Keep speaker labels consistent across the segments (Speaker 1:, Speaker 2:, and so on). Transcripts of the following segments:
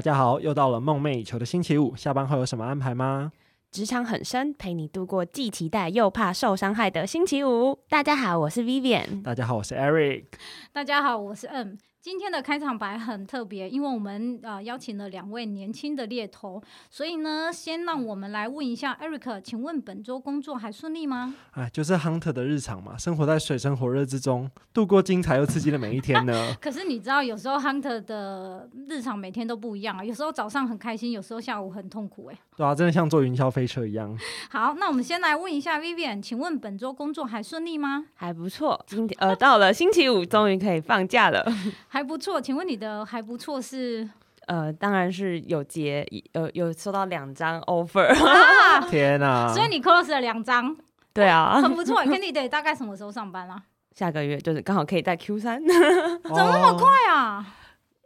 Speaker 1: 家好，又到了梦寐以求的星期五，下班后有什么安排吗？
Speaker 2: 职场很深，陪你度过既期待又怕受伤害的星期五。大家好，我是 Vivian。
Speaker 1: 大家好，我是 Eric。
Speaker 3: 大家好，我是 M。今天的开场白很特别，因为我们呃邀请了两位年轻的猎头，所以呢，先让我们来问一下 Eric，请问本周工作还顺利吗？。
Speaker 1: 哎，就是 Hunter 的日常嘛，生活在水深火热之中，度过精彩又刺激的每一天呢
Speaker 3: 可是你知道，有时候 Hunter 的日常每天都不一样啊，有时候早上很开心，有时候下午很痛苦、欸。
Speaker 1: 对啊，真的像坐云霄飞车一样。
Speaker 3: 好，那我们先来问一下 Vivian，请问本周工作还顺利吗？
Speaker 2: 还不错，今 天呃到了星期五，终于可以放假了。
Speaker 3: 还不错，请问你的还不错是？
Speaker 2: 呃，当然是有结，呃有收到两张 offer。
Speaker 3: 啊，
Speaker 1: 天哪、
Speaker 3: 所以你 close 了两张，
Speaker 2: 对啊，
Speaker 3: 很不错。跟你得大概什么时候上班啊？
Speaker 2: 下个月就是刚好可以在 Q 三。
Speaker 1: 怎么那么快？
Speaker 3: 对啊，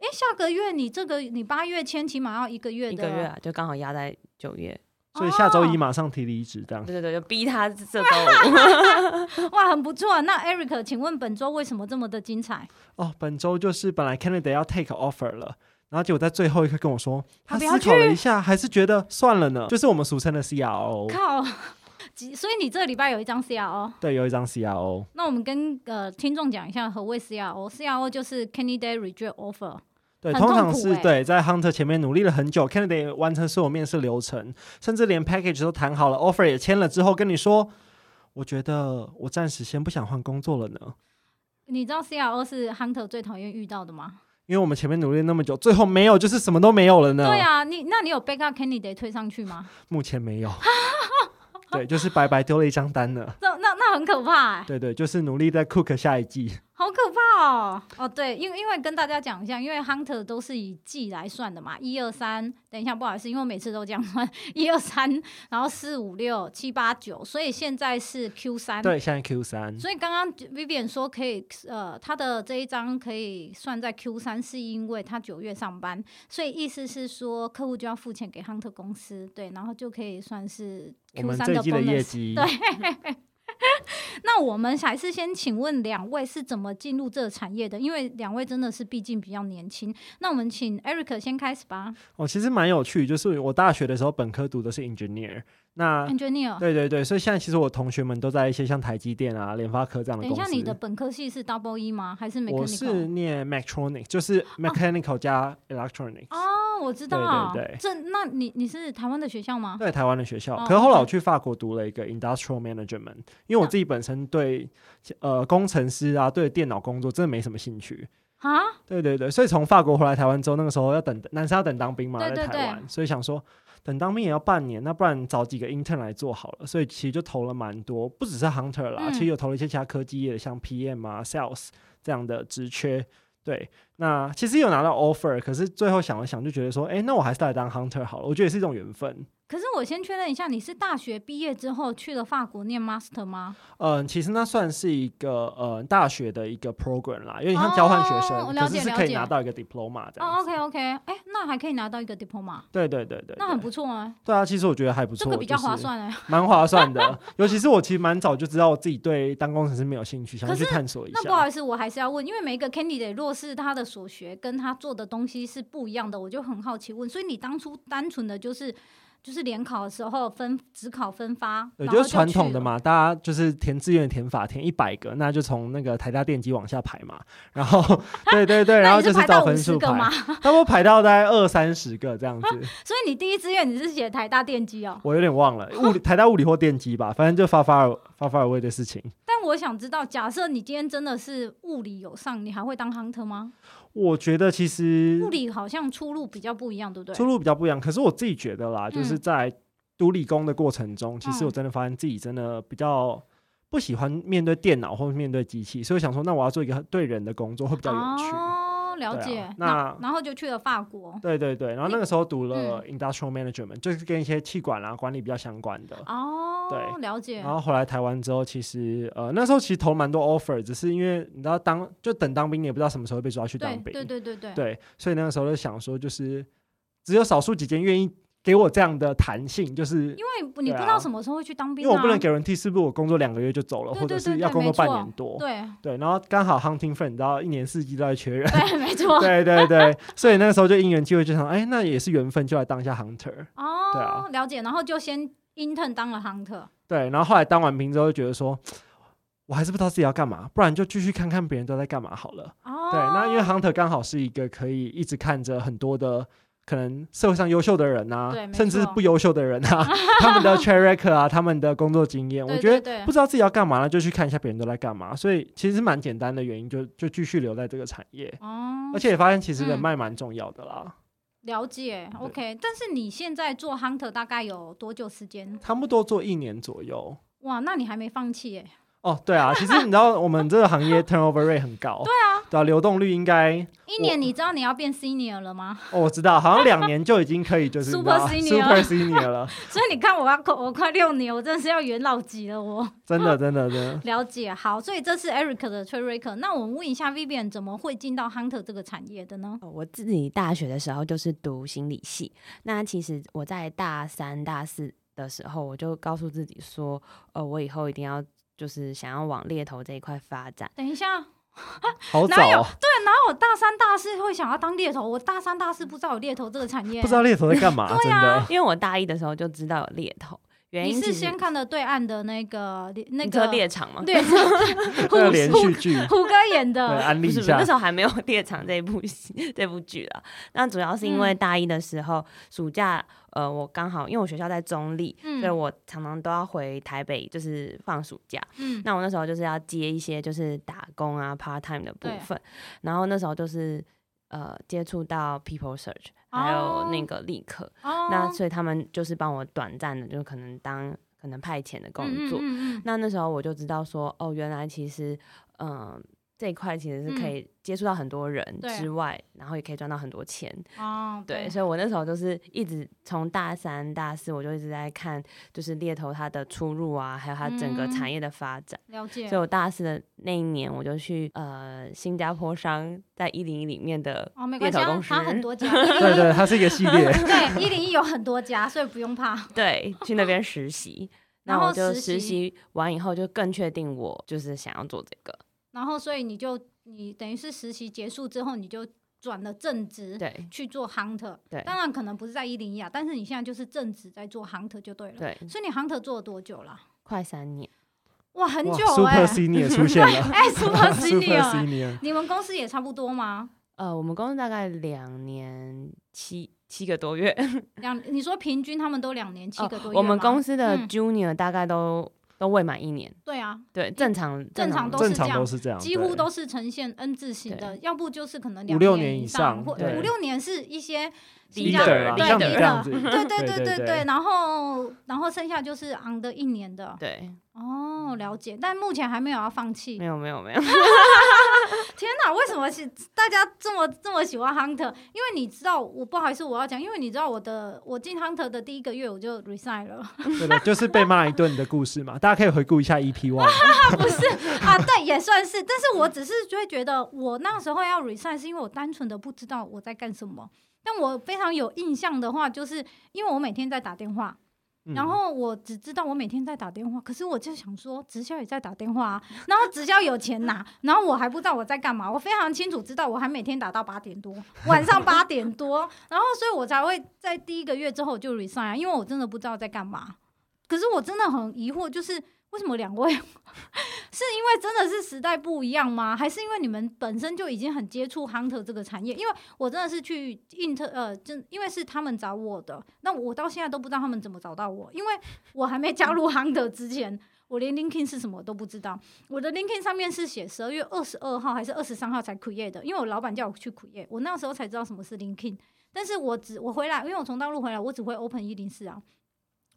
Speaker 3: 哎，下个月你这个你八月签，起码要一个月的。
Speaker 2: 一个月、啊、就刚好压在九月，
Speaker 1: 哦所以下周一马上提离职，这样。
Speaker 2: 对对对，就逼他 这周五。
Speaker 3: 哇，很不错。啊那 Eric，请问本周为什么这么的精彩？
Speaker 1: 哦，本周就是本来 Canada 要 take offer 了。然后结果在最后一刻跟我说，他
Speaker 3: 他不要
Speaker 1: 思考了
Speaker 3: 去
Speaker 1: 一下，还是觉得算了呢，就是我们俗称的 CRO。
Speaker 3: 靠，几所以你这个礼拜有一张 CRO。
Speaker 1: 对，有一张 CRO。
Speaker 3: 那我们跟呃听众讲一下何谓 CRO，CRO 就是 Candidate Reject Offer。
Speaker 1: 对，
Speaker 3: 很
Speaker 1: 通
Speaker 3: 痛
Speaker 1: 常
Speaker 3: 苦
Speaker 1: 是
Speaker 3: 欸
Speaker 1: 对在 Hunter 前面努力了很久，Candidate 也完成所有面试流程，甚至连 package 都谈好了，offer 也签了之后，跟你说，我觉得我暂时先不想换工作了呢，
Speaker 3: 你知道 CRO 是 Hunter 最讨厌遇到的吗？
Speaker 1: 因为我们前面努力了那么久，最后没有，就是什么都没有了呢。
Speaker 3: 对啊，你那你有 backup candidate 推上去吗？
Speaker 1: 目前没有， 对，就是白白丢了一张单呢。
Speaker 3: 那那那很可怕、欸，
Speaker 1: 对对，就是努力在 cook 下一季。
Speaker 3: 好可怕哦！哦，对，因为因为跟大家讲一下，因为 hunter 都是以季来算的嘛，一二三，等一下，不好意思，因为我每次都这样算，一二三，然后四五六七八九，所以现在是 Q 三。
Speaker 1: 对，现在 Q 三，
Speaker 3: 所以刚刚 Vivian 说可以，呃，他的这一张可以算在 Q 三，是因为他九月上班，所以意思是说客户就要付钱给 Hunter 公司，对，然后就可以算是
Speaker 1: 我
Speaker 3: Q
Speaker 1: 们
Speaker 3: 三
Speaker 1: 这一
Speaker 3: 的
Speaker 1: 季的
Speaker 3: bonus。
Speaker 1: 业绩，
Speaker 3: 那我们还是先请问两位是怎么进入这个产业的？因为两位真的是毕竟比较年轻。那我们请 Eric 先开始吧
Speaker 1: 哦，其实蛮有趣，就是我大学的时候本科读的是 engineer，那。
Speaker 3: ，Engineer。
Speaker 1: 啊对对对，所以现在其实我同学们都在一些像台积电啊、联发科这样的
Speaker 3: 等
Speaker 1: 公
Speaker 3: 一
Speaker 1: 司。
Speaker 3: 下，你的本科系是 Double E 吗？还是
Speaker 1: 我是
Speaker 3: Mechanical？
Speaker 1: 念 mechatronic，就是 mechanical 加 electronic，、
Speaker 3: 哦，我知道。
Speaker 1: 对对对
Speaker 3: 这那你你是台湾的学校吗？
Speaker 1: 在台湾的学校。
Speaker 3: 哦哦
Speaker 1: 可是后来我去法国读了一个 industrial management，因为我自己本身对呃工程师啊、对电脑工作真的没什么兴趣。
Speaker 3: 啊，
Speaker 1: 对对对，所以从法国回来台湾之后，那个时候要等男生要等当兵嘛，
Speaker 3: 对对
Speaker 1: 在台湾，所以想说等当兵也要半年，那不然找几个 intern 来做好了。所以其实就投了蛮多，不只是 hunter 啦，
Speaker 3: 嗯
Speaker 1: 其实有投了一些其他科技业的，像 PM 啊、sales 这样的职缺。对，那其实有拿到 offer，可是最后想了想，就觉得说，哎，那我还是来当 hunter 好了。我觉得也是一种缘分。
Speaker 3: 可是我先确认一下，你是大学毕业之后去了法国念 master 吗？
Speaker 1: 嗯，其实那算是一个呃大学的一个 program 啦，有点像交换学生，
Speaker 3: 哦了
Speaker 1: 可是
Speaker 3: 解
Speaker 1: 是
Speaker 3: 了
Speaker 1: 可以
Speaker 3: 解
Speaker 1: 拿到一个 diploma 这
Speaker 3: 哦
Speaker 1: 样子。
Speaker 3: ，OK OK，哎、那还可以拿到一个 diploma，
Speaker 1: 对对对对，
Speaker 3: 那很
Speaker 1: 对
Speaker 3: 不错哎、
Speaker 1: 对啊，其实我觉得还不错，
Speaker 3: 这个比较
Speaker 1: 就是
Speaker 3: 划算哎、
Speaker 1: 蛮划算的。尤其是我其实蛮早就知道我自己对当工程师没有兴趣，想要去探索一
Speaker 3: 那不好
Speaker 1: 下。
Speaker 3: 意思，我还是要问，因为每一个 candidate 若是他的所学跟他做的东西是不一样的，我就很好奇问。所以你当初单纯的就是就是联考的时候分只考分发，
Speaker 1: 对，
Speaker 3: 然
Speaker 1: 就
Speaker 3: 后
Speaker 1: 是传统的
Speaker 3: 去了。
Speaker 1: 嘛，大家就是填志愿填法填一百个，那就从那个台大电机往下排嘛。然后， 对对 对，然
Speaker 3: 那
Speaker 1: 后
Speaker 3: 你
Speaker 1: 就是
Speaker 3: 排
Speaker 1: 照
Speaker 3: 到
Speaker 1: 分
Speaker 3: 五十
Speaker 1: 数
Speaker 3: 个吗
Speaker 1: 排，？差不多排到大概二三十个这样子。
Speaker 3: 所以你第一志愿你是写台大电机哦。
Speaker 1: 我有点忘了，物理台大物理或电机吧，反正就发发而发发而为的事情。
Speaker 3: 但我想知道，假设你今天真的是物理有上，你还会当 hunter 吗？
Speaker 1: 我觉得其实
Speaker 3: 物理好像出路比较不一样，对不
Speaker 1: 出
Speaker 3: 对？
Speaker 1: 路比较不一样。可是我自己觉得啦，就是
Speaker 3: 嗯
Speaker 1: 在读理工的过程中，其实
Speaker 3: 嗯
Speaker 1: 我真的发现自己真的比较不喜欢面对电脑或面对机器，所以我想说，那我要做一个对人的工作会比较有趣。
Speaker 3: 哦，了
Speaker 1: 对啊
Speaker 3: 解。
Speaker 1: 那
Speaker 3: 然然后就去了法国。
Speaker 1: 对对对，然后那
Speaker 3: 你
Speaker 1: 个时候读了
Speaker 3: 嗯
Speaker 1: industrial management，、就是跟一些气管啊管理比较相关的。
Speaker 3: 哦，
Speaker 1: 对
Speaker 3: 了解
Speaker 1: 然。后回来台湾之后，其实呃那时候其实投蛮多 offer，只是因为你知道当就等当兵，你也不知道什么时候会被抓去当
Speaker 3: 对
Speaker 1: 兵，
Speaker 3: 对对对对。
Speaker 1: 对，所以那个时候就想说，就是只有少数几间愿意给我这样的弹性，就是
Speaker 3: 因为你
Speaker 1: 对
Speaker 3: 不
Speaker 1: 啊
Speaker 3: 知道什么时候会去当兵、
Speaker 1: 因
Speaker 3: 啊，
Speaker 1: 为我不能 guarantee 是不是我工作两个月就走了，
Speaker 3: 对
Speaker 1: 或者
Speaker 3: 对
Speaker 1: 是
Speaker 3: 对
Speaker 1: 要
Speaker 3: 对
Speaker 1: 工作
Speaker 3: 没
Speaker 1: 半
Speaker 3: 错
Speaker 1: 年多，
Speaker 3: 对
Speaker 1: 对，然后刚好 hunting friend，你知道一年四季都在缺人，
Speaker 3: 对，没错。
Speaker 1: 对啊对对，所以那个时候就因缘际会就想，哎，那也是缘分，就来当一下 hunter。
Speaker 3: 哦，
Speaker 1: 对啊
Speaker 3: 了解。然后就先 intern 当了 hunter，
Speaker 1: 对，然后后来当完兵之后就觉得说，我还是不知道自己要干嘛，不然就继续看看别人都在干嘛好了。
Speaker 3: 哦，
Speaker 1: 对，那因为 hunter 刚好是一个可以一直看着很多的。可能社会上优秀的人啊
Speaker 3: 对，没
Speaker 1: 甚至
Speaker 3: 错
Speaker 1: 不优秀的人 啊，他们的 track record 啊，他们的工作经验，我
Speaker 3: 对
Speaker 1: 觉得
Speaker 3: 对对
Speaker 1: 不知道自己要干嘛，那就去看一下别人都在干嘛。所以其实蛮简单的原因，就就继续留在这个产业，
Speaker 3: 哦
Speaker 1: 而且也发现其实人
Speaker 3: 嗯
Speaker 1: 脉蛮重要的啦。
Speaker 3: 了解，OK。但是你现在做 hunter 大概有多久时间？
Speaker 1: 差不多做一年左右。
Speaker 3: 哇，那你还没放弃耶？
Speaker 1: 哦，对啊，其实你知道我们这个行业 turnover rate 很高，对啊，对啊，流动率应该，
Speaker 3: 一年你知道你要变 senior 了吗？
Speaker 1: 哦，我知道，好像两年就已经可以就是
Speaker 3: Super
Speaker 1: 你
Speaker 3: senior
Speaker 1: 知道 super senior 了，
Speaker 3: 所以你看我要我快六年，我真的是要元老级了我。
Speaker 1: 真的真的真的。
Speaker 3: 了解，好，所以这是 Eric 的 t r a r e r 那我们问一下 Vivian 怎么会进到 hunter 这个产业的呢？
Speaker 2: 哦我自己大学的时候就是读心理系，那其实我在大三、大四的时候，我就告诉自己说，呃，我以后一定要就是想要往猎头这一块发展。
Speaker 3: 等一下，然
Speaker 1: 好
Speaker 3: 哪
Speaker 1: 早、哦，
Speaker 3: 后我大三、大四会想要当猎头，我大三、大四不知道有猎头这个产业，
Speaker 1: 不知道猎头在干嘛，真的。
Speaker 2: 因为我大一的时候就知道有猎头，原
Speaker 3: 你
Speaker 2: 因
Speaker 3: 是
Speaker 2: 其实
Speaker 3: 先看的对岸的那个那
Speaker 2: 你知道
Speaker 3: 个
Speaker 2: 猎场吗？
Speaker 3: 对，
Speaker 1: 这个连
Speaker 3: 胡
Speaker 1: 续剧，
Speaker 3: 胡歌演
Speaker 1: 对，啊
Speaker 3: 的，
Speaker 1: 安利
Speaker 2: 不
Speaker 1: 一
Speaker 2: 是不是，那
Speaker 1: 下
Speaker 2: 时。候还没有《猎场》这一部戏、这部剧了。那主要是因为
Speaker 3: 嗯
Speaker 2: 大一的时候，暑假呃，我刚好因为我学校在中立，
Speaker 3: 嗯
Speaker 2: 所以我常常都要回台北，就是放暑假。
Speaker 3: 嗯，
Speaker 2: 那我那时候就是要接一些就是打工啊、part time 的部分，然后那时候就是呃接触到 people search，还有那个立刻，
Speaker 3: 哦，
Speaker 2: 那所以他们就是帮我短暂的，就可能当可能派遣的工
Speaker 3: 嗯
Speaker 2: 作。
Speaker 3: 嗯嗯嗯
Speaker 2: 那那时候我就知道说，哦，原来其实，嗯、这一块其实是可
Speaker 3: 嗯
Speaker 2: 以接触到很多人
Speaker 3: 对
Speaker 2: 之外，然后也可以赚到很多钱。
Speaker 3: 哦，
Speaker 2: 对，，所以我那时候就是一直从大三、大四，我就一直在看，就是猎头它的出入啊，还有它整
Speaker 3: 嗯
Speaker 2: 个产业的发展。
Speaker 3: 了解
Speaker 2: 所以，我大四的那一年，我就去呃新加坡商在一零一里面的
Speaker 3: 哦，没
Speaker 2: 猎
Speaker 3: 关系
Speaker 2: 头
Speaker 3: 啊，
Speaker 2: 公司，
Speaker 3: 他很 多家，，
Speaker 1: 对对，它是一个系列
Speaker 3: 对，一零一有很多家，所以不用怕。
Speaker 2: 对，去那 边实习。
Speaker 3: 哦然
Speaker 2: 那我
Speaker 3: 后
Speaker 2: 就
Speaker 3: 实
Speaker 2: 实
Speaker 3: 习
Speaker 2: 习完以后，就更确定我就是想要做这个。
Speaker 3: 然后，所以你就你等于是实习结束之后，你就转了正职
Speaker 2: 对
Speaker 3: 去做 hunter。
Speaker 2: 对
Speaker 3: 当然可能不是在一零一啊，但是你现在就是正职在做 hunter 就对了。
Speaker 2: 对，
Speaker 3: 所以你 hunter 做了多久了？
Speaker 2: 快三年。
Speaker 3: 哇，很
Speaker 1: 哇
Speaker 3: 久哎、
Speaker 1: ，Super Senior 出现了
Speaker 3: 哎，Super
Speaker 1: ，Super
Speaker 3: Senior，
Speaker 1: Senior，
Speaker 3: 你们公司也差不多吗？
Speaker 2: 呃，我们公司大概两年七七个多月，呃
Speaker 3: 两，你说平均他们都两年七个多月吗、
Speaker 2: 我们公司的
Speaker 3: 嗯
Speaker 2: junior 大概都、都未满一年，
Speaker 3: 对啊，
Speaker 2: 对，正常
Speaker 3: 正常都
Speaker 1: 正
Speaker 3: 是这
Speaker 1: 常
Speaker 3: 样
Speaker 1: 都是这样，
Speaker 3: 几乎
Speaker 1: 对
Speaker 3: 都是呈现 N 字形的，要不就是可能
Speaker 1: 哦五
Speaker 3: 两
Speaker 1: 六年
Speaker 3: 年
Speaker 1: 以
Speaker 3: 上，
Speaker 1: 上
Speaker 3: 或
Speaker 1: 对
Speaker 3: 五六年是一些新加
Speaker 1: leader 啊，
Speaker 3: 对
Speaker 1: 像你
Speaker 3: leader
Speaker 1: 这样子，
Speaker 3: 对对
Speaker 1: 对
Speaker 3: 对
Speaker 1: 对
Speaker 3: 对
Speaker 1: 对
Speaker 3: 对，然后然后剩下就是昂的一年的
Speaker 2: 对，
Speaker 3: 哦，了解，但目前还没有要放弃
Speaker 2: 没。有没有没有，
Speaker 3: 天哪，为什么是大家这么这么喜欢 Hunter？因为你知道，我不好意思，我要讲，因为你知道我的我进 Hunter 的第一个月我就 resign 了，
Speaker 1: 对的，就是被骂一顿的故事嘛。大家可以回顾一下 EP One，
Speaker 3: 不是啊，对，也算是，但是我只是就会觉得，我那时候要 resign 是因为我单纯的不知道我在干什么。但我非常有印象的话，就是因为我每天在打电话，
Speaker 1: 嗯
Speaker 3: 然后我只知道我每天在打电话，可是我就想说，直销也在打电话、啊，然后直销有钱拿，然后我还不知道我在干嘛，我非常清楚知道我还每天打到八点多，晚上八点多，然后所以我才会在第一个月之后就 resign，啊因为我真的不知道在干嘛。可是我真的很疑惑，就是为什么两位 是因为真的是时代不一样吗？还是因为你们本身就已经很接触 hunter 这个产业？因为我真的是去 inter 呃，真因为是他们找我的，那我到现在都不知道他们怎么找到我，因为我还没加入 hunter 之前。我连 LinkedIn 是什么都不知道，我的 LinkedIn 上面是写十二月二十二号还是二十三号才 create 的，因为我老板叫我去 create，我那时候才知道什么是 LinkedIn。但是我只我回来，因为我从大陆回来，我只会 Open 一零四啊，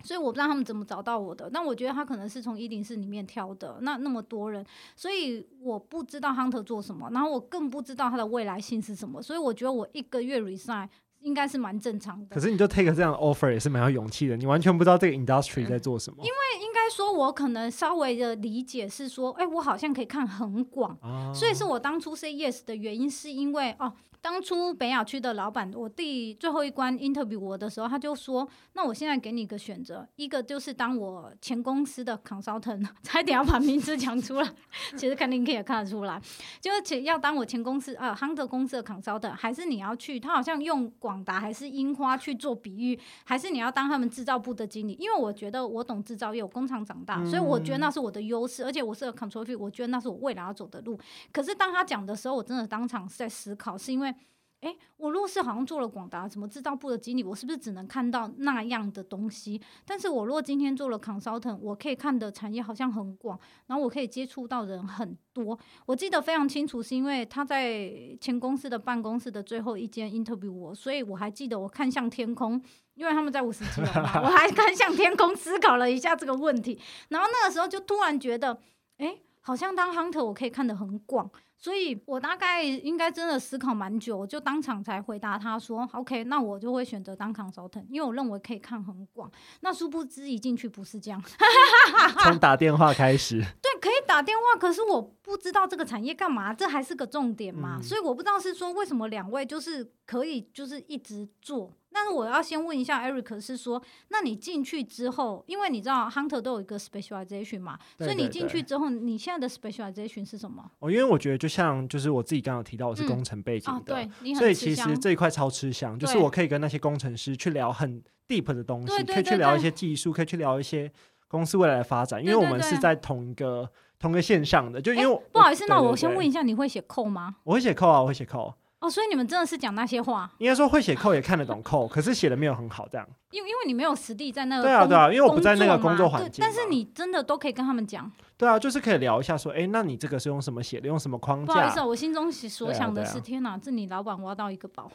Speaker 3: 所以我不知道他们怎么找到我的。但我觉得他可能是从一零四里面挑的，那那么多人，所以我不知道 Hunter 做什么，然后我更不知道他的未来性是什么，所以我觉得我一个月 resign 应该是蛮正常的
Speaker 1: 可。是你就 take 这样的 offer 也是蛮有勇气的，你完全不知道这个
Speaker 3: 嗯
Speaker 1: industry 在做什么。因为
Speaker 3: 应该说，我可能稍微的理解是说，哎、我好像可以看很广，
Speaker 1: 啊
Speaker 3: 所以是我当初 say yes 的原因，是因为哦，当初北雅区的老板，我第最后一关 interview 我的时候，他就说：“那我现在给你一个选择，一个就是当我前公司的 consultant，差 点要把名字讲出来，其实肯定可以看得出来，就是其要当我前公司呃 hunter 公司的 consultant，还是你要去，他好像用广达还是樱花去做比喻，还是你要当他们制造部的经理？因为我觉得我懂制造业，我工厂长大，所以我觉得那是我的优势，而且我是个 control freak，我觉得那是我未来要走的路。可是当他讲的时候，我真的当场是在思考，是因为。诶，我若是好像做了广达什么制造部的经理，我是不是只能看到那样的东西？但是我若今天做了 consultant，我可以看的产业好像很广，然后我可以接触到的人很多。我记得非常清楚，是因为他在前公司的办公室的最后一间 interview 我，所以我还记得我看向天空，因为他们在五十几楼嘛，我还看向天空思考了一下这个问题。然后那个时候就突然觉得，诶，好像当 hunter 我可以看得很广。所以我大概应该真的思考蛮久，我就当场才回答他说：“OK，那我就会选择当 consultant，因为我认为可以看很广。”那殊不知一进去不是这样，
Speaker 1: 从打电话开始，
Speaker 3: 对，可以打电话，可是我不知道这个产业干嘛，这还是个重点嘛。
Speaker 1: 嗯
Speaker 3: 所以我不知道是说为什么两位就是可以就是一直做。但是我要先问一下 Eric，是说，那你进去之后，因为你知道 Hunter 都有一个 specialization 嘛，
Speaker 1: 对
Speaker 3: 所以你
Speaker 1: 对
Speaker 3: 进
Speaker 1: 对
Speaker 3: 去之后，你现在的 specialization 是什么？
Speaker 1: 哦，因为我觉得就像就是我自己刚刚有提到我是工程背景
Speaker 3: 啊，
Speaker 1: 的，
Speaker 3: 对，你很
Speaker 1: 所以
Speaker 3: 吃
Speaker 1: 其
Speaker 3: 香
Speaker 1: 实这一块超吃香，就是
Speaker 3: 对
Speaker 1: 我可以跟那些工程师去聊很 deep 的东西，
Speaker 3: 对对
Speaker 1: 可以去
Speaker 3: 对
Speaker 1: 聊一
Speaker 3: 对
Speaker 1: 些技术，可以去聊一些公司未来的发展，因为
Speaker 3: 对
Speaker 1: 我
Speaker 3: 对
Speaker 1: 们是
Speaker 3: 对
Speaker 1: 在同一个同一个线上的，就因为
Speaker 3: 诶
Speaker 1: 我、
Speaker 3: 不好意思，那
Speaker 1: 对对
Speaker 3: 我先
Speaker 1: 对
Speaker 3: 问一下，你会写扣吗？
Speaker 1: 我会写扣啊，我会写扣，
Speaker 3: 哦，所以你们真的是讲那些话，
Speaker 1: 应该说会写扣也看得懂扣，可是写的没有很好这样。
Speaker 3: 因为因为你没有实地在那个
Speaker 1: 对啊
Speaker 3: 工
Speaker 1: 对啊因为我不在那个工
Speaker 3: 工
Speaker 1: 作
Speaker 3: 嘛
Speaker 1: 环
Speaker 3: 对
Speaker 1: 境
Speaker 3: 但是
Speaker 1: 嘛
Speaker 3: 你真的都可以跟他们讲。
Speaker 1: 对啊，就是可以聊一下说，哎，那你这个是用什么写的，用什么框
Speaker 3: 不好
Speaker 1: 架
Speaker 3: 意思、？啊，我心中所
Speaker 1: 对啊
Speaker 3: 想的
Speaker 1: 对啊
Speaker 3: 是，天哪，这你老板挖到一个宝。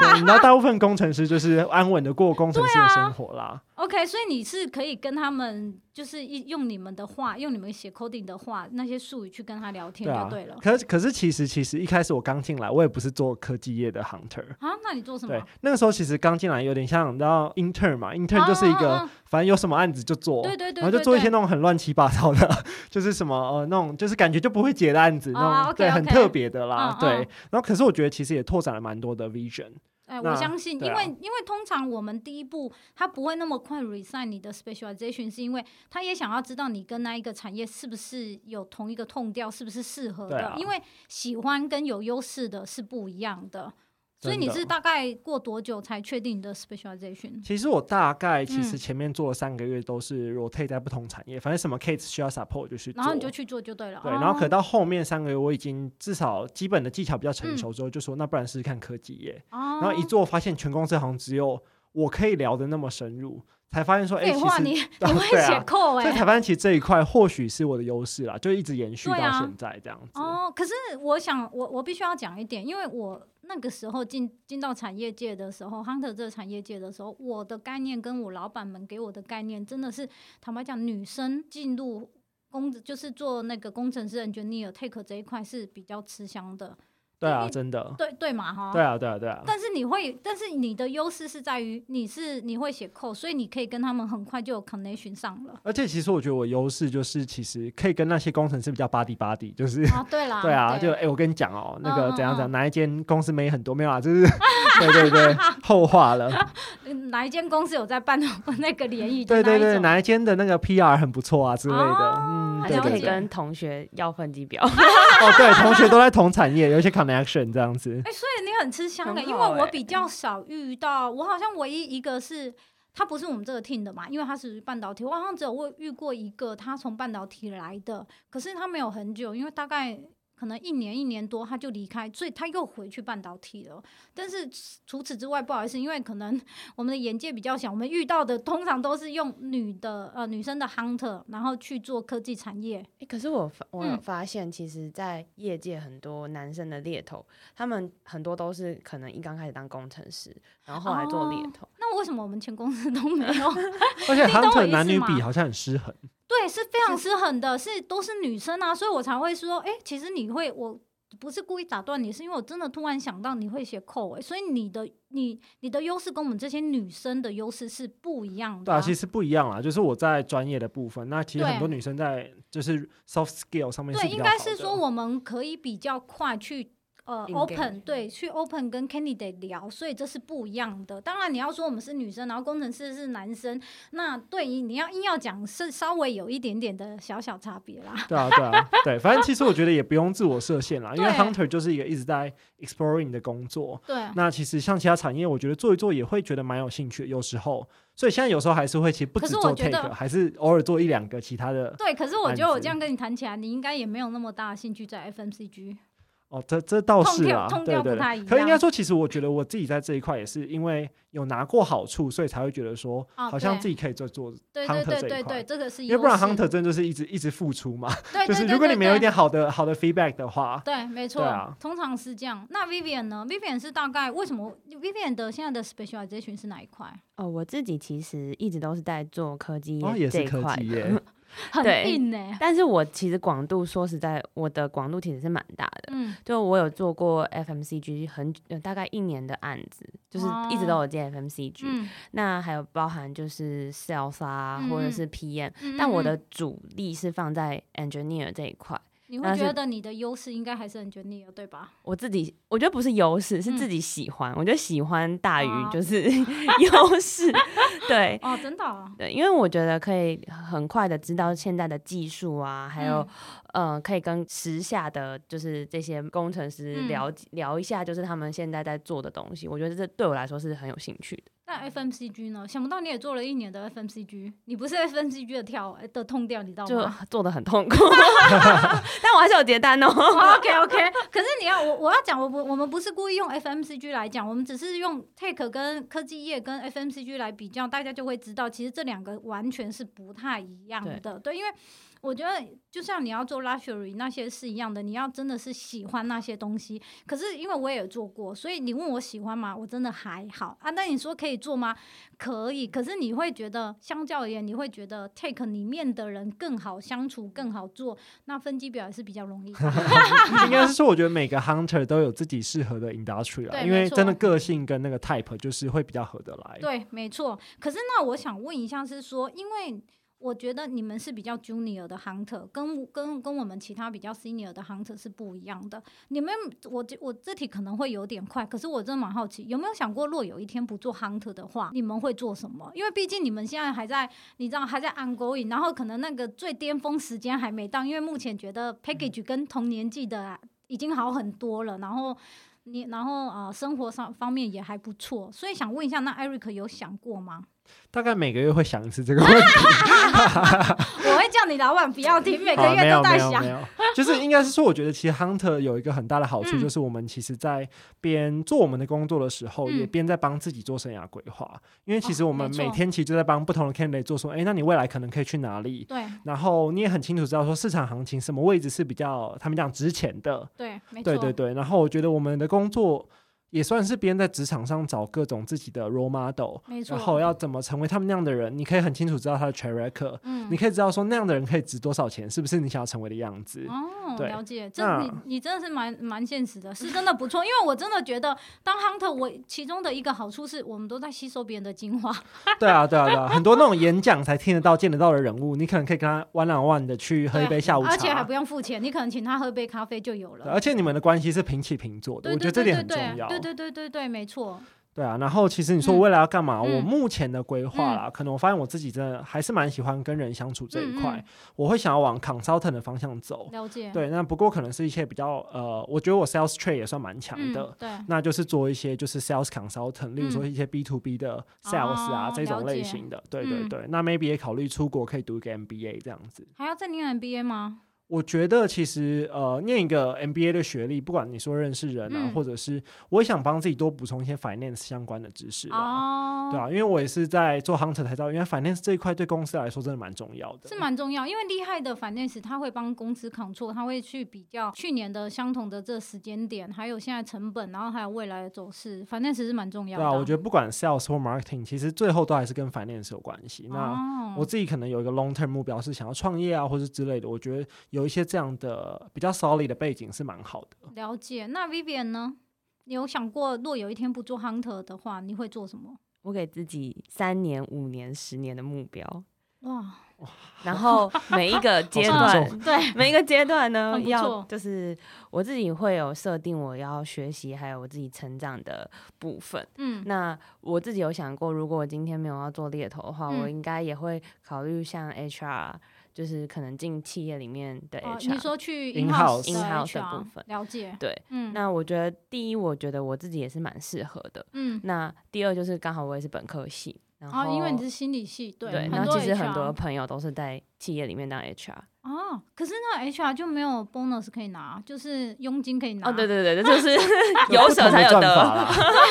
Speaker 1: 对，你知道大部分工程师就是安稳的过工程师的生活 啦。
Speaker 3: OK，所以你是可以跟他们，就是一用你们的话，用你们写 coding 的话，那些术语去跟他聊天
Speaker 1: 对啊
Speaker 3: 就对了。
Speaker 1: 可是可是其实其实一开始我刚进来，我也不是做科技业的 hunter。
Speaker 3: 啊，那你做什么
Speaker 1: 对？，那个时候其实刚进来有点像，你知道 intern 嘛，intern 就是一
Speaker 3: 啊啊
Speaker 1: 个
Speaker 3: 啊
Speaker 1: 反正有什么案子就做，
Speaker 3: 对对对
Speaker 1: 然后就
Speaker 3: 对
Speaker 1: 做一些
Speaker 3: 对
Speaker 1: 那种很乱七八糟的， 就是什么呃那种就是感觉就不会解的案子，那
Speaker 3: 啊
Speaker 1: 种
Speaker 3: ，OK，
Speaker 1: 对很
Speaker 3: OK
Speaker 1: 特别的啦
Speaker 3: 嗯，
Speaker 1: 对
Speaker 3: 嗯。
Speaker 1: 然后可是我觉得其实也拓展了蛮多的 vision，
Speaker 3: 哎，
Speaker 1: 那
Speaker 3: 我相信，
Speaker 1: 对
Speaker 3: 因
Speaker 1: 啊
Speaker 3: 为因为通常我们第一步他不会那么快 resign 你的 specialization，是因为他也想要知道你跟那一个产业是不是有同一个痛调，是不是适合
Speaker 1: 对
Speaker 3: 的，
Speaker 1: 啊
Speaker 3: 因为喜欢跟有优势的是不一样的。所以你
Speaker 1: 真的
Speaker 3: 是大概过多久才确定你的 specialization？
Speaker 1: 其实我大概其实
Speaker 3: 嗯
Speaker 1: 前面做了三个月都是 rotate 在不同产业，反正什么 case 需要 support 我就去做，
Speaker 3: 然后你就去做就对了。
Speaker 1: 对，然后可
Speaker 3: 哦
Speaker 1: 到后面三个月我已经至少基本的技巧比较成熟之后，就说那不然试试看科技业，然后一
Speaker 3: 嗯哦
Speaker 1: 做发现全公司好像只有我可以聊的那么深入，才发现说，哎、
Speaker 3: 废
Speaker 1: 其
Speaker 3: 话，
Speaker 1: 实
Speaker 3: 你
Speaker 1: 啊
Speaker 3: 你会
Speaker 1: 对
Speaker 3: 写
Speaker 1: 啊
Speaker 3: 扣
Speaker 1: 所以
Speaker 3: 哎、
Speaker 1: 才发现其实这一块或许是我的优势啦，就一直延续
Speaker 3: 对
Speaker 1: 到
Speaker 3: 啊
Speaker 1: 现在这样子。
Speaker 3: 哦，可是我想，我我必须要讲一点，因为我那个时候进进到产业界的时候，hunter 这个产业界的时候，我的概念跟我老板们给我的概念真的是，坦白讲，女生进入工就是做那个工程师 engineer take 这一块是比较吃香的，
Speaker 1: 对啊，
Speaker 3: 因为
Speaker 1: 真的，
Speaker 3: 对哦对嘛哈。
Speaker 1: 对啊，对啊，对啊。
Speaker 3: 但是你会，但是你的优势是在于你是你会写 code，所以你可以跟他们很快就有 connection 上了。
Speaker 1: 而且其实我觉得我优势就是，其实可以跟那些工程师比较 buddy buddy，就是、
Speaker 3: 哦，对啦，
Speaker 1: 对啊，就哎、我跟你讲哦，那个
Speaker 3: 嗯嗯
Speaker 1: 怎样怎样，
Speaker 3: 嗯
Speaker 1: 哪一间公司没很多没有啊，就是 对对对，后话 了，
Speaker 3: 嗯哪一间公司有在办 那个联谊？就
Speaker 1: 对对
Speaker 3: 那一
Speaker 1: 对，
Speaker 3: 种哦
Speaker 1: 哪一间的那个 PR 很不错啊之类的，嗯，
Speaker 2: 那
Speaker 1: 对
Speaker 2: 就可
Speaker 1: 对
Speaker 2: 以
Speaker 1: 对，
Speaker 2: 跟同学要分级表，
Speaker 1: 哦对，同学都在同产业，有一些 connection 这样子，
Speaker 3: 哎、所以你很吃香的、
Speaker 2: 很
Speaker 3: 因
Speaker 2: 好
Speaker 3: 为我
Speaker 2: 欸
Speaker 3: 比较少遇到，我好像唯一一个是他不是我们这个 team 的嘛，因为他是半导体，我好像只有我遇过一个他从半导体来的，可是他没有很久，因为大概。可能一年一年多他就离开，所以他又回去半导体了。但是除此之外，不好意思，因为可能我们的眼界比较小，我们遇到的通常都是用女的呃女生的 hunter，然后去做科技产业。
Speaker 2: 欸可是我发我有
Speaker 3: 嗯
Speaker 2: 发现，其实，在业界很多男生的猎头，他们很多都是可能一刚开始当工程师，然后后来做猎
Speaker 3: 哦
Speaker 2: 头。
Speaker 3: 那为什么我们前公司都没有？
Speaker 1: 而且
Speaker 3: 你懂我
Speaker 1: hunter
Speaker 3: 意思
Speaker 1: 男女比
Speaker 3: 吗
Speaker 1: 好像很失衡，
Speaker 3: 对，是非常失衡的，是都是女生啊，所以我才会说，哎、其实你会，我不是故意打断你，是因为我真的突然想到你会写扣、诶，所以你的你你的优势跟我们这些女生的优势是不一样的
Speaker 1: 对
Speaker 3: 啊、
Speaker 1: 啊，其实不一样啦，就是我在专业的部分，那其实
Speaker 3: 对
Speaker 1: 很多女生在就是 soft skill 上面
Speaker 3: 对，
Speaker 1: 比
Speaker 3: 应
Speaker 1: 较好的
Speaker 3: 该是说我们可以比较快去呃
Speaker 2: Engage
Speaker 3: open 对去 open 跟 candidate 聊，所以这是不一样的。当然你要说我们是女生，然后工程师是男生，那对于你要硬要讲是稍微有一点点的小小差别啦。
Speaker 1: 对啊，对啊， 对，反正其实我觉得也不用自我设限啦，因为
Speaker 3: 对
Speaker 1: hunter 就是一个一直在 exploring 的工作。
Speaker 3: 对，
Speaker 1: 那其实像其他产业，我觉得做一做也会觉得蛮有兴趣的，有时候，所以现在有时候还是会，其实不
Speaker 3: 可
Speaker 1: 止
Speaker 3: 是
Speaker 1: 做
Speaker 3: 我觉
Speaker 1: take，
Speaker 3: 得
Speaker 1: 还是偶尔做一两个其他的。
Speaker 3: 对，可是我觉
Speaker 1: 案子
Speaker 3: 得我这样跟你谈起来，你应该也没有那么大的兴趣在 FMCG。
Speaker 1: 哦，这这倒是啦，
Speaker 3: 痛调痛
Speaker 1: 对
Speaker 3: 调
Speaker 1: 对
Speaker 3: 不太一
Speaker 1: 对。
Speaker 3: 样
Speaker 1: 可应该说，其实我觉得我自己在这一块也是因为有拿过好处，所以才会觉得说，
Speaker 3: 哦
Speaker 1: 好像
Speaker 3: 对
Speaker 1: 自己可以再做，
Speaker 3: 对对
Speaker 1: Hunter
Speaker 3: 对
Speaker 1: 这一
Speaker 3: 对
Speaker 1: 块
Speaker 3: 对，这个是
Speaker 1: 因为不然
Speaker 3: 优势
Speaker 1: hunter 真的就是一直一直付出嘛。
Speaker 3: 对对
Speaker 1: 就是
Speaker 3: 对
Speaker 1: 如果你
Speaker 3: 对
Speaker 1: 没有一
Speaker 3: 对
Speaker 1: 点好的好的 feedback 的话，
Speaker 3: 对，没错，
Speaker 1: 对啊
Speaker 3: 通常是这样。那 Vivian 呢？Vivian 是大概为什么？Vivian 的现在的 specialization 是哪一块？
Speaker 2: 哦，我自己其实一直都是在做科技
Speaker 1: 哦，
Speaker 2: 业
Speaker 1: 也
Speaker 2: 这
Speaker 1: 是
Speaker 2: 一
Speaker 1: 科
Speaker 2: 块
Speaker 1: 技
Speaker 2: 的
Speaker 1: 业
Speaker 3: 很
Speaker 2: 对
Speaker 3: 硬呢、
Speaker 2: 但是我其实广度说实在，我的广度其实是蛮大的。
Speaker 3: 嗯，
Speaker 2: 就我有做过 FMCG 很呃大概一年的案子，就是一直都有接 FMCG，、
Speaker 3: 嗯，
Speaker 2: 那还有包含就是 sales 啊，
Speaker 3: 嗯
Speaker 2: 或者
Speaker 3: 嗯
Speaker 2: 是 PM，、
Speaker 3: 嗯
Speaker 2: 但我的
Speaker 3: 嗯
Speaker 2: 主力是放在 engineer 这一块。
Speaker 3: 你会
Speaker 2: 那是
Speaker 3: 觉得你的优势应该还是 engineer 对吧？
Speaker 2: 我自己我觉得不是优势，是自己喜欢。我觉得喜欢大
Speaker 3: 嗯哦
Speaker 2: 于就是 优势，对
Speaker 3: 哦，真 的哦、
Speaker 2: 对，因为我觉得可以很快的知道现在的技术啊，还
Speaker 3: 嗯
Speaker 2: 有、呃，可以跟时下的就是这些工程师
Speaker 3: 嗯
Speaker 2: 聊、聊一下，就是他们现在在做的东西。我觉得这对我来说是很有兴趣的。
Speaker 3: 那 FMCG 呢？想不到你也做了一年的 FMCG，你不是 FMCG 的跳呃的痛调，你知道
Speaker 2: 就
Speaker 3: 吗？
Speaker 2: 做的很痛 苦， 但我还是有接单哦。
Speaker 3: OK OK，可是你要我我要讲，我不我们不是故意用 FMCG 来讲，我们只是用 Tech 跟科技业跟 FMCG 来比较，大家就会知道，其实这两个完全是不太一样的。对，因为我觉得就像你要做 luxury 那些是一样的，你要真的是喜欢那些东西。可是因为我也有做过，所以你问我喜欢吗？我真的还好啊。那你说可以做吗？可以，可是你会觉得，相较而言，你会觉得 Tech 里面的人更好相处，更好做，那分级表也是比较容易达到。
Speaker 1: 应该是说，我觉得每个 hunter 都有自己适合的 industry 啦，
Speaker 3: 对
Speaker 1: 因
Speaker 3: 没
Speaker 1: 为
Speaker 3: 错
Speaker 1: 真的个性跟那个 type 就是会比较合得来。
Speaker 3: 对，没错。可是那我想问一下，是说，因为我觉得你们是比较 junior 的 hunter，跟跟跟我们其他比较 senior 的 hunter 是不一样的。你们，我这我这题可能会有点快，可是我真的蛮好奇，有没有想过，若有一天不做 hunter 的话，你们会做什么？因为毕竟你们现在还在，你知道还在 ongoing，然后可能那个最巅峰时间还没到，因为目前觉得 package 跟同年纪的、啊、已经好很多了，然后。你然后呃，生活上方面也还不错，所以想问一下，那 Eric 有想过吗？
Speaker 1: 大概每个月会想一次这个问题，
Speaker 3: 我会叫你老板不 要听，每个
Speaker 1: 啊没
Speaker 3: 月
Speaker 1: 有
Speaker 3: 都在
Speaker 1: 没有
Speaker 3: 想
Speaker 1: 没。有，就是应该是说，我觉得其实 hunter 有一个很大的好处，
Speaker 3: 嗯
Speaker 1: 就是我们其实在边做我们的工作的时候，
Speaker 3: 嗯
Speaker 1: 也边在帮自己做生涯规划，因为其实
Speaker 3: 哦
Speaker 1: 我们
Speaker 3: 没错
Speaker 1: 每天其实就在帮不同的 candidate 做说，哎，那你未来可能可以去哪里？
Speaker 3: 对
Speaker 1: 然后你也很清楚知道说市场行情什么位置是比较他们讲值钱的，
Speaker 3: 对，没错，
Speaker 1: 对对对，然后我觉得我们的工作也算是别人在职场上找各种自己的 role model，
Speaker 3: 没错。
Speaker 1: 然后要怎么成为他们那样的人，你可以很清楚知道他的 track record，、
Speaker 3: 嗯
Speaker 1: 你可以知道说那样的人可以值多少钱，是不是你想要成为的样子？
Speaker 3: 哦，
Speaker 1: 对
Speaker 3: 了解，这
Speaker 1: 那
Speaker 3: 你你真的是蛮蛮现实的，是真的不错。因为我真的觉得当 hunter，我其中的一个好处是我们都在吸收别人的精华。
Speaker 1: 对啊，对啊，对啊，很多那种演讲才听得到、见得到的人物，你可能可以跟他 one on one 的去喝一
Speaker 3: 对啊
Speaker 1: 杯下午茶，
Speaker 3: 而且还不用付钱，你可能请他喝杯咖啡就有
Speaker 1: 对
Speaker 3: 了。
Speaker 1: 而且你们的关系是平起平坐的，
Speaker 3: 对
Speaker 1: 我觉
Speaker 3: 对
Speaker 1: 得这
Speaker 3: 对
Speaker 1: 点
Speaker 3: 对
Speaker 1: 很重
Speaker 3: 对
Speaker 1: 要。
Speaker 3: 对对对对对，没错。
Speaker 1: 对啊，然后其实你说
Speaker 3: 嗯
Speaker 1: 未来要干嘛？我
Speaker 3: 嗯
Speaker 1: 目前的规划啦，可能我发现我自己真的还是蛮喜欢跟人相处这一块，
Speaker 3: 嗯嗯啊
Speaker 1: 我会想要往 consultant 的方向走。
Speaker 3: 了解。
Speaker 1: 对，那不过可能是一些比较呃，我觉得我 sales trade 也算蛮强
Speaker 3: 嗯，
Speaker 1: 的。
Speaker 3: 对。
Speaker 1: 那就是做一些就是 sales consultant，例如说一些 B to B 的 sales 啊、
Speaker 3: 哦
Speaker 1: 这种
Speaker 3: 了解
Speaker 1: 类型的，对对
Speaker 3: 嗯
Speaker 1: 对。那 maybe 也考虑出国可以读一个 MBA 这样子。
Speaker 3: 还要再念 MBA 吗？
Speaker 1: 我觉得其实呃，念一个 MBA 的学历，不管你说认识人啊，
Speaker 3: 嗯
Speaker 1: 或者是我也想帮自己多补充一些 finance 相关的知识啊。
Speaker 3: 哦，
Speaker 1: 对啊，因为我也是在做 hunter 才知道，原来 finance 这一块对公司来说真的蛮重要的。
Speaker 3: 是蛮重要，因为厉害的 finance 他会帮公司 control，他会去比较去年的相同的这时间点，还有现在成本，然后还有未来的走势，finance 是蛮重要
Speaker 1: 对
Speaker 3: 的。哦
Speaker 1: 啊，我觉得不管 sales 或 marketing，其实最后都还是跟 finance 有关系。
Speaker 2: 啊
Speaker 1: 那
Speaker 3: 哦
Speaker 1: 我自己可能有一个 long term 目标是想要创业啊，或是之类的。我觉得有一些这样的比较 solid 的背景是蛮好的。
Speaker 3: 了解。那 Vivian 呢？你有想过，若有一天不做 hunter 的话，你会做什么？
Speaker 2: 我给自己三年、五年、十年的目标，
Speaker 3: 哇，
Speaker 2: 然后每一个阶
Speaker 1: 沉
Speaker 2: 段
Speaker 1: 重
Speaker 3: 对，
Speaker 2: 每一个阶段呢，
Speaker 3: 很不
Speaker 2: 要
Speaker 3: 错
Speaker 2: 就是我自己会有设定我要学习，还有我自己成长的部分。
Speaker 3: 嗯，
Speaker 2: 那我自己有想过，如果我今天没有要做猎头的话，
Speaker 3: 嗯
Speaker 2: 我应该也会考虑像 HR，就是可能进企业里面的
Speaker 3: 哦，
Speaker 2: HR。
Speaker 3: 你说去
Speaker 1: In
Speaker 3: in
Speaker 1: house
Speaker 3: house
Speaker 2: In-house 的
Speaker 3: HR
Speaker 2: 部分
Speaker 3: 了解，
Speaker 2: 对，
Speaker 3: 嗯，
Speaker 2: 那我觉得第一，我觉得我自己也是蛮适合的。
Speaker 3: 嗯，
Speaker 2: 那第二就是刚好我也是本科系，然后、
Speaker 3: 哦，因为你是心理系，对
Speaker 2: 对，然
Speaker 3: 很
Speaker 2: 后
Speaker 3: 多
Speaker 2: 其实很
Speaker 3: HR
Speaker 2: 多朋友都是在企业里面当 HR。
Speaker 3: 哦，可是那 HR 就没有 bonus 可以拿，就是佣金可以拿。
Speaker 2: 哦，对对 对，这就是
Speaker 1: 就
Speaker 2: 有
Speaker 1: 不
Speaker 2: 舍
Speaker 1: 同的
Speaker 2: 才有
Speaker 1: 赚
Speaker 2: 得
Speaker 1: 法，啦，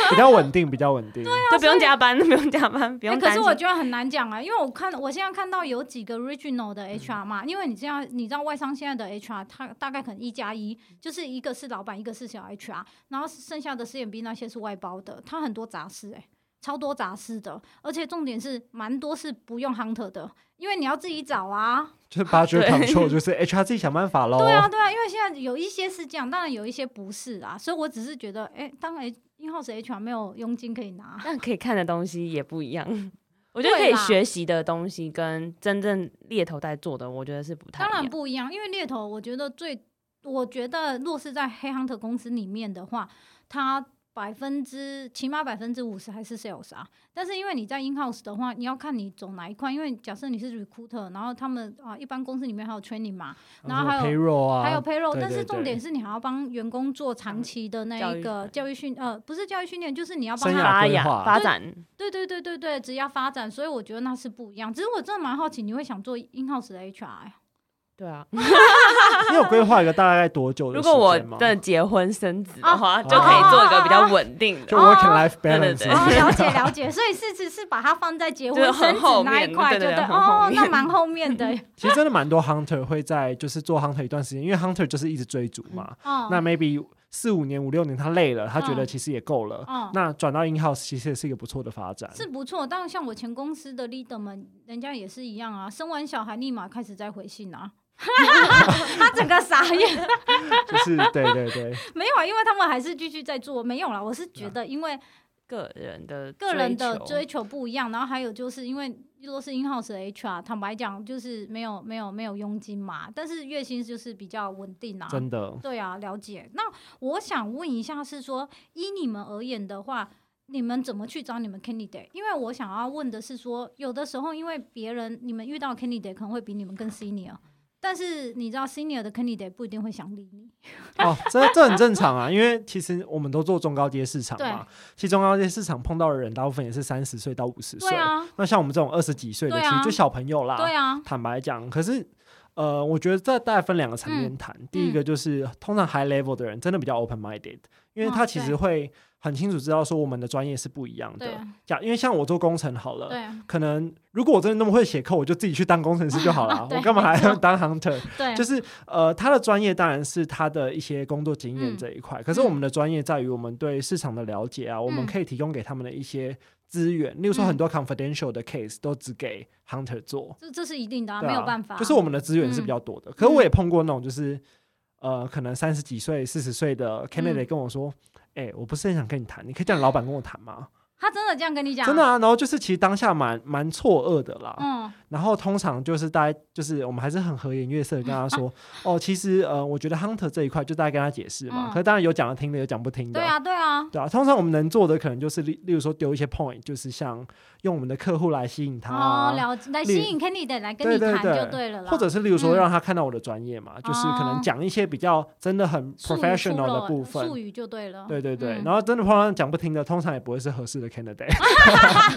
Speaker 1: 比较稳定，比较稳定。对啊，
Speaker 2: 就不用加班，不用加班，不
Speaker 3: 哎
Speaker 2: 用
Speaker 3: 可
Speaker 2: 担
Speaker 3: 是
Speaker 2: 心。
Speaker 3: 我觉得很难讲啊，因为我看我现在看到有几个 regional
Speaker 2: 嗯
Speaker 3: 的 HR 嘛，因为你这样你知道外商现在的 HR，它大概可能一加一，就是一个是老板，一个是小 HR，然后剩下的 CMB 那些是外包的，它很多杂事哎、超多杂事的，而且重点是蛮多是不用 hunter 的，因为你要自己找啊。
Speaker 1: 就是 budget
Speaker 2: 对
Speaker 1: control，就是 HR 自己想办法
Speaker 2: 哦
Speaker 1: 喽。
Speaker 3: 对啊，对啊，因为现在有一些是这样，当然有一些不是啊，所以我只是觉得，哎、当 H 因 house HR 没有佣金可以拿，
Speaker 2: 但可以看的东西也不一样。 我觉得可
Speaker 3: 对
Speaker 2: 以
Speaker 3: 啦
Speaker 2: 学习的东西跟真正猎头在做的，我觉得是不太一
Speaker 3: 当
Speaker 2: 样。
Speaker 3: 然不一样，因为猎头，我觉得最，我觉得若是在黑 hunter 公司里面的话，它百分之起码百分之五十还是 sales 啊。但是因为你在 in house 的话，你要看你走哪一块，因为假设你是 recruiter，然后他们啊，一般公司里面还有 training 嘛，然后还有
Speaker 1: payroll 啊，
Speaker 3: 还有 payroll，、
Speaker 1: 对
Speaker 3: 但是
Speaker 1: 对
Speaker 3: 重
Speaker 1: 对
Speaker 3: 点是你还要帮员工做长期的那
Speaker 2: 教
Speaker 3: 一
Speaker 2: 育
Speaker 3: 个
Speaker 2: 训
Speaker 3: 教育训，呃，不是教育训练，就是你要帮
Speaker 1: 生
Speaker 3: 他
Speaker 1: 涯
Speaker 2: 发
Speaker 1: 啊规
Speaker 2: 芽
Speaker 1: 划
Speaker 2: 发展，
Speaker 3: 对对对对对，职业发展，所以我觉得那是不一样。只是我真的蛮好奇，你会想做 in house 的 HR？欸
Speaker 2: 对啊。
Speaker 1: 你有规划一个大概多久的
Speaker 2: 如
Speaker 1: 时
Speaker 2: 果
Speaker 1: 间
Speaker 2: 我
Speaker 1: 吗？
Speaker 2: 真的结婚生子的话，
Speaker 1: 啊
Speaker 2: 就可以做一个比较稳定
Speaker 1: 就
Speaker 2: 的。
Speaker 1: work and life
Speaker 2: 对对
Speaker 1: balance，
Speaker 2: 对
Speaker 1: 嘛
Speaker 3: 哦，了 解了解，所以是只是把它放在结婚
Speaker 2: 就是
Speaker 3: 生
Speaker 2: 很
Speaker 3: 子
Speaker 2: 后
Speaker 3: 那一
Speaker 2: 面
Speaker 3: 块，
Speaker 2: 对
Speaker 3: 就
Speaker 2: 对对很后
Speaker 3: 哦，那
Speaker 2: 面
Speaker 3: 蛮后 面的，
Speaker 1: 其实真的蛮多 hunter 会在就是做 hunter 一段时间，因为 hunter 就是一直追逐嘛。
Speaker 3: 哦，
Speaker 1: 那 maybe 四五年、五六年他累了，他觉得
Speaker 3: 嗯
Speaker 1: 其实也够了。
Speaker 3: 哦
Speaker 1: 那转到 in house 其实也是一个不错的发展。
Speaker 3: 是不错。但像我前公司的 leader 们，人家也是一样啊，生完小孩立马开始在回信啊。 他整个傻眼，
Speaker 1: 就是对对 对，
Speaker 3: 没有啊，因为他们还是继续在做，没有啦。我是觉得，因为
Speaker 2: 个人的
Speaker 3: 个人的
Speaker 2: 嗯求
Speaker 3: 追求不一样，然后还有就是因为若是 in house 的 HR，坦白讲就是没有没有没有佣金嘛，但是月薪就是比较稳定啊。
Speaker 1: 真的
Speaker 3: 对啊，了解。那我想问一下，是说依你们而言的话，你们怎么去找你们 candidate？因为我想要问的是说，有的时候因为别人你们遇到 candidate 可能会比你们更 senior，但是你知道 senior 的 candidate 不一定会想理你。
Speaker 1: 哦，这这很正常啊，因为其实我们都做中高阶市场嘛
Speaker 3: 对，
Speaker 1: 其实中高阶市场碰到的人大部分也是三十岁到五十岁
Speaker 3: 对。啊，
Speaker 1: 那像我们这种二十几岁的，
Speaker 3: 对
Speaker 1: 其
Speaker 3: 啊
Speaker 1: 实就小朋友啦。
Speaker 3: 对啊，
Speaker 1: 坦白讲，可是呃，我觉得这大概分两个层
Speaker 3: 嗯
Speaker 1: 面谈。第一个就是，通常 high level 的人真的比较 open minded，因为
Speaker 3: 哦
Speaker 1: 他其实
Speaker 3: 对
Speaker 1: 会很清楚知道说我们的专业是不一样
Speaker 3: 对啊
Speaker 1: 的。假因为像我做工程好了。
Speaker 3: 对。
Speaker 1: 可能如果我真的那么会写扣，我就自己去当工程师就好了
Speaker 3: 对
Speaker 1: 我干嘛还
Speaker 3: 没
Speaker 1: 要
Speaker 3: 错
Speaker 1: 当 hunter？
Speaker 3: 对，
Speaker 1: 就是呃，他的专业当然是他的一些工作经
Speaker 3: 嗯
Speaker 1: 验这一块，可是我们的专业在于我们对市场的了解啊，我们
Speaker 3: 嗯
Speaker 1: 可以提供给他们的一些资源，例如说
Speaker 3: 嗯
Speaker 1: 很多 confidential 的 case 都只给 hunter 做，
Speaker 3: 这这是一定的、
Speaker 1: 对
Speaker 3: 没
Speaker 1: 啊
Speaker 3: 有办法。嗯
Speaker 1: 就是我们的资源是比较多的。可是我也碰过那种就是呃，可能三十几岁、四十岁的
Speaker 3: 嗯
Speaker 1: candidate 跟我说。哎、我不是很想跟你谈，你可以叫你老板跟我谈吗？
Speaker 3: 他真的这样跟你讲，
Speaker 1: 真的啊，然后就是其实当下蛮蛮错愕的啦，
Speaker 3: 嗯，
Speaker 1: 然后通常就是大家就是我们还是很和颜悦色地跟他 说，哦，其实呃，我觉得 hunter 这一块就大概跟他解释嘛。
Speaker 3: 嗯
Speaker 1: 可是当然有讲的听的，有讲不听的。
Speaker 3: 对啊，对啊，
Speaker 1: 对啊，通常我们能做的可能就是例例如说丢一些 point，就是像用我们的客户来吸引他、
Speaker 3: 哦，
Speaker 1: 啊。
Speaker 3: 了解来吸引 candidate 来跟
Speaker 1: 对
Speaker 3: 你
Speaker 1: 对
Speaker 3: 谈
Speaker 1: 对
Speaker 3: 就对了啦，
Speaker 1: 或者是，例如说
Speaker 3: 嗯
Speaker 1: 让他看到我的专业嘛，就是可能
Speaker 3: 哦
Speaker 1: 讲一些比较真的很
Speaker 3: 术语出
Speaker 1: professional 的
Speaker 3: 了
Speaker 1: 部分
Speaker 3: 术，语就对了。
Speaker 1: 对对对。
Speaker 3: 嗯啊
Speaker 1: 然后真的碰到讲不听的，通常也不会是合适的 candidate。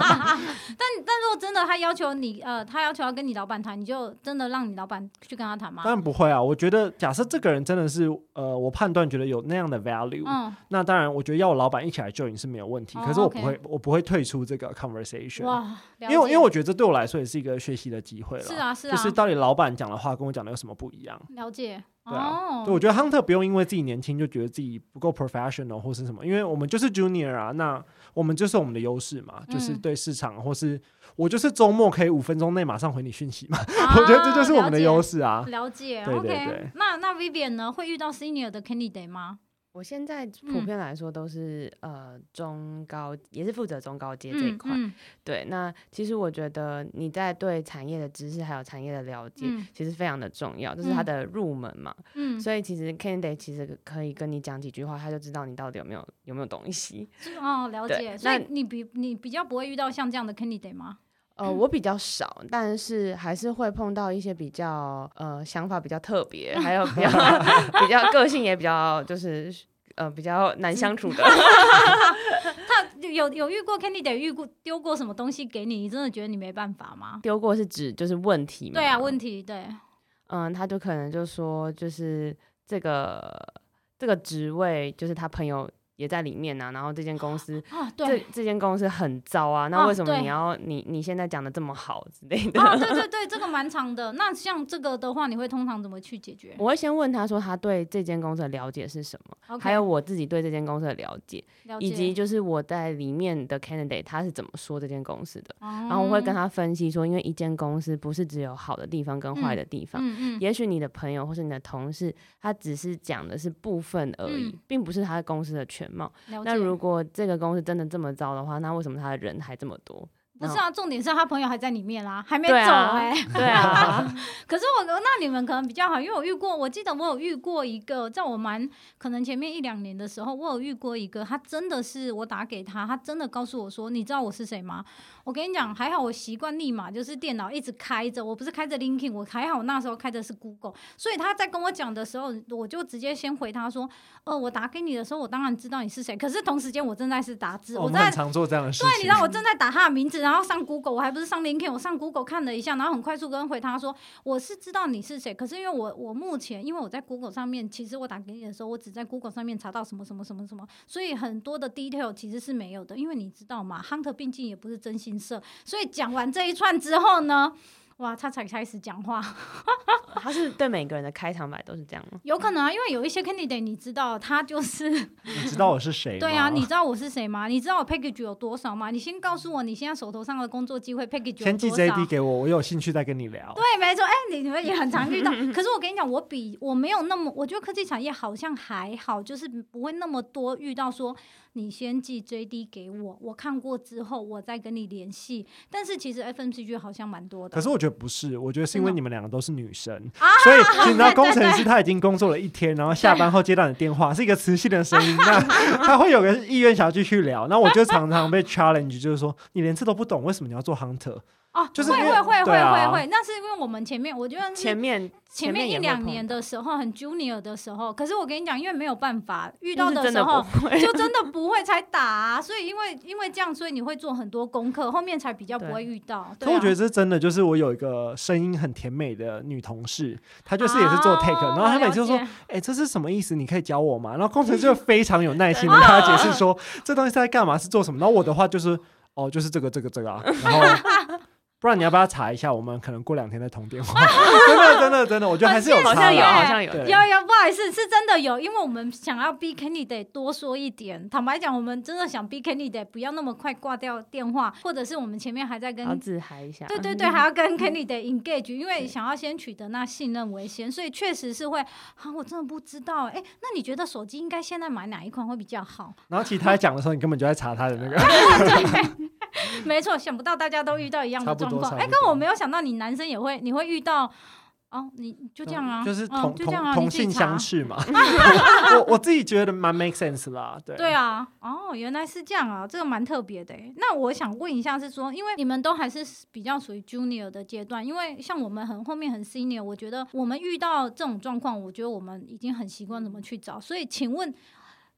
Speaker 3: 但如果真的他要求你，呃，他要求要跟你老板谈，你就真的让你老板去跟他谈
Speaker 1: 当
Speaker 3: 吗？
Speaker 1: 然不会啊，我觉得假设这个人真的是呃，我判断觉得有那样的 value，、
Speaker 3: 嗯，
Speaker 1: 那当然，我觉得要我老板一起来 join 是没有问题，
Speaker 3: 哦
Speaker 1: 可是我
Speaker 3: OK
Speaker 1: 不会，我不会退出这个 conversation，
Speaker 3: 哇，
Speaker 1: 因
Speaker 3: 因
Speaker 1: 为我因为我觉得这对我来说也是一个学习的机会了。
Speaker 3: 是啊是啊，
Speaker 1: 就是到底老板讲的话跟我讲的有什么不一样？
Speaker 3: 了解
Speaker 1: 对啊，
Speaker 3: 哦
Speaker 1: 对，，我觉得 Hunter 不用因为自己年轻就觉得自己不够 professional 或是什么，因为我们就是 junior 啊，那我们就是我们的优势嘛，就是
Speaker 3: 嗯
Speaker 1: 对市场或是我就是周末可以五分钟内马上回你讯息嘛，
Speaker 3: 啊
Speaker 1: 我觉得这就是我们的优
Speaker 3: 了解
Speaker 1: 势啊。
Speaker 3: 了解
Speaker 1: 对对
Speaker 3: ，OK
Speaker 1: 对。
Speaker 3: 那那 Vivian 呢，会遇到 senior 的 candidate 吗？
Speaker 2: 我现在普
Speaker 3: 嗯
Speaker 2: 遍来说都是、呃中高，也是负责中高阶这一
Speaker 3: 嗯
Speaker 2: 块。
Speaker 3: 嗯
Speaker 2: 对，那其实我觉得你在对产业的知识还有产业的了解，
Speaker 3: 嗯
Speaker 2: 其实非常的重要，就是它
Speaker 3: 嗯
Speaker 2: 的入门嘛。
Speaker 3: 嗯，
Speaker 2: 所以其实 Candy 其实可以跟你讲几句话，他就知道你到底有没有有没有东西。
Speaker 3: 是哦，了
Speaker 2: 对
Speaker 3: 解。所
Speaker 2: 那
Speaker 3: 以你比你比较不会遇到像这样的 candidate 吗？
Speaker 2: 呃，
Speaker 3: 嗯
Speaker 2: 我比较少，但是还是会碰到一些比较呃想法比较特别，还有比 较比较个性也比较就是呃比较难相处 的。
Speaker 3: 他有有遇过 candidate 遇过丢过什么东西给你，你真的觉得你没办法吗？
Speaker 2: 丢过是指就是问题嘛？
Speaker 3: 对啊，问题对，
Speaker 2: 嗯，他就可能就说，就是这个这个职位，就是他朋友也在里面呐、啊然后这间公司，
Speaker 3: 啊
Speaker 2: 这
Speaker 3: 对，
Speaker 2: 这间公司很糟啊，
Speaker 3: 哦
Speaker 2: 那为什么
Speaker 3: 对
Speaker 2: 你要、你你现在讲的这么好之类 的？
Speaker 3: 啊对对对，这个蛮长的。那像这个的话，你会通常怎么去解决
Speaker 2: 我会先问他说，他对这间公司的了解是什么
Speaker 3: ？OK，
Speaker 2: 还有我自己对这间公司的了解，
Speaker 3: 了解
Speaker 2: 以及就是我在里面的 candidate 他是怎么说这间公司的，
Speaker 3: 然
Speaker 2: 然后我会跟他分析说，因为一间公司不是只有好的地方跟坏
Speaker 3: 嗯
Speaker 2: 的地方，
Speaker 3: 嗯嗯
Speaker 2: 也许你的朋友或是你的同事，他只是讲的是部分而已，
Speaker 3: 嗯
Speaker 2: 并不是他公司的全貌。
Speaker 3: 了解。
Speaker 2: 那如果这个公司真的这么糟的话，那为什么他的人还这么多？
Speaker 3: 不是啊，重点是他朋友还在里面啦，还没走
Speaker 2: 嗯对啊
Speaker 3: 哎、
Speaker 2: 对啊，
Speaker 3: 可是我那你们可能比较好，因为我遇过，我记得我有遇过一个，在我蛮可能前面一两年的时候，我有遇过一个，他真的是我打给他，他真的告诉我说，你知道我是谁吗？我跟你讲，还好我习惯立马就是电脑一直开着，我不是开着 LinkedIn，我还好我那时候开的是 Google，所以他在跟我讲的时候，我就直接先回他说，呃，我打给你的时候，我当然知道你是谁，可是同时间我正在是打字，
Speaker 1: 我
Speaker 3: 我
Speaker 1: 们很
Speaker 3: 在
Speaker 1: 常做这样的事
Speaker 3: 对，
Speaker 1: 情
Speaker 3: 你知。道我正在打他的名字，然后上 Google，我还不是上 LinkedIn，我上 Google 看了一下，然后很快速跟回他说，我是知道你是谁，可是因为我我目前因为我在 Google 上面，其实我打给你的时候，我只在 Google 上面查到什么什么什么什么，所以很多的 detail 其实是没有的，因为你知道嘛，Hunter 毕竟也不是真心社，所以讲完这一串之后呢。哇，他才开始讲话，
Speaker 2: 他是对每个人的开场白都是这样吗？
Speaker 3: 有可能啊，因为有一些 candidate 你知道，他就是
Speaker 1: 你知道我是谁吗？
Speaker 3: 对啊，你知道我是谁吗？你知道我 package 有多少吗？你先告诉我你现在手头上的工作机会 package 有
Speaker 1: 先寄
Speaker 3: 多少
Speaker 1: JD？给我，我有兴趣再跟你聊。
Speaker 3: 对，没错，哎、你你们也很常遇 到。可是我跟你讲，我比我没有那么，我觉得科技产业好像还好，就是不会那么多遇到说你先寄 JD 给我，我看过之后我再跟你联系。但是其实 FMCG 好像蛮多的。
Speaker 1: 可是我觉得不是，我觉得是因
Speaker 3: 真的
Speaker 1: 为
Speaker 3: 哦
Speaker 1: 你们两个都是女生，
Speaker 3: 啊
Speaker 1: 所 以其实你知道
Speaker 3: 对对
Speaker 1: 工程师他已经工作了一天，然后下班后接到你的电话，是一个磁性的声音， 那他会有个意愿想要继续聊。那我就常常被 challenge，就是说你连这都不懂，为什么你要做 hunter？
Speaker 3: 哦，
Speaker 1: 就是
Speaker 3: 会
Speaker 1: 因为
Speaker 3: 会会
Speaker 1: 对
Speaker 3: 会
Speaker 1: 啊
Speaker 3: 会会，那是因为我们前面我觉得是
Speaker 2: 前面
Speaker 3: 前面一
Speaker 2: 也会
Speaker 3: 两
Speaker 2: 碰
Speaker 3: 年的时候很 junior 的时候，可是我跟你讲，因为没有办法遇
Speaker 2: 遇
Speaker 3: 到的
Speaker 2: 真
Speaker 3: 时
Speaker 2: 的
Speaker 3: 候
Speaker 2: 不。会，
Speaker 3: 就真的不会才打、啊，所以因为因为这样，所以你会做很多功课，后面才比较不
Speaker 2: 对
Speaker 3: 会遇到。
Speaker 1: 可
Speaker 3: 对啊
Speaker 1: 我觉得这真的就是我有一个声音很甜美的女同事，她就是也是做 take，、
Speaker 3: 哦
Speaker 1: 然后她
Speaker 3: 我
Speaker 1: 每
Speaker 3: 了
Speaker 1: 次就说
Speaker 3: 解：“
Speaker 1: 哎、这是什么意思？你可以教我吗？”然后工程师就非常有耐心的跟她解释说这东西是在干嘛，是做什么。然后我的话就是哦，就是这个这个这个啊，然后不然你要不要查一下？我们可能过两天再通电话。 真的真的真的，我啊觉得还是有差
Speaker 2: 好像有，
Speaker 1: 啦。
Speaker 2: 好像有。
Speaker 1: 对
Speaker 3: 有啊有，不好意思，是真的有，因为我们想要逼 Kenny 得多说一点。坦白讲，我们真的想逼 Kenny 得不要那么快挂掉电话，或者是我们前面还在跟
Speaker 2: 然后自嗨一下，
Speaker 3: 对对对，还要跟 Kenny 的 engage，因为想要先取得那信任为先，所以确实是会啊，我真的不知道哎、那你觉得手机应该现在买哪一款会比较好？
Speaker 1: 然后其实他在讲的时候，你根本就在查他的那个。
Speaker 3: 对，没错，想不到大家都遇到一样的
Speaker 1: 差不
Speaker 3: 状
Speaker 1: 多
Speaker 3: 况。
Speaker 1: 差
Speaker 3: 哎、
Speaker 1: 不
Speaker 3: 跟我
Speaker 1: 多
Speaker 3: 没有想到你男生也会，你会遇到哦，你就这样啊，
Speaker 1: 就是
Speaker 3: 嗯
Speaker 1: 同、
Speaker 3: 就这
Speaker 1: 同
Speaker 3: 样啊，你
Speaker 1: 同
Speaker 3: 自己
Speaker 1: 性
Speaker 3: 查
Speaker 1: 相斥嘛。 我我自己觉得蛮 make sense 啦，对。
Speaker 3: 对啊，哦，原来是这样啊，这个蛮特别的欸。那我想问一下，是说，因为你们都还是比较属于 junior 的阶段，因为像我们很后面很 senior，我觉得我们遇到这种状况，我觉得我们已经很习惯怎么去找。所以，请问，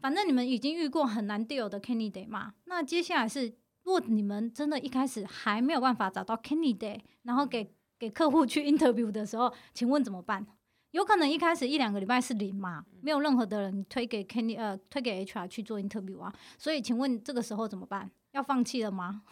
Speaker 3: 反正你们已经遇过很难 deal 的 candidate 嘛，那接下来是，如果你们真的一开始还没有办法找到 candidate，然后给给客户去 interview 的时候，请问怎么办？有可能一开始一两个礼拜是零嘛，没有任何的人推给 Kenny 呃推给 HR 去做 interview 啊，所以请问这个时候怎么办？要放弃了吗？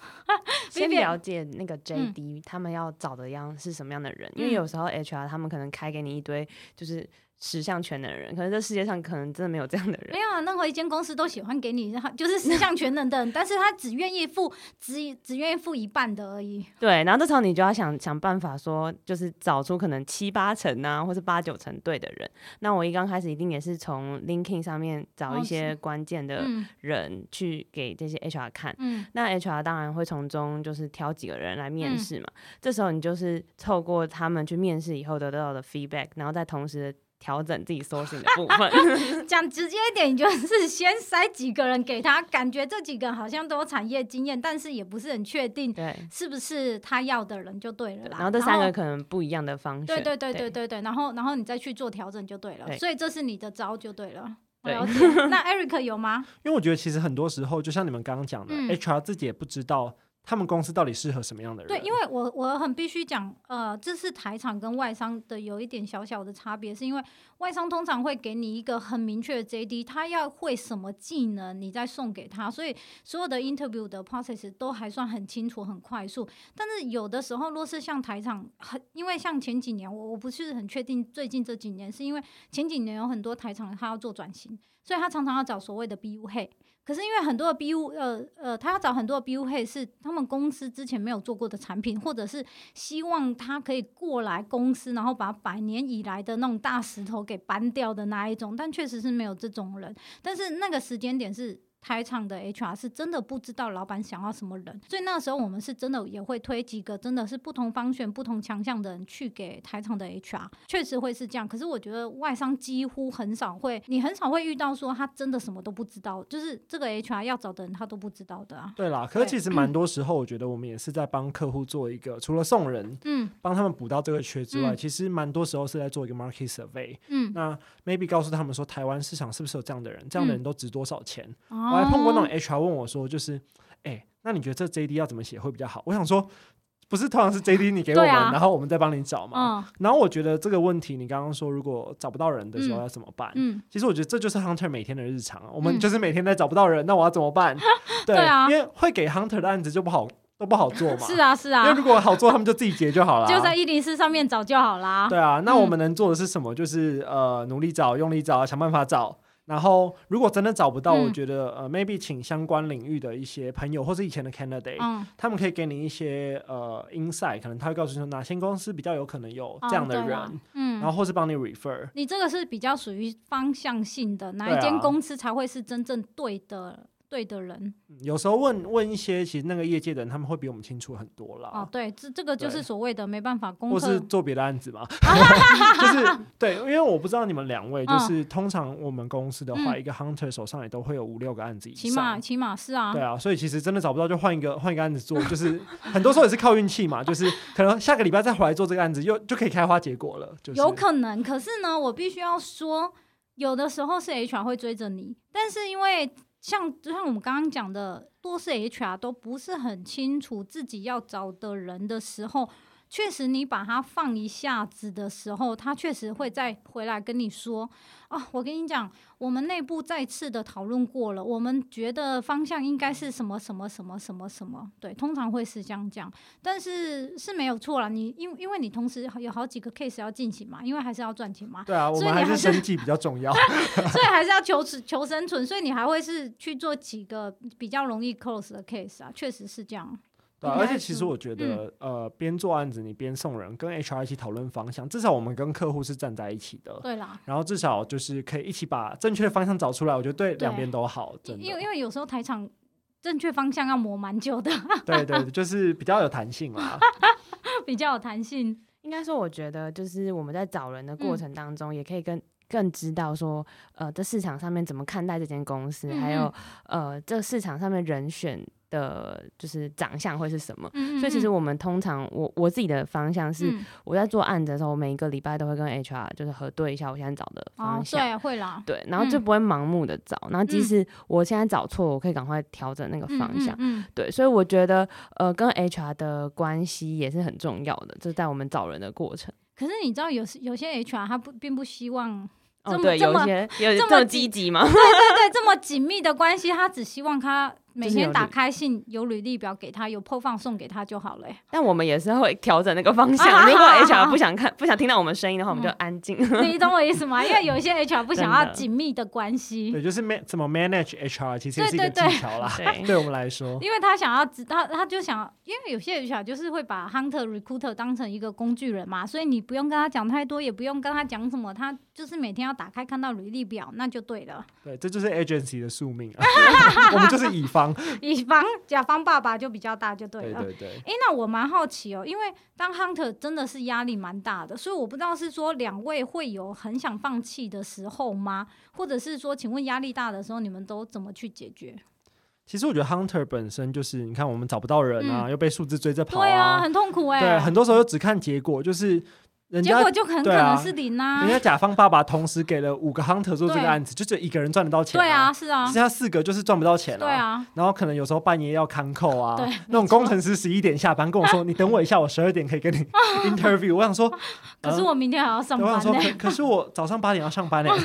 Speaker 2: 先
Speaker 3: Vivian
Speaker 2: 了解那个 JD、他们要找的样是什么样的人，因为
Speaker 3: 嗯
Speaker 2: 有时候 HR 他们可能开给你一堆就是十项全能的人，可是这世界上可能真的没有这样的人
Speaker 3: 没。有啊，任何一间公司都喜欢给你，就是十项全能的人，但是他只愿意付只只愿意付一半的而已。
Speaker 2: 对，然后这时候你就要想想办法说，就是找出可能七八成啊，或是八九成对的人。那我一刚开始一定也是从 LinkedIn 上面找
Speaker 3: 哦
Speaker 2: 一
Speaker 3: 是
Speaker 2: 些关键的
Speaker 3: 嗯
Speaker 2: 人去给这些 HR 看。
Speaker 3: 嗯，
Speaker 2: 那 HR 当然会从中就是挑几个人来面
Speaker 3: 嗯
Speaker 2: 试嘛，这时候你就是透过他们去面试以后得到的 feedback，然后再同时地调整自己搜寻的部 分。
Speaker 3: 讲直接一点，你就是先塞几个人给他，感觉这几个人好像都有产业经验，但是也不是很确定
Speaker 2: 对，
Speaker 3: 是不是他要的人就对了啦。
Speaker 2: 然后这三个可能不一样的方
Speaker 3: 对
Speaker 2: 向。
Speaker 3: 对对对对对，然后然后你再去做调整就对了，
Speaker 2: 对
Speaker 3: 所以这是你的招就对了。我
Speaker 2: 对
Speaker 3: 了解。那 Eric 有吗？
Speaker 1: 因为我觉得其实很多时候，就像你们刚刚讲的、
Speaker 3: 嗯
Speaker 1: h r 自己也不知道他们公司到底适合什么样的人。
Speaker 3: 对，因为我我很必须讲，呃，这是台厂跟外商的有一点小小的差别，是因为外商通常会给你一个很明确的 JD，他要会什么技能，你再送给他，所以所有的 interview 的 process 都还算很清楚、很快速。但是有的时候，若是像台厂，很因为像前几年，我我不是很确定，最近这几年是因为前几年有很多台厂他要做转型，所以他常常要找所谓的 BU head。可是因为很多的 BU 呃呃，他要找很多的 BU head 是他们公司之前没有做过的产品，或者是希望他可以过来公司，然后把百年以来的那种大石头给搬掉的那一种。但确实是没有这种人，但是那个时间点是。台厂的 HR 是真的不知道老板想要什么人，所以那个时候我们是真的也会推几个真的是不同方选、不同强项的人去给台厂的 HR，确实会是这样。可是我觉得外商几乎很少会，你很少会遇到说他真的什么都不知道，就是这个 HR 要找的人他都不知道的啊。
Speaker 1: 对啦，可是
Speaker 3: 对
Speaker 1: 其实蛮多时候，我觉得我们也是在帮客户做一个，除了送人
Speaker 3: 嗯
Speaker 1: 帮他们补到这个缺之外，
Speaker 3: 嗯
Speaker 1: 其实蛮多时候是在做一个 market survey。
Speaker 3: 嗯，
Speaker 1: 那 maybe 告诉他们说，台湾市场是不是有这样的人？这样的
Speaker 3: 嗯哦
Speaker 1: 人都值多少钱？
Speaker 3: 我
Speaker 1: 我还碰过那种 HR 问我说，就是，哎、那你觉得这 JD 要怎么写会比较好？我想说，不是通常是 JD 你给我
Speaker 3: 对
Speaker 1: 们，
Speaker 3: 啊
Speaker 1: 然后我们再帮你找嘛。
Speaker 3: 嗯
Speaker 1: 然后我觉得这个问题，你刚刚说如果找不到人的时候
Speaker 3: 嗯
Speaker 1: 要怎么办？
Speaker 3: 嗯
Speaker 1: 其实我觉得这就是 Hunter 每天的日常啊，我们
Speaker 3: 嗯
Speaker 1: 就是每天在找不到人，那我要怎么 办？对
Speaker 3: 对啊
Speaker 1: 因为会给 Hunter 的案子就不好，都不好做嘛。
Speaker 3: 是啊是啊
Speaker 1: 因为，如果好做，他们就自己结就好了。啊
Speaker 3: 就在一零四上面找就好啦。
Speaker 1: 对啊，那我
Speaker 3: 嗯
Speaker 1: 们能做的是什么？就是呃，努力找，用力找，想办法找。然后，如果真的找不到，我
Speaker 3: 嗯
Speaker 1: 觉得呃，maybe 请相关领域的一些朋友或是以前的 candidate，、
Speaker 3: 嗯，
Speaker 1: 他们可以给你一些呃 insight，可能他会告诉你说哪些公司比较有可能有这样的
Speaker 3: 哦对
Speaker 1: 人，
Speaker 3: 啦嗯，
Speaker 1: 然后或是帮你 refer。
Speaker 3: 你这个是比较属于方向性的，哪
Speaker 1: 对啊
Speaker 3: 一间公司才会是真正对的对的人？
Speaker 1: 嗯有时候问问一些其实那个业界的人，他们会比我们清楚很多啦。
Speaker 3: 哦，对，这这个就
Speaker 1: 对
Speaker 3: 是所谓的没办法攻
Speaker 1: 或是
Speaker 3: 克。
Speaker 1: 做别的案子 嘛， 就是对，因为我不知道你们两位，就是、通常我们公司的话，
Speaker 3: 嗯
Speaker 1: 一个 hunter 手上也都会有五六个案子以
Speaker 3: 起码
Speaker 1: 上，
Speaker 3: 起码是啊
Speaker 1: 对，啊，所以其实真的找不到就换一个换一个案子做， 就是很多时候也是靠运气嘛，就是可能下个礼拜再回来做这个案子，又就可以开花结果了，就是
Speaker 3: 有可能。可是呢，我必须要说，有的时候是 HR 会追着你，但是因为像就像我们刚刚讲的，多是 HR 都不是很清楚自己要找的人的时候。确实，你把他放一下子的时候，他确实会再回来跟你说：“哦，我跟你讲，我们内部再次的讨论过了，我们觉得方向应该是什么什么什么什么什么。”对，通常会是这样讲。但是是没有错啦，你因因为你同时有好几个 case 要进行嘛，因为还是要赚钱嘛，
Speaker 1: 对啊，我
Speaker 3: 所以
Speaker 1: 们
Speaker 3: 你
Speaker 1: 还是
Speaker 3: 还是
Speaker 1: 生计比较重 要，
Speaker 3: 所以还是要求求生存，所以你还会是去做几个比较容易 close 的 case 啊，确实是这样。
Speaker 1: 对啊、
Speaker 3: 应
Speaker 1: 而
Speaker 3: 该
Speaker 1: 且其
Speaker 3: 是嗯
Speaker 1: 实我觉得，呃，边做案子你边送人，跟 HR 一起讨论方向，至少我们跟客户是站在一起的，
Speaker 3: 对啦，
Speaker 1: 然后至少就是可以一起把正确的方向找出来，我觉得对两边都好，真的
Speaker 3: 因。为因为有时候台场正确方向要磨蛮久的，
Speaker 1: 对对，对就是比较有弹性 啦。
Speaker 3: 比较有弹性。
Speaker 2: 应该说，我觉得就是我们在找人
Speaker 3: 嗯
Speaker 2: 的过程当中，也可以更。更知道说，呃，这市场上面怎么看待这间公司，
Speaker 3: 嗯
Speaker 2: 还有呃，这市场上面人选的，就是长相会是什么。
Speaker 3: 嗯，
Speaker 2: 所以其实我们通常，我我自己的方向是，
Speaker 3: 嗯
Speaker 2: 我在做案子的时候，我每一个礼拜都会跟 HR 就是核对一下我现在找的
Speaker 3: 哦
Speaker 2: 方，向，
Speaker 3: 对，会啦，
Speaker 2: 对，然后就
Speaker 3: 嗯
Speaker 2: 不会盲目的找，然后即
Speaker 3: 嗯
Speaker 2: 使我现在找错，我可以赶快调整那个
Speaker 3: 嗯
Speaker 2: 方向。
Speaker 3: 嗯
Speaker 2: 对，所以我觉得呃，跟 HR 的关系也是很重要的，就是在我们找人的过程。
Speaker 3: 可是你知道有时有些 HR 他不并不希 望这
Speaker 2: 哦，
Speaker 3: 么
Speaker 2: 对，
Speaker 3: 这
Speaker 2: 有一
Speaker 3: 么
Speaker 2: 些有
Speaker 3: 这么
Speaker 2: 这么
Speaker 3: 紧
Speaker 2: 积极吗？
Speaker 3: 对对对，这么紧密的关系，他只希望他每
Speaker 2: 就是有
Speaker 3: 天打
Speaker 2: 履
Speaker 3: 开信有履历表给他，有 po 放送给他就 好了、欸。
Speaker 2: 但我们也是会调整那个方向。
Speaker 3: 啊
Speaker 2: 如果
Speaker 3: 好好
Speaker 2: HR
Speaker 3: 好
Speaker 2: 不想看、不想听到我们声音的话，我们
Speaker 3: 嗯
Speaker 2: 就安静。
Speaker 3: 你懂我意思吗？因为有一些 HR 不想
Speaker 2: 真
Speaker 3: 要
Speaker 2: 的
Speaker 3: 紧密的关系
Speaker 1: 对，，就是 man 怎么 manage HR，其实也是一个
Speaker 3: 对对对
Speaker 1: 技巧啦。
Speaker 2: 对，
Speaker 1: 对我们来说，
Speaker 3: 因为他想要知道，他就想，因为有些 HR 就是会把 hunter recruiter 当成一个工具人嘛，所以你不用跟他讲太多，也不用跟他讲什么，他就是每天要打开看到履历表，那就对了。
Speaker 1: 对，这就是 agency 的宿命 啊。 我们就是乙方，
Speaker 3: 乙方甲方爸爸就比较大，就对啊
Speaker 1: 对对
Speaker 3: 了。
Speaker 1: 对，
Speaker 3: 诶，那我蛮好奇哦，因为当 hunter 真的是压力蛮大的，所以我不知道是说两位会有很想放弃的时候吗？或者是说，请问压力大的时候，你们都怎么去解决？
Speaker 1: 其实我觉得 hunter 本身就是，你看我们找不到人啊，又被数字追着跑
Speaker 3: 嗯对啊，很痛苦哎、
Speaker 1: 对，很多时候就只看结果，就是人
Speaker 3: 结
Speaker 1: 家
Speaker 3: 果就很可
Speaker 1: 对啊
Speaker 3: 能是零啊
Speaker 1: 人，家甲方爸爸同时给了五个 hunter 做这个
Speaker 3: 对
Speaker 1: 案子，就只有一个人赚得到钱、
Speaker 3: 对啊，，是啊
Speaker 1: 剩，下四个就是赚不到钱了、
Speaker 3: 对啊，
Speaker 1: 然后可能有时候半夜要看扣啊
Speaker 3: 对，
Speaker 1: 那种工程师十一点下班跟我说：“你等我一下，我十二点可以跟 你 interview。”我想说，
Speaker 3: 可是
Speaker 1: 呃
Speaker 3: 我明天还要上
Speaker 1: 对我
Speaker 3: 班
Speaker 1: 想
Speaker 3: 呢、
Speaker 1: 说，可可是我早上八点要上 班呢、欸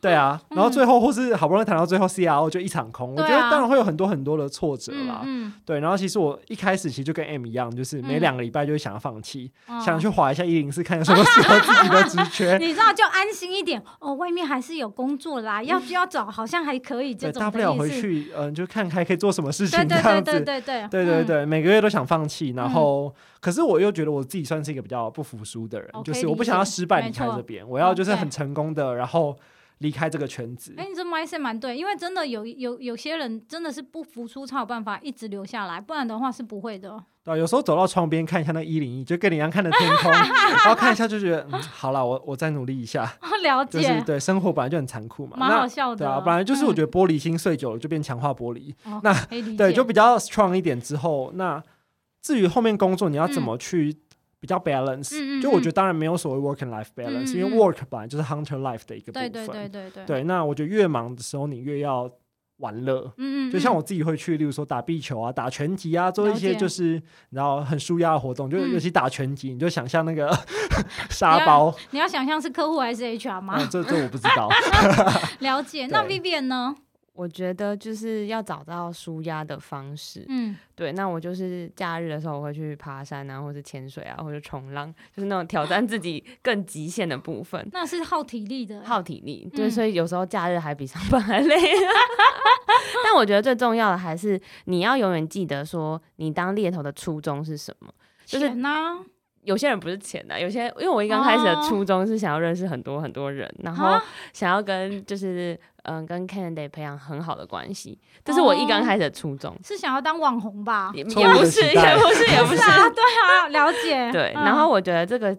Speaker 1: 对啊，然后最后或是好不容易谈到最后 CRO 就一场空，我
Speaker 3: 对
Speaker 1: 觉得
Speaker 3: 啊
Speaker 1: 当然会有很多很多的挫折啦。
Speaker 3: 嗯
Speaker 1: 对，然后其实我一开始其实就跟 M 一样，就是每
Speaker 3: 嗯
Speaker 1: 两个礼拜就会想要放弃，
Speaker 3: 嗯
Speaker 1: 想去划一下一零四，看有什么适合自己的职缺。
Speaker 3: 你知道就安心一点哦，外面还是有工作啦，要不要找好像还可以 这
Speaker 1: 对，
Speaker 3: 种
Speaker 1: 大不了
Speaker 3: 的
Speaker 1: 回
Speaker 3: 意思。
Speaker 1: 去，嗯、就看还可以做什么事情
Speaker 3: 对
Speaker 1: 这
Speaker 3: 对对
Speaker 1: 样子。
Speaker 3: 对对对
Speaker 1: 对对
Speaker 3: 嗯
Speaker 1: 对，每个月都想放弃，然后、可是我又觉得我自己算是一个比较不服输的人，
Speaker 3: 哦
Speaker 1: 就
Speaker 3: 可以
Speaker 1: 是我
Speaker 3: 理
Speaker 1: 不想要
Speaker 3: 解
Speaker 1: 失败
Speaker 3: 没
Speaker 1: 离开
Speaker 3: 错
Speaker 1: 这边，我要就是
Speaker 3: 嗯
Speaker 1: 很
Speaker 3: 对
Speaker 1: 成功的，然后离开这个圈子。
Speaker 3: 哎、你这 mindset 蛮对，因为真的有有有些人真的是不服输才有办法一直留下来，不然的话是不会的。
Speaker 1: 对啊，有时候走到窗边看一下那一零一，就跟你一样看着天 空，然后看一下就觉得，嗯，好啦，我我再努力一下。
Speaker 3: 了
Speaker 1: 就
Speaker 3: 解，
Speaker 1: 是对生活本来就很残酷嘛，
Speaker 3: 蛮
Speaker 1: 那
Speaker 3: 好笑
Speaker 1: 对
Speaker 3: 的。
Speaker 1: 啊，本来就是我觉得玻璃心碎久了就变强化玻璃，
Speaker 3: 嗯、哦
Speaker 1: 那
Speaker 3: 可以理解
Speaker 1: 对，就比较 strong 一点之后，那至于后面工作你要怎么去比较 balance，、
Speaker 3: 嗯嗯
Speaker 1: 就我觉得当然没有所谓 work and life
Speaker 3: 嗯
Speaker 1: balance，、
Speaker 3: 嗯
Speaker 1: 因为
Speaker 3: 嗯
Speaker 1: work 本来就是 hunter life 的一个部
Speaker 3: 对
Speaker 1: 分。
Speaker 3: 对对对对，
Speaker 1: 对那我觉得越忙的时候你越要玩乐。
Speaker 3: 嗯嗯，
Speaker 1: 就像
Speaker 3: 嗯
Speaker 1: 我自己会去，例如说打壁球啊、打拳击啊，做一些
Speaker 3: 了解
Speaker 1: 就是然后很舒压的活动，就
Speaker 3: 嗯
Speaker 1: 尤其打拳击，你就想象那 个沙包，
Speaker 3: 你要想象是客户还是 HR 吗？
Speaker 1: 嗯、这这我不知道，
Speaker 3: 了解。那
Speaker 1: 对
Speaker 3: Vivian 呢？
Speaker 2: 我觉得就是要找到舒压的方式。
Speaker 3: 嗯，
Speaker 2: 对，那我就是假日的时候我会去爬山啊，或者潜水啊，或者冲浪， 就是那种挑战自己更极限的部分。
Speaker 3: 那是耗体力的。
Speaker 2: 耗体力，对，
Speaker 3: 嗯
Speaker 2: 所以有时候假日还比上班还累。 但我觉得最重要的还是你要永远记得说，你当猎头的初衷是什么。就是
Speaker 3: 钱呢？
Speaker 2: 有些人不是钱啊的、有些因为我一刚开始的
Speaker 3: 哦
Speaker 2: 初衷是想要认识很多很多人，然后
Speaker 3: 啊
Speaker 2: 想要跟就是嗯跟 candidate 培养很好的关系，这
Speaker 3: 哦
Speaker 2: 是我一刚开始的初衷，
Speaker 3: 是想要当网红吧？
Speaker 2: 也也
Speaker 1: 错误的
Speaker 2: 不是
Speaker 1: 期
Speaker 2: 也
Speaker 1: 待
Speaker 2: 不 是也不是，
Speaker 3: 啊，对啊，了 解。
Speaker 2: 对，
Speaker 3: 嗯
Speaker 2: 然后我觉得这个。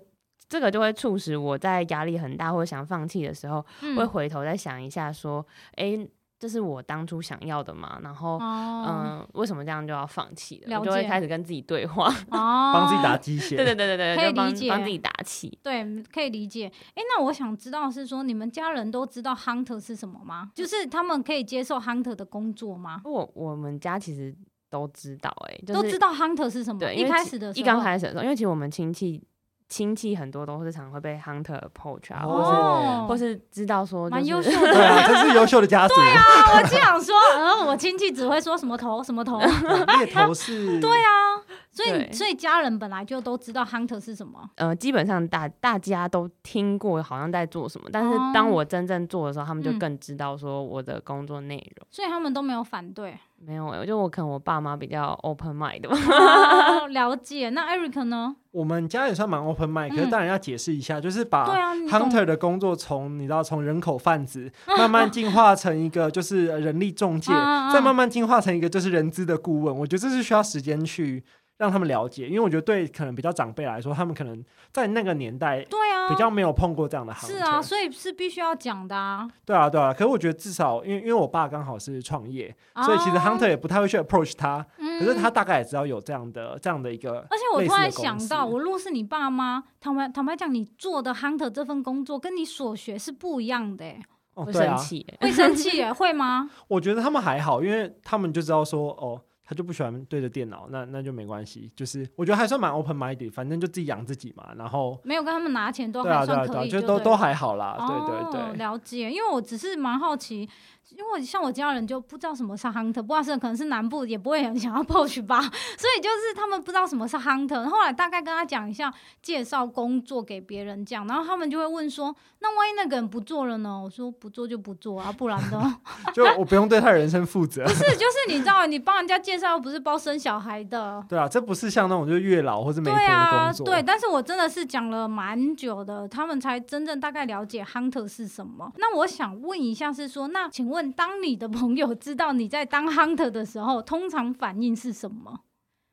Speaker 2: 这个就会促使我在压力很大或者想放弃的时候，
Speaker 3: 嗯
Speaker 2: 会回头再想一下，说，诶，这是我当初想要的吗？然后，嗯、
Speaker 3: 哦
Speaker 2: 为什么这样就要放弃了？
Speaker 3: 了
Speaker 2: 我就会
Speaker 3: 解
Speaker 2: 开始跟自己对话，
Speaker 3: 哦，
Speaker 1: 帮自己打鸡血。
Speaker 2: 对对对对
Speaker 3: 可
Speaker 2: 对，
Speaker 3: 以
Speaker 2: 就帮
Speaker 3: 理解
Speaker 2: 帮自己打气。
Speaker 3: 对，嗯可以理解。哎，那我想知道是说，你们家人都知道 hunter 是什么吗？就是他们可以接受 hunter 的工作吗？
Speaker 2: 我我们家其实都知道、诶，就
Speaker 3: 都
Speaker 2: 是
Speaker 3: 知道 hunter 是什么？
Speaker 2: 对
Speaker 3: 一
Speaker 2: 因为
Speaker 3: 开
Speaker 2: 其
Speaker 3: 始的时候，
Speaker 2: 一刚开始的时候，因为其实我们亲戚亲戚很多都是常会被 hunter approach 啊，或是
Speaker 1: 哦
Speaker 3: 哦，
Speaker 2: 或是知道说就
Speaker 3: 蛮
Speaker 2: 是
Speaker 3: 优秀的。
Speaker 1: 对啊，这是优秀的家族。
Speaker 3: 啊，我就想说，呃，我亲戚只会说什么头什 么头，
Speaker 1: 呃猎头 是，对啊，
Speaker 3: 所以
Speaker 2: 对
Speaker 3: 所以家人本来就都知道 hunter 是什么。
Speaker 2: 呃，基本上大大家都听过，好像在做什么，但是当我真正做的时候，他们就
Speaker 3: 哦嗯
Speaker 2: 更知道说我的工作内容。
Speaker 3: 所以他们都没有反 对，
Speaker 2: 没有、欸，我就我可能我爸妈比较 open mind 吧。
Speaker 3: 哦了解。那 Eric 呢？
Speaker 1: 我们家也算蛮 open mind，可是
Speaker 3: 嗯
Speaker 1: 当然要解释一下，就是
Speaker 3: 对
Speaker 1: 把
Speaker 3: 啊，你懂
Speaker 1: hunter 的工作从你知道从人口贩 子慢慢进化成一个就是呃人力中介
Speaker 3: 嗯嗯，嗯
Speaker 1: 再慢慢进化成一个就是人资的顾问。我觉得这是需要时间去让他们了解，因为我觉得对可能比较长辈来说，他们可能在那个年代
Speaker 3: 对啊，
Speaker 1: 比较没有碰过这样的行
Speaker 3: 是
Speaker 1: 业。
Speaker 3: 啊，所以是必须要讲的啊。
Speaker 1: 对啊，对啊。可是我觉得至少因为因为我爸刚好是创业，所以其实
Speaker 3: 啊
Speaker 1: hunter 也不太会去 approach 他，
Speaker 3: 嗯
Speaker 1: 可是他大概也知道有这样的这样的一个
Speaker 3: 而且我
Speaker 1: 类
Speaker 3: 突
Speaker 1: 似
Speaker 3: 然
Speaker 1: 的公
Speaker 3: 想
Speaker 1: 司
Speaker 3: 到，我若是你爸妈，坦白坦白讲，你做的 hunter 这份工作跟你所学是不一样的、欸，
Speaker 1: 哦，
Speaker 2: 会
Speaker 1: 对
Speaker 2: 生
Speaker 1: 啊，
Speaker 2: 气欸、
Speaker 3: 会生气耶、会吗？
Speaker 1: 我觉得他们还好，因为他们就知道说哦，他就不喜欢对着电脑，那那就没关系。就是我觉得还算蛮 open minded，反正就自己养自己嘛。然后
Speaker 3: 没有跟他们拿钱都
Speaker 1: 对啊
Speaker 3: 还
Speaker 1: 对啊
Speaker 3: 算
Speaker 1: 对
Speaker 3: 可
Speaker 1: 啊，
Speaker 3: 以，就
Speaker 1: 就都
Speaker 3: 对
Speaker 1: 都
Speaker 3: 了
Speaker 1: 还好啦。对对
Speaker 3: 哦，
Speaker 1: 对，
Speaker 3: 了解。因为我只是蛮好奇，因为像我家人就不知道什么是 hunter，不知道是可能是南部也不会很想要 poach 吧，所以就是他们不知道什么是 hunter。后来大概跟他讲一下，介绍工作给别人这样，然后他们就会问说：“那万一那个人不做了呢？”我说：“不做就不做啊，不然呢？”
Speaker 1: 就我不用对他的人生负责。
Speaker 3: 不是，就是你知道，你帮人家介绍又不是包生小孩的。
Speaker 1: 对啊，这不是像那种就是月老或是媒
Speaker 3: 对
Speaker 1: 婆的
Speaker 3: 啊，
Speaker 1: 工作。
Speaker 3: 对，但是我真的是讲了蛮久的，他们才真正大概了解 hunter 是什么。那我想问一下，是说，那请问，当你的朋友知道你在当 hunter 的时候，通常反应是什么？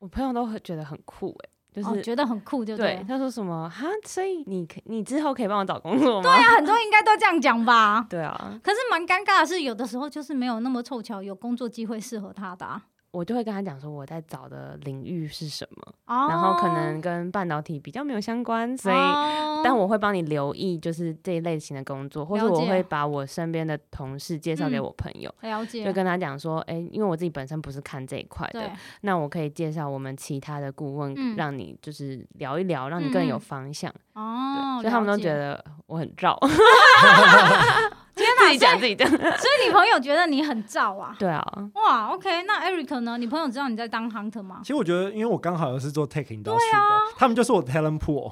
Speaker 2: 我朋友都很觉得很酷哎、就是、
Speaker 3: 哦、觉得很酷就
Speaker 2: 对
Speaker 3: 对。
Speaker 2: 他说什么哈，所以你可你之后可以帮我找工作吗？
Speaker 3: 对啊，很多应该都这样讲吧。
Speaker 2: 对啊，
Speaker 3: 可是蛮尴尬的是，有的时候就是没有那么凑巧有工作机会适合他的、啊。
Speaker 2: 我就会跟他讲说我在找的领域是什么，
Speaker 3: 哦，
Speaker 2: 然后可能跟半导体比较没有相关，所以。
Speaker 3: 哦
Speaker 2: 但我会帮你留意，就是这一类型的工作，或者
Speaker 3: 了
Speaker 2: 我
Speaker 3: 解
Speaker 2: 会把我身边的同事介绍给
Speaker 3: 嗯
Speaker 2: 我朋友，
Speaker 3: 了解
Speaker 2: 就跟他讲说，哎、因为我自己本身不是看这一块
Speaker 3: 啊对
Speaker 2: 的，那我可以介绍我们其他的顾问，
Speaker 3: 嗯
Speaker 2: 让你就是聊一聊，让你
Speaker 3: 嗯
Speaker 2: 更有
Speaker 3: 嗯
Speaker 2: 方向。
Speaker 3: 哦，
Speaker 2: 对，所以他们都
Speaker 3: 了解
Speaker 2: 觉得我很绕，
Speaker 3: 天
Speaker 2: 自
Speaker 3: 哪，
Speaker 2: 己讲自己 讲。
Speaker 3: 所以你朋友觉得你很燥啊？
Speaker 2: 对啊，
Speaker 3: 哇，OK，那 Eric 呢？你朋友知道你在当 hunter 吗
Speaker 1: 其？实我觉得，因为我刚好又是做 tech industry 的，
Speaker 3: 啊
Speaker 1: 他们就是我 talent pool，、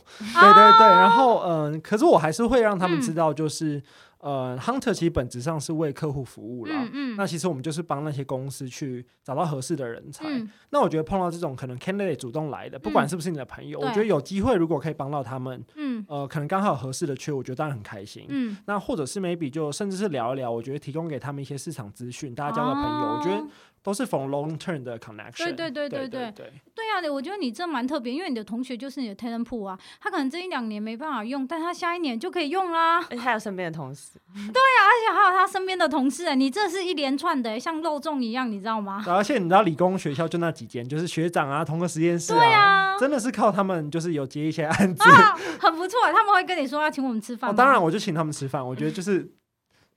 Speaker 1: 对
Speaker 3: 啊
Speaker 1: 对对。然后嗯、可是我还是会让他们
Speaker 3: 嗯
Speaker 1: 知道，就是、呃，hunter 其实本质上是为客户服务啦。
Speaker 3: 嗯嗯，
Speaker 1: 那其实我们就是帮那些公司去找到合适的人才。
Speaker 3: 嗯
Speaker 1: 那我觉得碰到这种可能 candidate 主动来的，不管是不是你的朋友，
Speaker 3: 对
Speaker 1: 我觉得有机会如果可以帮到他们，
Speaker 3: 嗯
Speaker 1: 呃，可能刚好有合适的缺，我觉得当然很开心。
Speaker 3: 嗯，
Speaker 1: 那或者是 maybe 就甚至是聊一聊，我觉得提供给他们一些市场资讯，大家交个朋友，我觉得
Speaker 3: 哦
Speaker 1: 都是 from long term 的 connection。
Speaker 3: 对对
Speaker 1: 对
Speaker 3: 对对
Speaker 1: 对
Speaker 3: 对对啊，我觉得你这蛮特别，因为你的同学就是你的 talent pool 啊，他可能这一两年没办法用，但他下一年就可以用啦。
Speaker 2: 而且还有身边的同事，
Speaker 3: 而且还有他身边的同事、你这是一连串的、像肉粽一样，你知道吗？
Speaker 1: 对而且你知道理工学校就那几间，就是学长啊，同个实验室
Speaker 3: 对啊，
Speaker 1: 真的是靠他们就是有接一些案子。
Speaker 3: 啊，很不错，他们会跟你说要请我们吃饭、
Speaker 1: 哦，当然。我就请他们吃饭，我觉得就是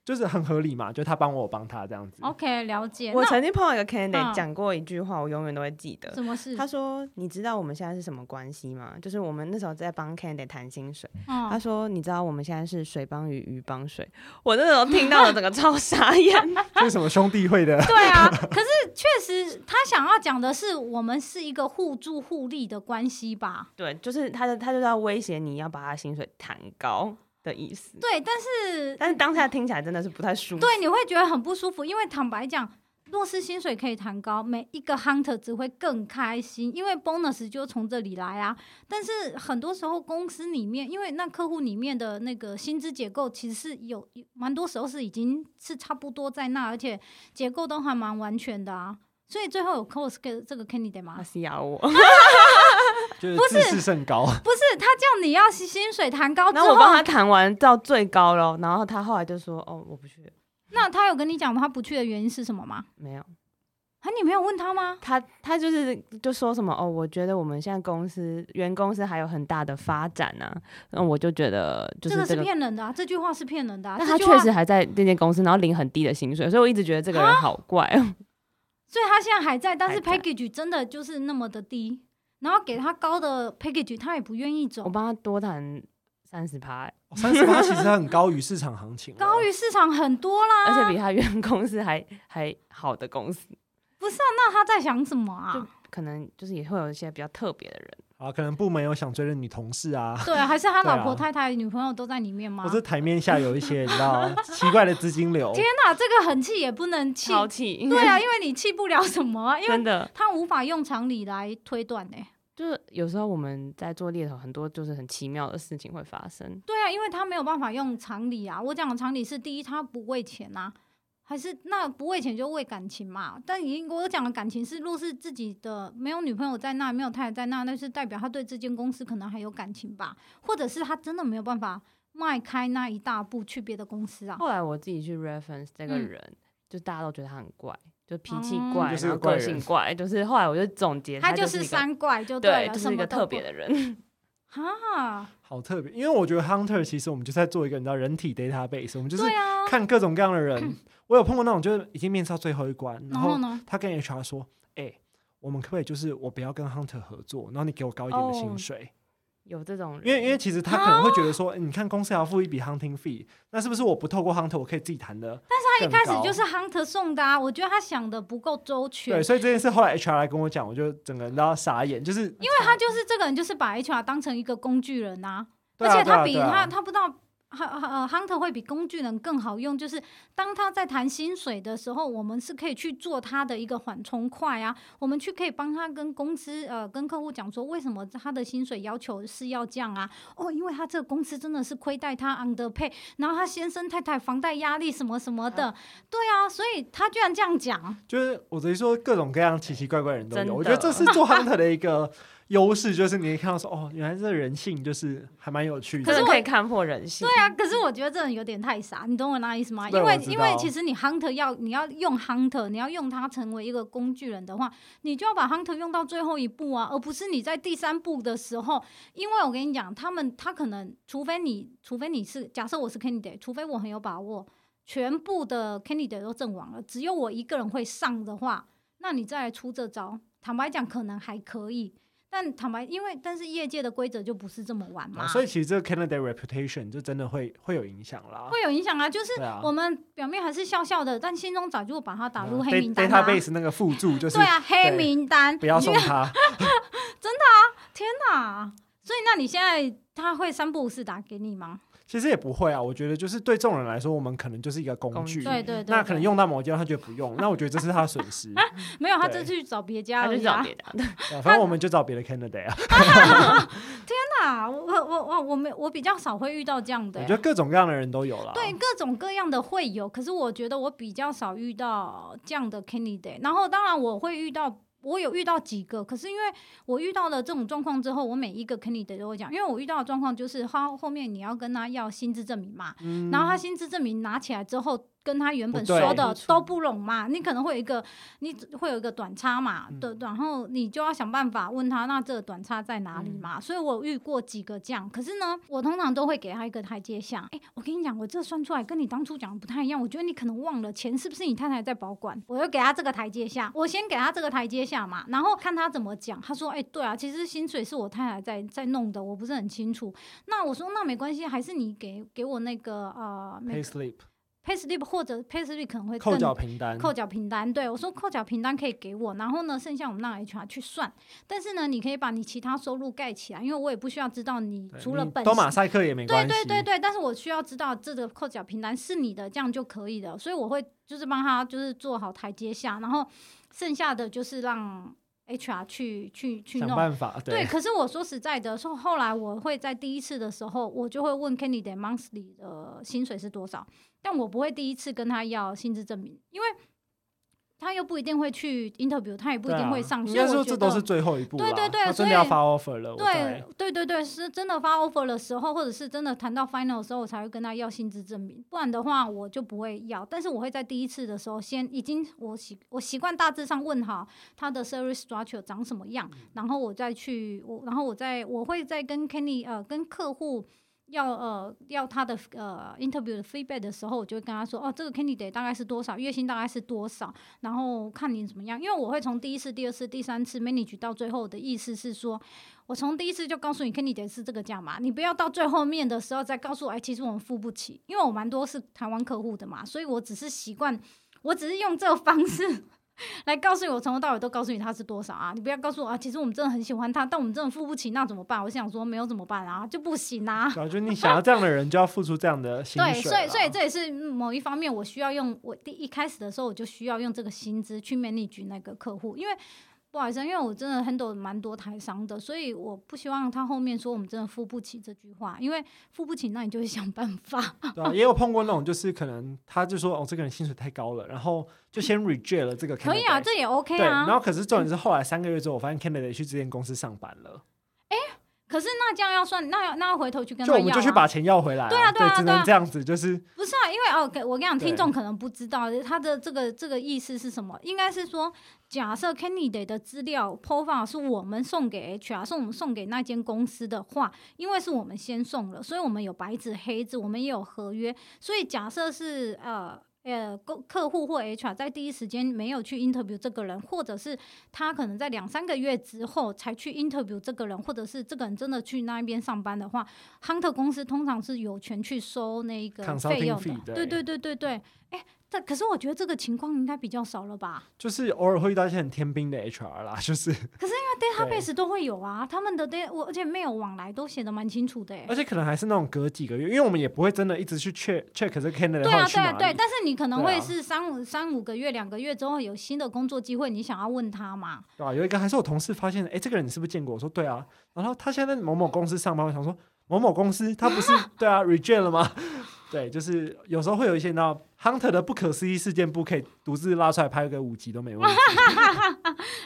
Speaker 1: 就是很合理嘛，就他帮我，我帮他这样子。
Speaker 3: OK，了解。
Speaker 2: 我
Speaker 3: 那
Speaker 2: 曾经碰到一个 candidate
Speaker 3: 嗯
Speaker 2: 讲过一句话，我永远都会记得。
Speaker 3: 什么事？
Speaker 2: 他说：“你知道我们现在是什么关系吗？就是我们那时候在帮 candidate 谈薪水。他
Speaker 3: 嗯，
Speaker 2: 说：你知道我们现在是水帮鱼，鱼帮水。我那时候听到了，整个 超傻眼。
Speaker 1: 这是什么兄弟会的？
Speaker 3: 对啊，可是确实，他想要讲的是，我们是一个互助互利的关系吧？
Speaker 2: 对，就是他的，他就是要威胁你要把他薪水弹高的意思。
Speaker 3: 对，但是
Speaker 2: 但是当下听起来真的是不太舒服。
Speaker 3: 呃嗯对你会觉得很不舒服，因为坦白讲，若是薪水可以谈高，每一个 hunter 只会更开心，因为 bonus 就从这里来啊。但是很多时候公司里面，因为那客户里面的那个薪资结构其实是有有蛮多时候是已经是差不多在那，而且结构都还蛮完全的啊。所以最后有 cos 给这个 candidate 吗
Speaker 2: 他？是咬我，
Speaker 1: 就是
Speaker 3: 不
Speaker 1: 自
Speaker 3: 是
Speaker 1: 视甚高。
Speaker 3: 不是，他叫你要薪水谈高之
Speaker 2: 然后我帮
Speaker 3: 后，
Speaker 2: 他谈完到最高了，然后他后来就说：“哦，我不去，
Speaker 3: 那他有跟你讲他不去的原因是什么吗？
Speaker 2: 没有。
Speaker 3: 啊，你没有问他吗？
Speaker 2: 他”他就是就说什么：“哦，我觉得我们现在公司原公司还有很大的发展呢、那我就觉得就
Speaker 3: 这个
Speaker 2: 这
Speaker 3: 是
Speaker 2: 个，
Speaker 3: 骗人的啊，这句话是骗人的啊。
Speaker 2: 但
Speaker 3: 这
Speaker 2: 他
Speaker 3: 句话啊
Speaker 2: 确实还在那间公司，然后领很低的薪水，所以我一直觉得这个人好怪哦。
Speaker 3: 所以他现在还在，但是
Speaker 2: 还在
Speaker 3: package 真的就是那么的低，然后给他高的 package，他也不愿意
Speaker 2: 我
Speaker 3: 走，
Speaker 2: 帮他多谈三十
Speaker 3: 啊
Speaker 2: 趴，
Speaker 1: 哦三十八其实很高于市场行情了，啊
Speaker 3: 高于市场很多啦。
Speaker 2: 而且比他原公司还还好的公司，
Speaker 3: 不是啊，那他在想什么啊？
Speaker 2: 可能就是也会有一些比较特别的人。
Speaker 1: 啊，可能部门有想追的女同事啊，
Speaker 3: 对，还 是他
Speaker 1: 对啊
Speaker 3: 老婆、太太、女朋友都在里面吗
Speaker 1: 或？是台面下有一些你知道奇怪的资金流。
Speaker 3: 天哪，这个很气也不能气，
Speaker 2: 超 气，
Speaker 3: 对啊，因为你气不了什么啊，因为
Speaker 2: 真的
Speaker 3: 他无法用常理来推断欸呢、
Speaker 2: 就是有时候我们在做猎头，很多就是很奇妙的事情会发生。
Speaker 3: 对啊，因为他没有办法用常理啊。我讲的常理是，第一，他不为钱啊，还是那不为钱就为感情嘛。但已经我讲的感情是，若是自己的没有女朋友在那，没有太太在那，那是代表他对这间公司可能还有感情吧，或者是他真的没有办法迈开那一大步去别的公司啊。
Speaker 2: 后来我自己去 reference 这个
Speaker 3: 嗯
Speaker 2: 人，就大家都觉得他很怪，就脾气
Speaker 3: 哦
Speaker 2: 怪，
Speaker 1: 就是
Speaker 2: 然
Speaker 1: 个
Speaker 2: 后
Speaker 1: 怪
Speaker 2: 个
Speaker 1: 人
Speaker 2: 性怪，就是后来我就总结，
Speaker 3: 他
Speaker 2: 就
Speaker 3: 就是
Speaker 2: 一个
Speaker 3: 三怪就
Speaker 2: 对，
Speaker 3: 了，
Speaker 2: 就是
Speaker 3: 什
Speaker 2: 一
Speaker 3: 么
Speaker 2: 个
Speaker 3: 都
Speaker 2: 特
Speaker 3: 不
Speaker 2: 别的人。
Speaker 3: 啊，
Speaker 1: 好特别，因为我觉得 hunter 其实我们就是在做一个你知道人体 database，我们就是
Speaker 3: 对啊。
Speaker 1: 看各 种各样的人。我有碰过那种就是已经面试到最后一关，然
Speaker 3: 然
Speaker 1: 后
Speaker 3: 后呢？
Speaker 1: 他跟 HR 说：“哎、我们可不可以就是我不要跟 Hunter 合作，然后你给我高一点的薪
Speaker 2: 哦
Speaker 1: 水？
Speaker 2: 有这种人，
Speaker 1: 因为因为其实他可能会觉得说，诶哎你看公司还要付一笔 hunting fee，那是不是我不透过 hunter 我可以自己谈的？
Speaker 3: 他一开始
Speaker 1: 更高
Speaker 3: 就是 Hunter 送的啊，我觉得他想的不够周全
Speaker 1: 对，，所以这件事后来 HR 来跟我讲，我就整个人都要傻眼，就是因为
Speaker 3: 因为他就是这个人，就是把 HR 当成一个工具人啊，
Speaker 1: 对
Speaker 3: 而
Speaker 1: 啊
Speaker 3: 且
Speaker 1: 对啊
Speaker 3: 他比
Speaker 1: 对啊
Speaker 3: 他他不知道。哈呃，hunter 会比工具人更好用，就是当他在谈薪水的时候，我们是可以去做他的一个缓冲块啊，我们去可以帮他跟公司呃跟客户讲说，为什么他的薪水要求是要降啊？哦，因为他这个公司真的是亏待他 under pay，然后他先生太太房贷压力什么什么
Speaker 1: 嗯
Speaker 3: 的，对啊，所以他居然这样讲，
Speaker 1: 就是我等于说各种各样奇奇怪怪的人都
Speaker 2: 真的
Speaker 1: 有，我觉得这是做 hunter 的一个优势，就是你可以看到说，哦，原来这人性就是还蛮有趣
Speaker 2: 可
Speaker 1: 的。
Speaker 2: 能可以看破人性。
Speaker 3: 对啊，可是我觉得这人有点太傻，你懂我那意思吗？
Speaker 1: 嗯对
Speaker 3: 因为
Speaker 1: 我知道
Speaker 3: 因为其实你 hunter 要你要用 hunter，你要用它成为一个工具人的话，你就要把 hunter 用到最后一步啊，而不是你在第三步的时候，因为我跟你讲，他们他可能除非你除非你是假设我是 candidate，除非我很有把握，全部的 candidate 都阵亡了，只有我一个人会上的话，那你再来出这招，坦白讲可能还可以。但坦白，因为但是业界的规则就不是这么玩嘛，
Speaker 1: 啊所以其实这个 candidate reputation 就真的会会有影响啦。
Speaker 3: 会有影响啊。就是
Speaker 1: 对啊
Speaker 3: 我们表面还是笑笑的，但心中早就把它打
Speaker 1: 嗯
Speaker 3: 入黑名单啦、
Speaker 1: database 啊那个附注就是
Speaker 3: 对啊，黑名单，
Speaker 1: 不要
Speaker 3: 你觉
Speaker 1: 送
Speaker 3: 得
Speaker 1: 他。
Speaker 3: 天哪！所以那你现在他会三不五时打给你吗？
Speaker 1: 其实也不会啊，我觉得就是对众人来说，我们可能就是一个工
Speaker 2: 工
Speaker 1: 具。
Speaker 2: 具
Speaker 3: 对对
Speaker 1: 嗯
Speaker 3: 对
Speaker 1: 那可能
Speaker 3: 对
Speaker 1: 用到某一件，他觉得不用，那我觉得这是他的损 失。
Speaker 3: 没有，他
Speaker 1: 对
Speaker 3: 这去找别家
Speaker 2: 他
Speaker 3: 而
Speaker 2: 就
Speaker 3: 已
Speaker 2: 找
Speaker 3: 啊。
Speaker 2: 别的，
Speaker 1: 对啊反正我们就找别的 candidate 啊。
Speaker 3: 天哪，我我我我我没我比较少会遇到这样
Speaker 1: 我
Speaker 3: 的、
Speaker 1: 觉得各种各样的人都有啦。
Speaker 3: 对，各种各样的会有，可是我觉得我比较少遇到这样的 candidate。然后当然我会遇到，我有遇到几个，可是因为我遇到了这种状况之后，我每一个 candidate 都会讲，因为我遇到的状况就是他后面你要跟他要薪资证明嘛，
Speaker 1: 嗯，
Speaker 3: 然后他薪资证明拿起来之后，跟他原本
Speaker 1: 不对
Speaker 3: 说的
Speaker 2: 出
Speaker 3: 都不拢嘛，你可能会有一个，你会有一个短差嘛，
Speaker 1: 嗯
Speaker 3: 对，然后你就要想办法问他，那这个短差在哪里
Speaker 1: 嗯
Speaker 3: 嘛？所以我遇过几个这样，可是呢，我通常都会给他一个台阶下。哎，我跟你讲，我这算出来跟你当初讲的不太一样，我觉得你可能忘了钱是不是你太太在保管，我要给他这个台阶下，我先给他这个台阶下嘛，然后看他怎么讲。他说，哎，对啊，其实薪水是我太太在在弄的，我不是很清楚。那我说那没关系，还是你给给我那个呃每
Speaker 1: pay slip
Speaker 3: pay slip 或者 pay slip 可能会
Speaker 1: 扣
Speaker 3: 更
Speaker 1: 缴凭单，
Speaker 3: 扣缴凭单，对我说扣缴凭单可以给我，然后呢，剩下我们让 HR 去算。但是呢，你可以把你其他收入盖起来，因为我也不需要知道你
Speaker 1: 对
Speaker 3: 除了
Speaker 1: 你
Speaker 3: 本
Speaker 1: 都马赛克也没
Speaker 3: 对
Speaker 1: 关系。
Speaker 3: 对对对，但是我需要知道这个扣缴凭单是你的，这样就可以了。所以我会就是帮他就是做好台阶下，然后剩下的就是让 HR 去去去
Speaker 1: 想
Speaker 3: 弄。
Speaker 1: 办法。
Speaker 3: 对，可是我说实在的，说后来我会在第一次的时候，我就会问 Kenny 的 monthly 的薪水是多少，但我不会第一次跟他要薪资证明，因为他又不一定会去 interview，他也不一
Speaker 1: 对
Speaker 3: 定
Speaker 1: 啊
Speaker 3: 会上，
Speaker 1: 应
Speaker 3: 所以
Speaker 1: 该
Speaker 3: 我
Speaker 1: 说
Speaker 3: 觉
Speaker 1: 这
Speaker 3: 得
Speaker 1: 都是最后一步啦。
Speaker 3: 对对对
Speaker 1: 他真
Speaker 3: 所
Speaker 1: 的
Speaker 3: 以
Speaker 1: 要发 offer 了，我
Speaker 3: 对
Speaker 1: 再
Speaker 3: 对对对，是真的发 offer 的时候，或者是真的谈到 final 的时候，我才会跟他要薪资证明，不然的话我就不会要。但是我会在第一次的时候先已经我习我习惯大致上问好他的 service structure 长什么样，
Speaker 1: 嗯
Speaker 3: 然后我再去我然后我再我会再跟 Kenny 呃跟客户。要呃要他的呃 interview 的 feedback 的时候，我就会跟他说哦，这个 candidate 大概是多少，月薪大概是多少，然后看你怎么样。因为我会从第一次、第二次、第三次 manage 到最后的意思是说，我从第一次就告诉你 k e n n y 得是这个价嘛，你不要到最后面的时候再告诉我，哎，其实我们付不起，因为我蛮多是台湾客户的嘛，所以我只是习惯，我只是用这个方式 来告诉你，我从头到尾都告诉你它是多少啊，你不要告诉我啊，其实我们真的很喜欢它，但我们真的付不起，那怎么办？我想说没有怎么办啊，就不行啊。
Speaker 1: 对啊，就你想要这样的人，就要付出这样的薪
Speaker 3: 对，
Speaker 1: 水
Speaker 3: 所
Speaker 1: 啦。
Speaker 3: 以所以这也是某一方面，我需要用我第一开始的时候，我就需要用这个薪资去 manage 那个客户，因为不好意思，因为我真的 handle 蛮多台商的，所以我不希望他后面说我们真的付不起这句话，因为付不起，那你就会想办法。
Speaker 1: 对、啊，也有碰过那种，就是可能他就说哦，这个人薪水太高了，然后就先 reject 了这个 candidate。
Speaker 3: 可以啊，这也 OK
Speaker 1: 对，然
Speaker 3: 啊。
Speaker 1: 后可是重点是后来三个月之后，我发现 candidate 去这间公司上班了，
Speaker 3: 可是那这样要算，那要那要回头去跟
Speaker 1: 就
Speaker 3: 他
Speaker 1: 我
Speaker 3: 要、
Speaker 1: 们
Speaker 3: 啊，
Speaker 1: 就去把钱要回来、
Speaker 3: 对啊对啊
Speaker 1: 只
Speaker 3: 对
Speaker 1: 能
Speaker 3: 啊
Speaker 1: 这样子，就是
Speaker 3: 不是啊，因为哦，给我跟你讲，
Speaker 1: 对
Speaker 3: 听众可能不知道他的这个这个意思是什么，应该是说，假设 candidate 的资料 profile 是我们送给 HR，是我们送给那间公司的话，因为是我们先送了，所以我们有白纸黑字，我们也有合约，所以假设是呃呃，客客户或 HR 在第一时间没有去 interview 这个人，或者是他可能在两三个月之后才去 interview 这个人，或者是这个人真的去那一边上班的话，hunter 公司通常是有权去收那个费
Speaker 1: Consulting
Speaker 3: 用
Speaker 1: fee，
Speaker 3: 的。
Speaker 1: 对
Speaker 3: 对对对对对，哎、但可是我觉得这个情况应该比较少了吧？
Speaker 1: 就是偶尔会遇到一些很天兵的 HR 啦，就是
Speaker 3: 那 database 都会有啊，他们的 d a 我而且 mail 往来都写的蛮清楚的、欸
Speaker 1: 而。且可能还是那种隔几个月，因为我们也不会真的一直去 check check 这个 candidate
Speaker 3: 对
Speaker 1: 后
Speaker 3: 啊，
Speaker 1: 来去
Speaker 3: 对啊，
Speaker 1: 哪
Speaker 3: 对，
Speaker 1: 里。
Speaker 3: 但是你可能
Speaker 1: 对啊
Speaker 3: 会是三五三五个月、两个月之后有新的工作机会，你想要问他嘛？
Speaker 1: 对啊吧？有一个还是我同事发现，哎，这个人你是不是见过？我说对啊，然后他现在在某某公司上班，我想说某某公司他 不是对啊 reject 了吗？ 对，就是有时候会有一些那 hunter 的不可思议事件簿，可以独自拉出来拍个五集都没 问题。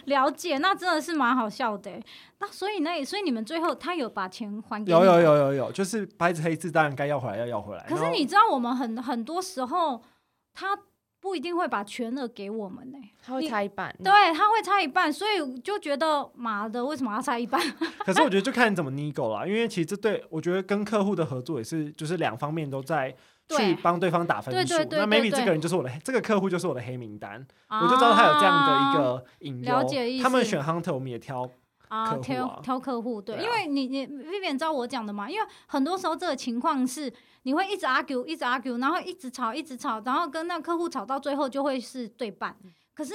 Speaker 3: 了解，那真的是蛮好笑的欸。那所以那所以你们最后他有把钱还给你
Speaker 1: 有
Speaker 3: 吗
Speaker 1: 有。有有有，就是白纸黑字，当然该要回来要要回来。
Speaker 3: 可
Speaker 1: 然
Speaker 3: 是
Speaker 1: 后
Speaker 3: 你知道，我们很很多时候他不一定会把全额给我们呢、
Speaker 2: 他会
Speaker 3: 你
Speaker 2: 差一半。
Speaker 1: 嗯
Speaker 3: 对，啊他会差一半，所以就觉得妈的，为什么要差一半？
Speaker 1: 可是我觉得就看你怎么 nego 啦，因为其实这对我觉得跟客户的合作也是，就是两方面都在去
Speaker 3: 对
Speaker 1: 帮对方打分
Speaker 3: 对
Speaker 1: 数
Speaker 3: 对。对
Speaker 1: 那
Speaker 3: 对
Speaker 1: maybe
Speaker 3: 对啊
Speaker 1: 这个人就是我的这个客户就是我的黑名单， 我就知道他有这样的一个隐
Speaker 3: 了解意
Speaker 1: 忧。
Speaker 3: 思
Speaker 1: 他们选 hunter，我们也挑。
Speaker 3: 啊，
Speaker 1: 客户
Speaker 3: 挑
Speaker 1: 啊
Speaker 3: 挑客户，对，
Speaker 1: 对啊
Speaker 3: 因为你你 Vivian 知道我讲的嘛，因为很多时候这个情况是你会一直 argue，一直 argue，然后一直吵，一直吵，然后跟那客户吵到最后就会是对半，可是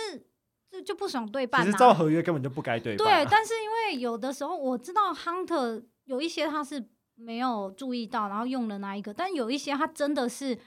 Speaker 3: 就就不爽对
Speaker 1: 嗯其
Speaker 3: 半、
Speaker 1: 实
Speaker 3: 啊，
Speaker 1: 照合约根本就不该对半
Speaker 3: 对，
Speaker 1: 啊。
Speaker 3: 但是因为有的时候我知道 Hunter 有一些他是没有注意到，然后用了那一个，但有一些他真的是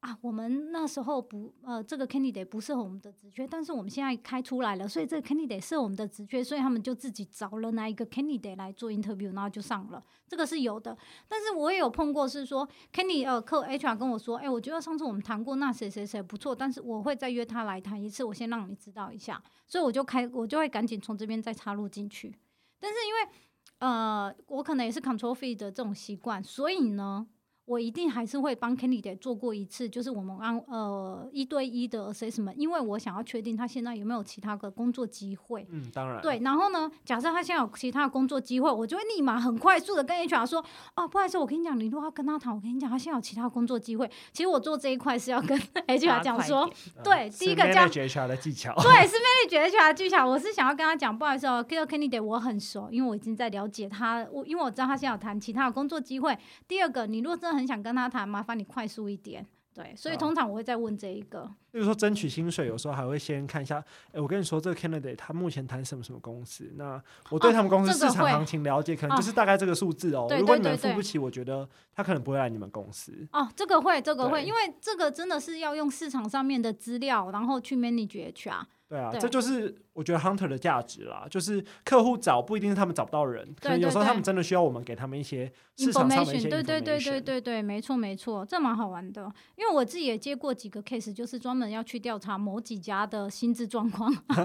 Speaker 3: 啊，我们那时候不呃，这个 candidate 不适合我们的职缺，但是我们现在开出来了，所以这个 candidate 适合我们的职缺，所以他们就自己找了那一个 candidate 来做 interview，然后就上了，这个是有的。但是我也有碰过是说 Kenny 呃客 HR 跟我说，哎、我觉得上次我们谈过那谁谁谁不错，但是我会再约他来谈一次，我先让你知道一下。所以我就开，我就会赶紧从这边再插入进去。但是因为呃，我可能也是 control fee 的这种习惯，所以呢，我一定还是会帮 Kenny 得做过一次，就是我们按呃一对一的 assessment，因为我想要确定他现在有没有其他的工作机会。
Speaker 1: 嗯，当然。
Speaker 3: 对，然后呢？假设他现在有其他的工作机会，我就会立马很快速的跟 HR 说：“啊，不好意思，我跟你讲，你如果要跟他谈，我跟你讲，他现在有其他工作机会。其实我做这一块是要跟 HR 讲说，
Speaker 1: 嗯
Speaker 3: 对
Speaker 1: 是
Speaker 3: 第一个这样
Speaker 1: manage HR 的技 巧。
Speaker 3: 对，是 manager HR 技巧。我是想要跟他讲，不好意思哦 k i l Kennedy 我很熟，因为我已经在了解他，我因为我知道他现在有谈其他的工作机会。第二个，你如果真的很想跟他谈，麻烦你快速一点。对，所以
Speaker 1: 好
Speaker 3: 通常我会再问这一个。
Speaker 1: 例如说争取薪水，有时候还会先看一下，哎，我跟你说这个 candidate 他目前谈什么什么公司，那我对
Speaker 3: 哦
Speaker 1: 他们公司
Speaker 3: 这个
Speaker 1: 市场
Speaker 3: 会
Speaker 1: 行情了解，可能就是大概这个数字哦。
Speaker 3: 对
Speaker 1: 如果
Speaker 3: 对
Speaker 1: 你们
Speaker 3: 对对
Speaker 1: 付不起，我觉得他可能不会来你们公司。
Speaker 3: 哦，这个会，这个会，
Speaker 1: 对
Speaker 3: 因为这个真的是要用市场上面的资料，然后去 manage HR。
Speaker 1: 对啊，
Speaker 3: 对
Speaker 1: 这就是我觉得 hunter 的价值啦，就是客户找不一定是他们找不到人，可能
Speaker 3: 对
Speaker 1: 有时候
Speaker 3: 对
Speaker 1: 他们真的需要我们给他们一些市场上的一
Speaker 3: information，
Speaker 1: 些
Speaker 3: 对对对
Speaker 1: information
Speaker 3: 对对对，没错没错，这蛮好玩的。因为我自己也接过几个 case，就是专门要去调查某几家的薪资状况，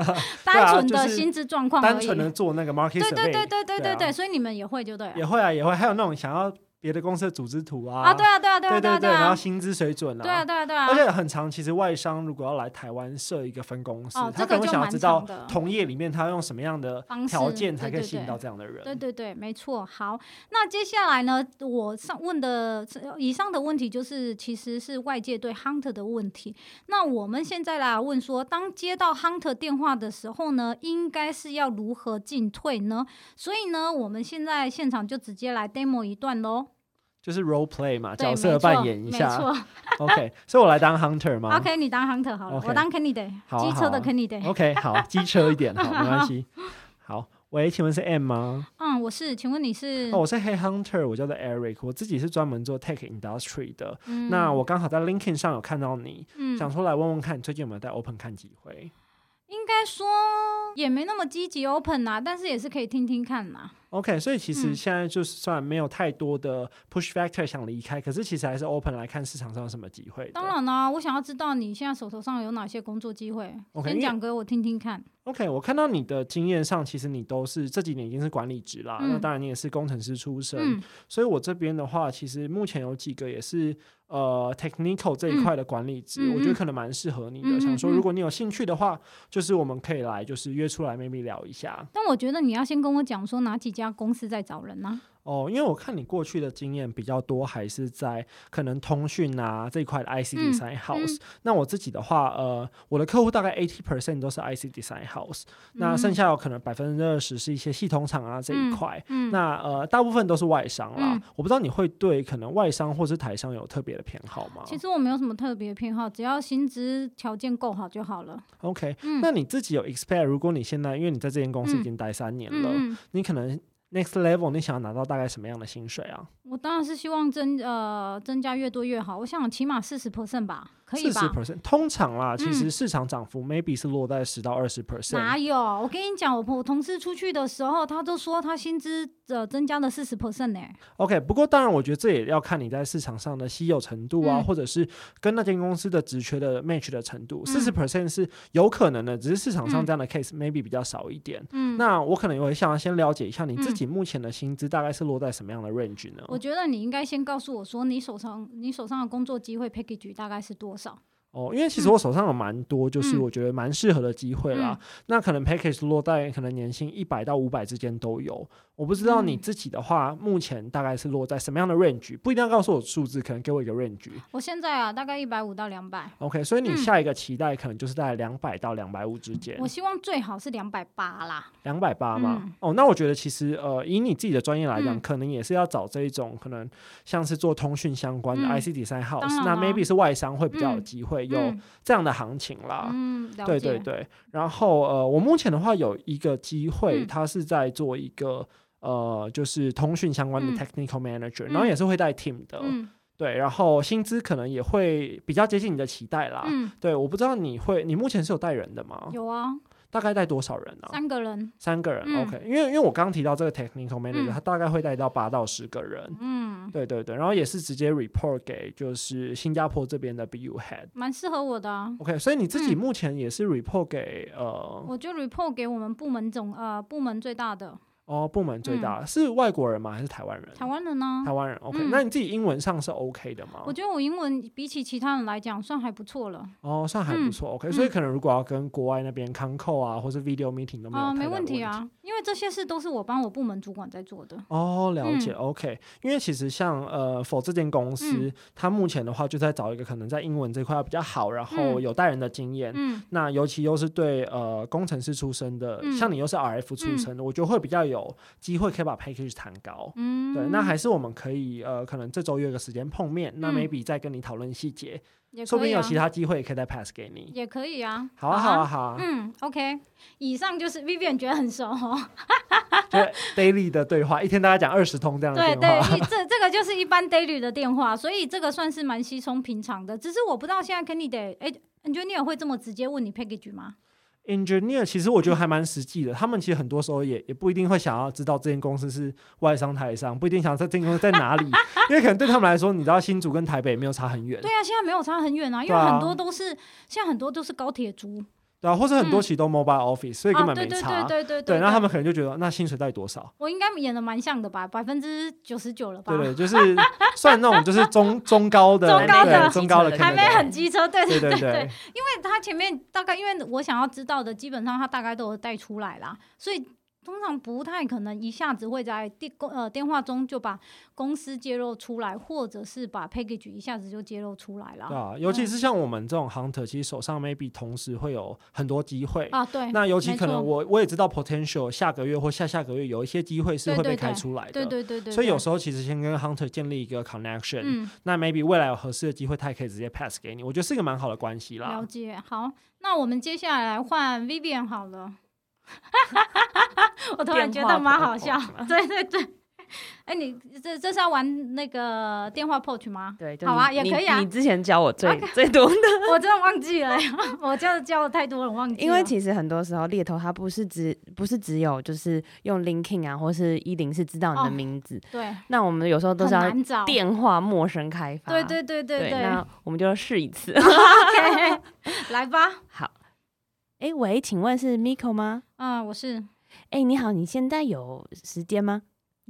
Speaker 3: 单纯的薪资状况而已。
Speaker 1: 啊单纯的做那个 market
Speaker 3: 对对
Speaker 1: survey，
Speaker 3: 对对对
Speaker 1: 对啊
Speaker 3: 对对，所以你们也会就对了
Speaker 1: 也会啊也会，还有那种想要别的公司的组织图啊，
Speaker 3: 啊，对啊对啊对
Speaker 1: 对
Speaker 3: 啊
Speaker 1: 对
Speaker 3: 啊对
Speaker 1: 然后
Speaker 3: 啊，
Speaker 1: 薪资水准啊，
Speaker 3: 对啊对啊对
Speaker 1: 而
Speaker 3: 啊，
Speaker 1: 且很长，其实外商如果要来台湾设一个分公司，
Speaker 3: 哦
Speaker 1: 他可
Speaker 3: 这个
Speaker 1: 能会
Speaker 3: 就
Speaker 1: 想要
Speaker 3: 蛮
Speaker 1: 知道
Speaker 3: 长的
Speaker 1: 同业里面他用什么样的
Speaker 3: 方式
Speaker 1: 条件才可以
Speaker 3: 对对
Speaker 1: 吸引
Speaker 3: 对
Speaker 1: 到这样的人。
Speaker 3: 对对对，没错。好，那接下来呢，我上问的呃以上的问题就是其实是外界对 hunter 的问题。那我们现在来问说，当接到 hunter 电话的时候呢，应该是要如何进退呢？所以呢，我们现在现场就直接来 demo 一段喽。
Speaker 1: 就是 role play 嘛，
Speaker 3: 对，
Speaker 1: 角
Speaker 3: 没
Speaker 1: 色
Speaker 3: 错，
Speaker 1: 扮演一
Speaker 3: 没
Speaker 1: 下。啊
Speaker 3: 错。
Speaker 1: OK，所以我来当 hunter 吗
Speaker 3: OK，你当 hunter 好了
Speaker 1: OK
Speaker 3: 我当 candidate，
Speaker 1: 好啊
Speaker 3: 机车的
Speaker 1: 好啊
Speaker 3: candidate。
Speaker 1: OK，好， 机车一点，好，没关系。好，喂，请问是 M 吗？
Speaker 3: 嗯，我是，请问你是？
Speaker 1: 哦，我是 Hey Hunter，我叫做 Eric，我自己是专门做 tech industry 的。
Speaker 3: 嗯
Speaker 1: 那我刚好在 LinkedIn 上有看到你，
Speaker 3: 嗯
Speaker 1: 想说来问问看，你最近有没有在 Open 看机会？
Speaker 3: 应该说也没那么积极 open 啦，但是也是可以听听看啦。
Speaker 1: OK，所以其实
Speaker 3: 嗯
Speaker 1: 现在就是算没有太多的 push factor 想离开，可是其实还是 open 来看市场上有什么机会的。
Speaker 3: 当然啦、我想要知道你现在手头上有哪些工作机会
Speaker 1: OK，因
Speaker 3: 先
Speaker 1: 为
Speaker 3: 讲给我听听看。
Speaker 1: ，OK，我看到你的经验上，其实你都是这几年已经是管理职啦，
Speaker 3: 嗯
Speaker 1: 那当然你也是工程师出身，
Speaker 3: 嗯
Speaker 1: 所以我这边的话，其实目前有几个也是呃 technical 这一块的管理职，
Speaker 3: 嗯嗯嗯
Speaker 1: 我觉得可能蛮适合你的。
Speaker 3: 嗯嗯
Speaker 1: 想说
Speaker 3: 嗯
Speaker 1: 如果你有兴趣的话，就是我们可以来就是约出来 maybe 聊一下。
Speaker 3: 但我觉得你要先跟我讲说哪几家公司在找人呢、啊
Speaker 1: 哦，因为我看你过去的经验比较多，还是在可能通讯啊这一块的 IC
Speaker 3: 嗯
Speaker 1: design house。那我自己的话，呃，我的客户大概 eighty percent 都是 IC design house，、那剩下有可能百分之二十是一些系统厂啊这一
Speaker 3: 嗯
Speaker 1: 块。
Speaker 3: 嗯，
Speaker 1: 那呃，大部分都是外商啦。
Speaker 3: 嗯
Speaker 1: 我不知道你会对可能外商或是台商有特别的偏好吗
Speaker 3: 其实我没有什么特别偏好，只要薪资条件够好就好了。
Speaker 1: ？OK，、
Speaker 3: 嗯
Speaker 1: 那你自己有 expect？如果你现在因为你在这间公司已
Speaker 3: 嗯
Speaker 1: 经待三年了，
Speaker 3: 嗯嗯，
Speaker 1: 你可能 next level 你想要拿到大概什么样的薪水啊？
Speaker 3: 我当然是希望增呃增加越多越好，我想起码四十 percent 吧，可以
Speaker 1: 四十
Speaker 3: 吧？
Speaker 1: percent，通常啦，其实
Speaker 3: 嗯
Speaker 1: 市场涨幅 maybe 是落在十到二十
Speaker 3: 哪
Speaker 1: percent。
Speaker 3: 有？我跟你讲，我我同事出去的时候，他都说他薪资呃增加了四十 percent 呢。
Speaker 1: OK，不过当然，我觉得这也要看你在市场上的稀有程度啊，
Speaker 3: 嗯
Speaker 1: 或者是跟那间公司的职缺的 match 的程度。
Speaker 3: 嗯
Speaker 1: 四十 percent 是有可能的，只是市场上
Speaker 3: 嗯
Speaker 1: 这样的 case maybe 比较少一点。
Speaker 3: 嗯，
Speaker 1: 那我可能也会想要先了解一下你自己目前的薪资大概是落在什么样的 range 呢？
Speaker 3: 我觉得你应该先告诉我说，你手上你手上的工作机会 package 大概是多少？
Speaker 1: 哦，因为其实我手上有蛮多，就是
Speaker 3: 嗯
Speaker 1: 我觉得蛮适合的机会啦。那可能 package 落在可能年薪一百到五百之间都有。我不知道你
Speaker 3: 嗯
Speaker 1: 自己的话，目前大概是落在什么样的 range，不一定要告诉我数字，可能给我一个 range。
Speaker 3: 我现在啊，大概一百五到两百，
Speaker 1: OK，所以你
Speaker 3: 嗯
Speaker 1: 下一个期待可能就是在两百到两百五之间
Speaker 3: 我，希望最好是两百八啦。
Speaker 1: 两百八嘛。
Speaker 3: 嗯
Speaker 1: 哦，那我觉得其实呃，以你自己的专业来讲，
Speaker 3: 嗯
Speaker 1: 可能也是要找这一种可能像是做通讯相关的
Speaker 3: 嗯
Speaker 1: IC design house，、
Speaker 3: 当然
Speaker 1: 那
Speaker 3: 啦
Speaker 1: maybe 是外商会比较有
Speaker 3: 嗯
Speaker 1: 机会有
Speaker 3: 嗯
Speaker 1: 这样的行情啦。
Speaker 3: 嗯，了
Speaker 1: 对
Speaker 3: 解。
Speaker 1: 对对，然后呃，我目前的话有一个机会，
Speaker 3: 嗯
Speaker 1: 他是在做一个呃，就是通讯相关的
Speaker 3: 嗯
Speaker 1: technical manager，、
Speaker 3: 嗯
Speaker 1: 然后也是会带 team 的，
Speaker 3: 嗯
Speaker 1: 对，然后薪资可能也会比较接近你的期待啦。
Speaker 3: 嗯，
Speaker 1: 对，我不知道你会，你目前是有带人的吗？
Speaker 3: 有啊，
Speaker 1: 大概带多少人啊？
Speaker 3: 三个人。
Speaker 1: 三个人、
Speaker 3: 嗯
Speaker 1: o k 因为因为我刚刚提到这个 technical manager，、
Speaker 3: 嗯
Speaker 1: 他大概会带到八到十个人。
Speaker 3: 嗯，
Speaker 1: 对对对，然后也是直接 report 给就是新加坡这边的 BU head。
Speaker 3: 蛮适合我的、啊。
Speaker 1: OK，所以你自己
Speaker 3: 嗯
Speaker 1: 目前也是 report 给、呃
Speaker 3: 我就 report 给我们部门总呃部门最大的
Speaker 1: 哦，部门最大、是外国人吗？还是台湾人？
Speaker 3: 嗯台湾人呢、
Speaker 1: 台湾人。OK，、
Speaker 3: 嗯
Speaker 1: 那你自己英文上是 OK 的吗
Speaker 3: 我？觉得我英文比起其他人来讲算还不错了，
Speaker 1: 哦，算还不错。OK，、
Speaker 3: 嗯
Speaker 1: 所以可能如果要跟国外那边 c o n c o 啊，或是 video meeting 都没有、
Speaker 3: 啊、没
Speaker 1: 问
Speaker 3: 问题。啊，因为这些事都是我帮我部门主管在做的，
Speaker 1: 哦，了解、
Speaker 3: 嗯
Speaker 1: OK，因为其实像呃，否这间公司、
Speaker 3: 嗯
Speaker 1: 它目前的话就在找一个可能在英文这块要比较好，然后
Speaker 3: 嗯
Speaker 1: 有带人的经验。
Speaker 3: 嗯
Speaker 1: 那尤其又是对呃工程师出身的，
Speaker 3: 嗯
Speaker 1: 像你又是 RF 出身的，我觉得会比较有机会可以把 package 谈高。
Speaker 3: 嗯，
Speaker 1: 对，那还是我们可以呃，可能这周约个时间碰面，那
Speaker 3: 嗯
Speaker 1: maybe 再跟你讨论细节，
Speaker 3: 也
Speaker 1: 说不
Speaker 3: 可
Speaker 1: 定
Speaker 3: 以
Speaker 1: 有
Speaker 3: 啊，
Speaker 1: 其他机会也可以再 pass 给你。
Speaker 3: 也可以啊，
Speaker 1: 好啊，好啊，好啊，
Speaker 3: 嗯，OK，以上就是 Vivian 觉得很熟哦。
Speaker 1: 就 daily 的对话，一天大概讲二十通这样的
Speaker 3: 对
Speaker 1: 电
Speaker 3: 对
Speaker 1: 话。，
Speaker 3: 一这这个就是一般 daily 的电话，所以这个算是蛮稀松平常的。只是我不知道现在跟你得，哎，engineer 会这么直接问你 package 吗？
Speaker 1: Engineer 其实我觉得还蛮实际的，他们其实很多时候也也不一定会想要知道这间公司是外商台商，不一定想在这间公司在哪 里，因为可能对他们来说，你知道新竹跟台北没有差很远，
Speaker 3: 对啊，现在没有差很远啊，因
Speaker 1: 对
Speaker 3: 为
Speaker 1: 啊
Speaker 3: 很多都是、现在很多都是高铁族，
Speaker 1: 对啊，或者很多
Speaker 3: 嗯
Speaker 1: 其实都 mobile office，所以根
Speaker 3: 啊，
Speaker 1: 本
Speaker 3: 对
Speaker 1: 没
Speaker 3: 对
Speaker 1: 差
Speaker 3: 对。对对
Speaker 1: 对，然后他们可能就觉得那薪水到底多少？
Speaker 3: 我应该演的蛮像的吧，百分之九十九了吧，
Speaker 1: 对对，就是算那种就是中中高的，
Speaker 3: 中高的
Speaker 1: 对中高的，
Speaker 2: 还
Speaker 1: 可
Speaker 3: 还
Speaker 1: 能
Speaker 3: 没
Speaker 1: 对
Speaker 3: 很机车，对
Speaker 1: 对
Speaker 3: 对
Speaker 1: 对
Speaker 3: 对对。因为他前面大概，因为我想要知道的，基本上他大概都有带出来啦，所以通常不太可能一下子会在电公呃电话中就把公司揭露出来，或者是把 package 一下子就揭露出来
Speaker 1: 对
Speaker 3: 了。
Speaker 1: 啊，尤其是像我们这种 hunter，其实手上 maybe 同时会有很多机会。
Speaker 3: 啊，对，
Speaker 1: 那尤其
Speaker 3: 没
Speaker 1: 可能
Speaker 3: 错
Speaker 1: 我我也知道 potential 下个月或下下个月有一些机会是
Speaker 3: 对
Speaker 1: 会
Speaker 3: 对
Speaker 1: 被开
Speaker 3: 对
Speaker 1: 出来的，
Speaker 3: 对对对对，
Speaker 1: 所以有
Speaker 3: 对
Speaker 1: 时候其实先跟 hunter 建立一个 connection，、
Speaker 3: 嗯，
Speaker 1: 那 maybe 未来有合适的机会，他也可以直接 pass 给你，我觉得是一个蛮好的关系啦
Speaker 3: 了。解。好，那我们接下来来换 Vivian 好了。 我突然觉
Speaker 2: 电话
Speaker 3: 得蛮
Speaker 2: 不
Speaker 3: 好笑
Speaker 2: 够吗，
Speaker 3: 对对对。哎，你这这是要玩那个电话 poach 吗？
Speaker 2: 对，就
Speaker 3: 好啊
Speaker 2: 你
Speaker 3: 也
Speaker 2: 你
Speaker 3: 可以啊
Speaker 2: 你之前教我最最多的，
Speaker 3: 我真的忘记了， 我真的教的太多了，忘记了。
Speaker 2: 因为其实很多时候猎头它不是只不是只有就是用 LinkedIn 啊，或是一零是知道你的
Speaker 3: 哦
Speaker 2: 名字，
Speaker 3: 对
Speaker 2: 那我们有时候都是要
Speaker 3: 很难找，对
Speaker 2: 电话陌生开发。
Speaker 3: 对对对
Speaker 2: 对
Speaker 3: 对
Speaker 2: 那我们就试一次。
Speaker 3: ，OK，来吧，
Speaker 2: 好，哎喂，请问是 Miko 吗？
Speaker 3: 嗯，我是
Speaker 2: 哎，你好，你现在有时间吗？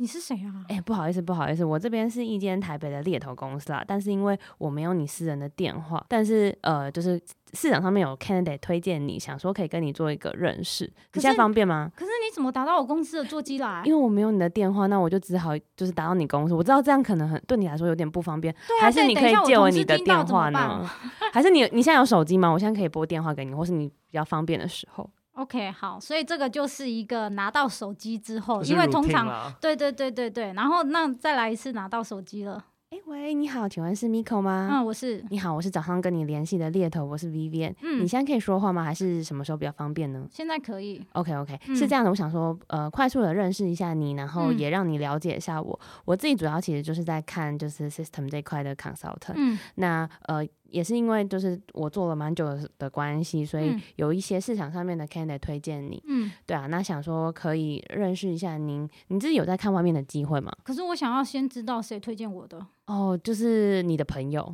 Speaker 3: 你是谁啊？
Speaker 2: 哎、不好意思，不好意思，我这边是一间台北的猎头公司啦，但是因为我没有你私人的电话，但是呃，就是市场上面有 candidate 推荐你，想说可以跟你做一个认识，
Speaker 3: 可
Speaker 2: 你
Speaker 3: 是
Speaker 2: 现在方便吗？
Speaker 3: 可是你怎么打到我公司的座机来？
Speaker 2: 因为我没有你的电话，那我就只好就是打到你公司。我知道这样可能很对你来说有点不方便，
Speaker 3: 对啊
Speaker 2: 还是
Speaker 3: 对
Speaker 2: 你
Speaker 3: 等
Speaker 2: 可
Speaker 3: 一
Speaker 2: 以
Speaker 3: 下我
Speaker 2: 借
Speaker 3: 同
Speaker 2: 我
Speaker 3: 事
Speaker 2: 你的
Speaker 3: 听到
Speaker 2: 电
Speaker 3: 怎么
Speaker 2: 话
Speaker 3: 办
Speaker 2: 呢？ 还是你你现在有手机吗？我现在可以拨电话给你，或是你比较方便的时候。
Speaker 3: OK，好，所以这个就是一个拿到手机之后，
Speaker 1: 就是
Speaker 3: 哦因为
Speaker 1: routine
Speaker 3: 通常
Speaker 1: 啦
Speaker 3: 对对对对对，然后那再来一次拿到手机了。
Speaker 2: 哎、喂，你好，请问是 Miko 吗？
Speaker 3: 嗯，我是
Speaker 2: 你好，我是早上跟你联系的猎头，我是 Vivian。
Speaker 3: 嗯
Speaker 2: 你现在可以说话吗？还是什么时候比较方便呢
Speaker 3: 现在可以，
Speaker 2: ？OK OK，、
Speaker 3: 嗯
Speaker 2: 是这样的，我想说，呃，快速的认识一下你，然后
Speaker 3: 嗯
Speaker 2: 也让你了解一下我。我自己主要其实就是在看就是 system 这一块的 consultant，、
Speaker 3: 嗯
Speaker 2: 那呃，也是因为就是我做了蛮久的的关系，所以
Speaker 3: 嗯
Speaker 2: 有一些市场上面的 candidate 推荐你，
Speaker 3: 嗯。
Speaker 2: 对啊，那想说可以认识一下您，你自己有在看外面的机会吗？
Speaker 3: 可是我想要先知道谁推荐我的。
Speaker 2: 哦，就是你的朋友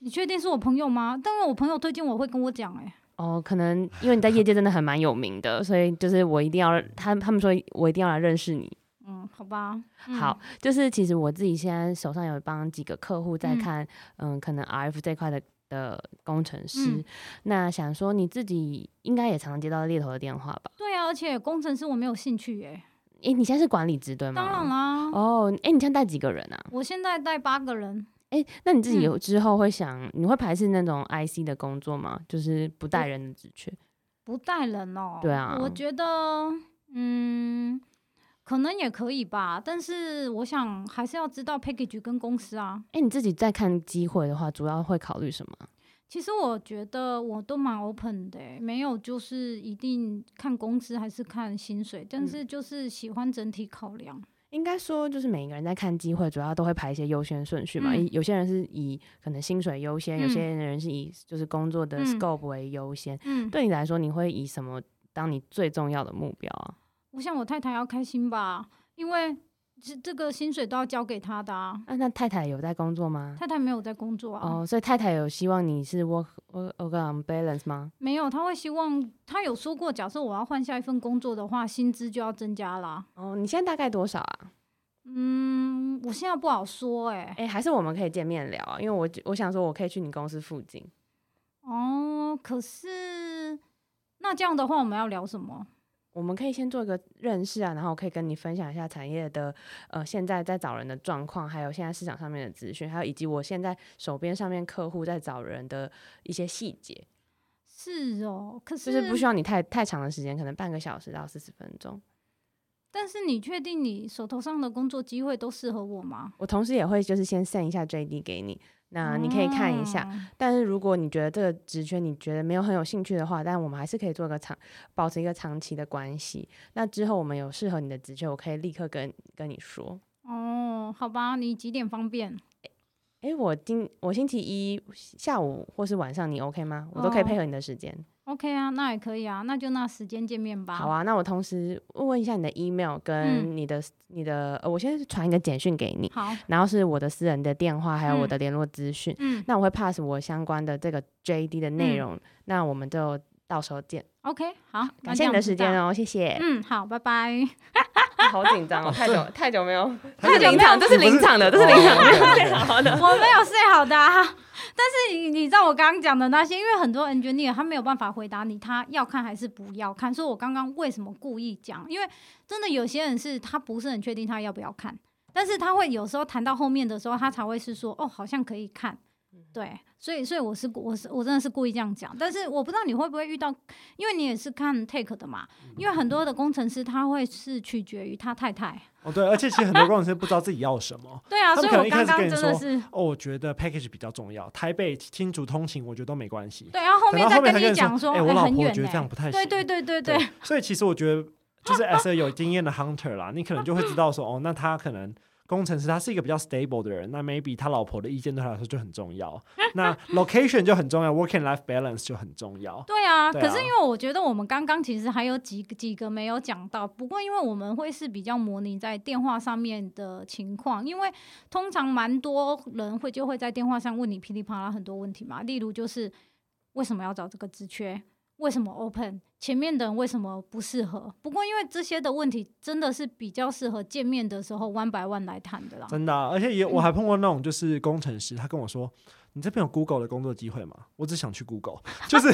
Speaker 3: 你确定是我朋友吗？但是我朋友推荐我会跟我讲、欸，
Speaker 2: 哦，可能因为你在业界真的很蛮有名的，所以就是我一定要他他们说我一定要来认识你。
Speaker 3: 嗯，好吧，嗯
Speaker 2: 好，，就是其实我自己现在手上有帮几个客户在
Speaker 3: 嗯
Speaker 2: 看，嗯可能 RF 这块的的工程师，
Speaker 3: 嗯
Speaker 2: 那想说你自己应该也常常接到猎头的电话吧？
Speaker 3: 对啊，而且工程师我没有兴趣、欸，
Speaker 2: 诶，你现在是管理职对吗？
Speaker 3: 当然啦，
Speaker 2: 哦，诶，你现在带几个人啊？
Speaker 3: 我现在带八个人，
Speaker 2: 诶，那你自己
Speaker 3: 嗯
Speaker 2: 有之后会想，你会排斥那种 IC 的工作吗？就是不带人的职缺？
Speaker 3: 不带人哦、
Speaker 2: 对啊
Speaker 3: 我觉得，嗯，可能也可以吧，但是我想还是要知道 package 跟公司啊。
Speaker 2: 诶，你自己在看机会的话，主要会考虑什么？啊
Speaker 3: 其实我觉得我都蛮 open 的、欸，没有就是一定看公司还是看薪水，但
Speaker 2: 嗯
Speaker 3: 是就是喜欢整体考量。
Speaker 2: 应该说，就是每一个人在看机会，主要都会排一些优先顺序嘛。
Speaker 3: 嗯
Speaker 2: 一有些人是以可能薪水优先，有
Speaker 3: 嗯
Speaker 2: 些人是以就是工作的
Speaker 3: 嗯
Speaker 2: scope 为优先。
Speaker 3: 嗯，
Speaker 2: 对你来说，你会以什么当你最重要的目标啊？
Speaker 3: 我想我太太要开心吧，因为这这个薪水都要交给她的啊。
Speaker 2: 啊，那太太有啊在工作吗？
Speaker 3: 太太没有在工作啊，
Speaker 2: 哦，所以太太有希望你是 work work work on balance 吗？
Speaker 3: 没有，她会希望她有说过，假设我要换下一份工作的话，薪资就要增加啦。
Speaker 2: 哦，你现在大概多少啊？
Speaker 3: 嗯，我现在不好说哎、
Speaker 2: 哎、还是我们可以见面聊啊，因为我我想说，我可以去你公司附近。
Speaker 3: 哦，可是那这样的话，我们要聊什么？
Speaker 2: 我们可以先做一个认识啊，然后我可以跟你分享一下产业的呃现在在找人的状况，还有现在市场上面的资讯，还有以及我现在手边上面客户在找人的一些细节，
Speaker 3: 是哦，可是
Speaker 2: 就是不需要你太太长的时间，可能半个小时到四十分钟。
Speaker 3: 但是你确定你手头上的工作机会都适合我吗？
Speaker 2: 我同时也会就是先 send 一下 JD 给你，那啊你可以看一下。
Speaker 3: 哦
Speaker 2: 但是如果你觉得这个职缺你觉得没有很有兴趣的话，但我们还是可以做个长，保持一个长期的关系。那之后我们有适合你的职缺，我可以立刻跟跟你说。
Speaker 3: 哦，好吧，你几点方便？
Speaker 2: 诶，我今我星期一下午或是晚上，你 OK 吗？我都可以
Speaker 3: 哦
Speaker 2: 配合你的时间。
Speaker 3: OK 啊，那也可以啊，那就那时间见面吧。
Speaker 2: 好，啊，那我同时问一下你的 email 跟
Speaker 3: 嗯
Speaker 2: 你的、你的，呃我先传一个简讯给你，
Speaker 3: 好，
Speaker 2: 然后是我的私人的电话，还有我
Speaker 3: 嗯
Speaker 2: 的联络资讯。
Speaker 3: 嗯
Speaker 2: 那我会 pass 我相关的这个 JD 的内
Speaker 3: 嗯
Speaker 2: 容，那我们就到时候见。
Speaker 3: ，OK，好，
Speaker 2: 感谢
Speaker 3: 那
Speaker 2: 你
Speaker 3: 这样
Speaker 2: 的
Speaker 3: 子
Speaker 2: 时间
Speaker 3: 到。
Speaker 2: 哦，谢谢。
Speaker 3: 嗯，好，拜拜。
Speaker 2: 好紧张哦，太久太久没有，
Speaker 1: 太
Speaker 2: 这
Speaker 1: 久
Speaker 2: 是临
Speaker 1: 没有
Speaker 2: 场，这是
Speaker 1: 你不
Speaker 2: 临
Speaker 1: 是
Speaker 2: 场的，这是
Speaker 1: 哦
Speaker 2: 临场
Speaker 1: ，OK，OK
Speaker 2: 的，好的。
Speaker 3: 我没有睡好的、啊，但是你你知道我刚刚讲的那些，因为很多 engineer 他没有办法回答你，他要看还是不要看，所以我刚刚为什么故意讲？因为真的有些人是他不是很确定他要不要看，但是他会有时候谈到后面的时候，他才会是说哦，好像可以看。
Speaker 1: 嗯
Speaker 3: 对，所以所以我是我是我真的是故意这样讲，但是我不知道你会不会遇到，因为你也是看 take 的嘛，
Speaker 1: 嗯
Speaker 3: 因为很多的工程师他会是取决于他太太，
Speaker 1: 哦，对，而且其实很多工程师不知道自己要什么。
Speaker 3: 对啊，
Speaker 1: 他
Speaker 3: 所
Speaker 1: 们可能
Speaker 3: 以我
Speaker 1: 一开始
Speaker 3: 刚刚
Speaker 1: 跟你
Speaker 3: 真的
Speaker 1: 说
Speaker 3: 是
Speaker 1: 哦，我觉得 package 比较重要，台北、新竹通勤我觉得都没关系。
Speaker 3: 对，然后后
Speaker 1: 等
Speaker 3: 面
Speaker 1: 到
Speaker 3: 再
Speaker 1: 后面
Speaker 3: 跟
Speaker 1: 才
Speaker 3: 你讲说，
Speaker 1: 哎、
Speaker 3: 哎、
Speaker 1: 我老
Speaker 3: 很
Speaker 1: 婆
Speaker 3: 远
Speaker 1: 觉得
Speaker 3: 哎
Speaker 1: 这样不太行。
Speaker 3: 对对对对对，
Speaker 1: 所以其实我觉得，就是 as a 有经验的 hunter 啦，你可能就会知道说，哦，那他可能工程师他是一个比较 stable 的人，那 maybe 他老婆的意见对他来说就很重要，那 location 就很重要，work and life balance 就很重要。
Speaker 3: 对啊。
Speaker 1: 对
Speaker 3: 可是
Speaker 1: 啊
Speaker 3: 因为我觉得我们刚刚其实还有几几个没有讲到，不过因为我们会是比较模拟在电话上面的情况，因为通常蛮多人会就会在电话上问你噼里啪啦很多问题嘛，例如就是为什么要找这个职缺。为什么 open，前面的人为什么不适合。不过因为这些的问题真的是比较适合见面的时候 one by one 来谈的啦。
Speaker 1: 真的啊、而且也
Speaker 3: 嗯
Speaker 1: 我还碰过那种就是工程师，他跟我说：“你这边有 Google 的工作机会吗？”我只想去 Google，就是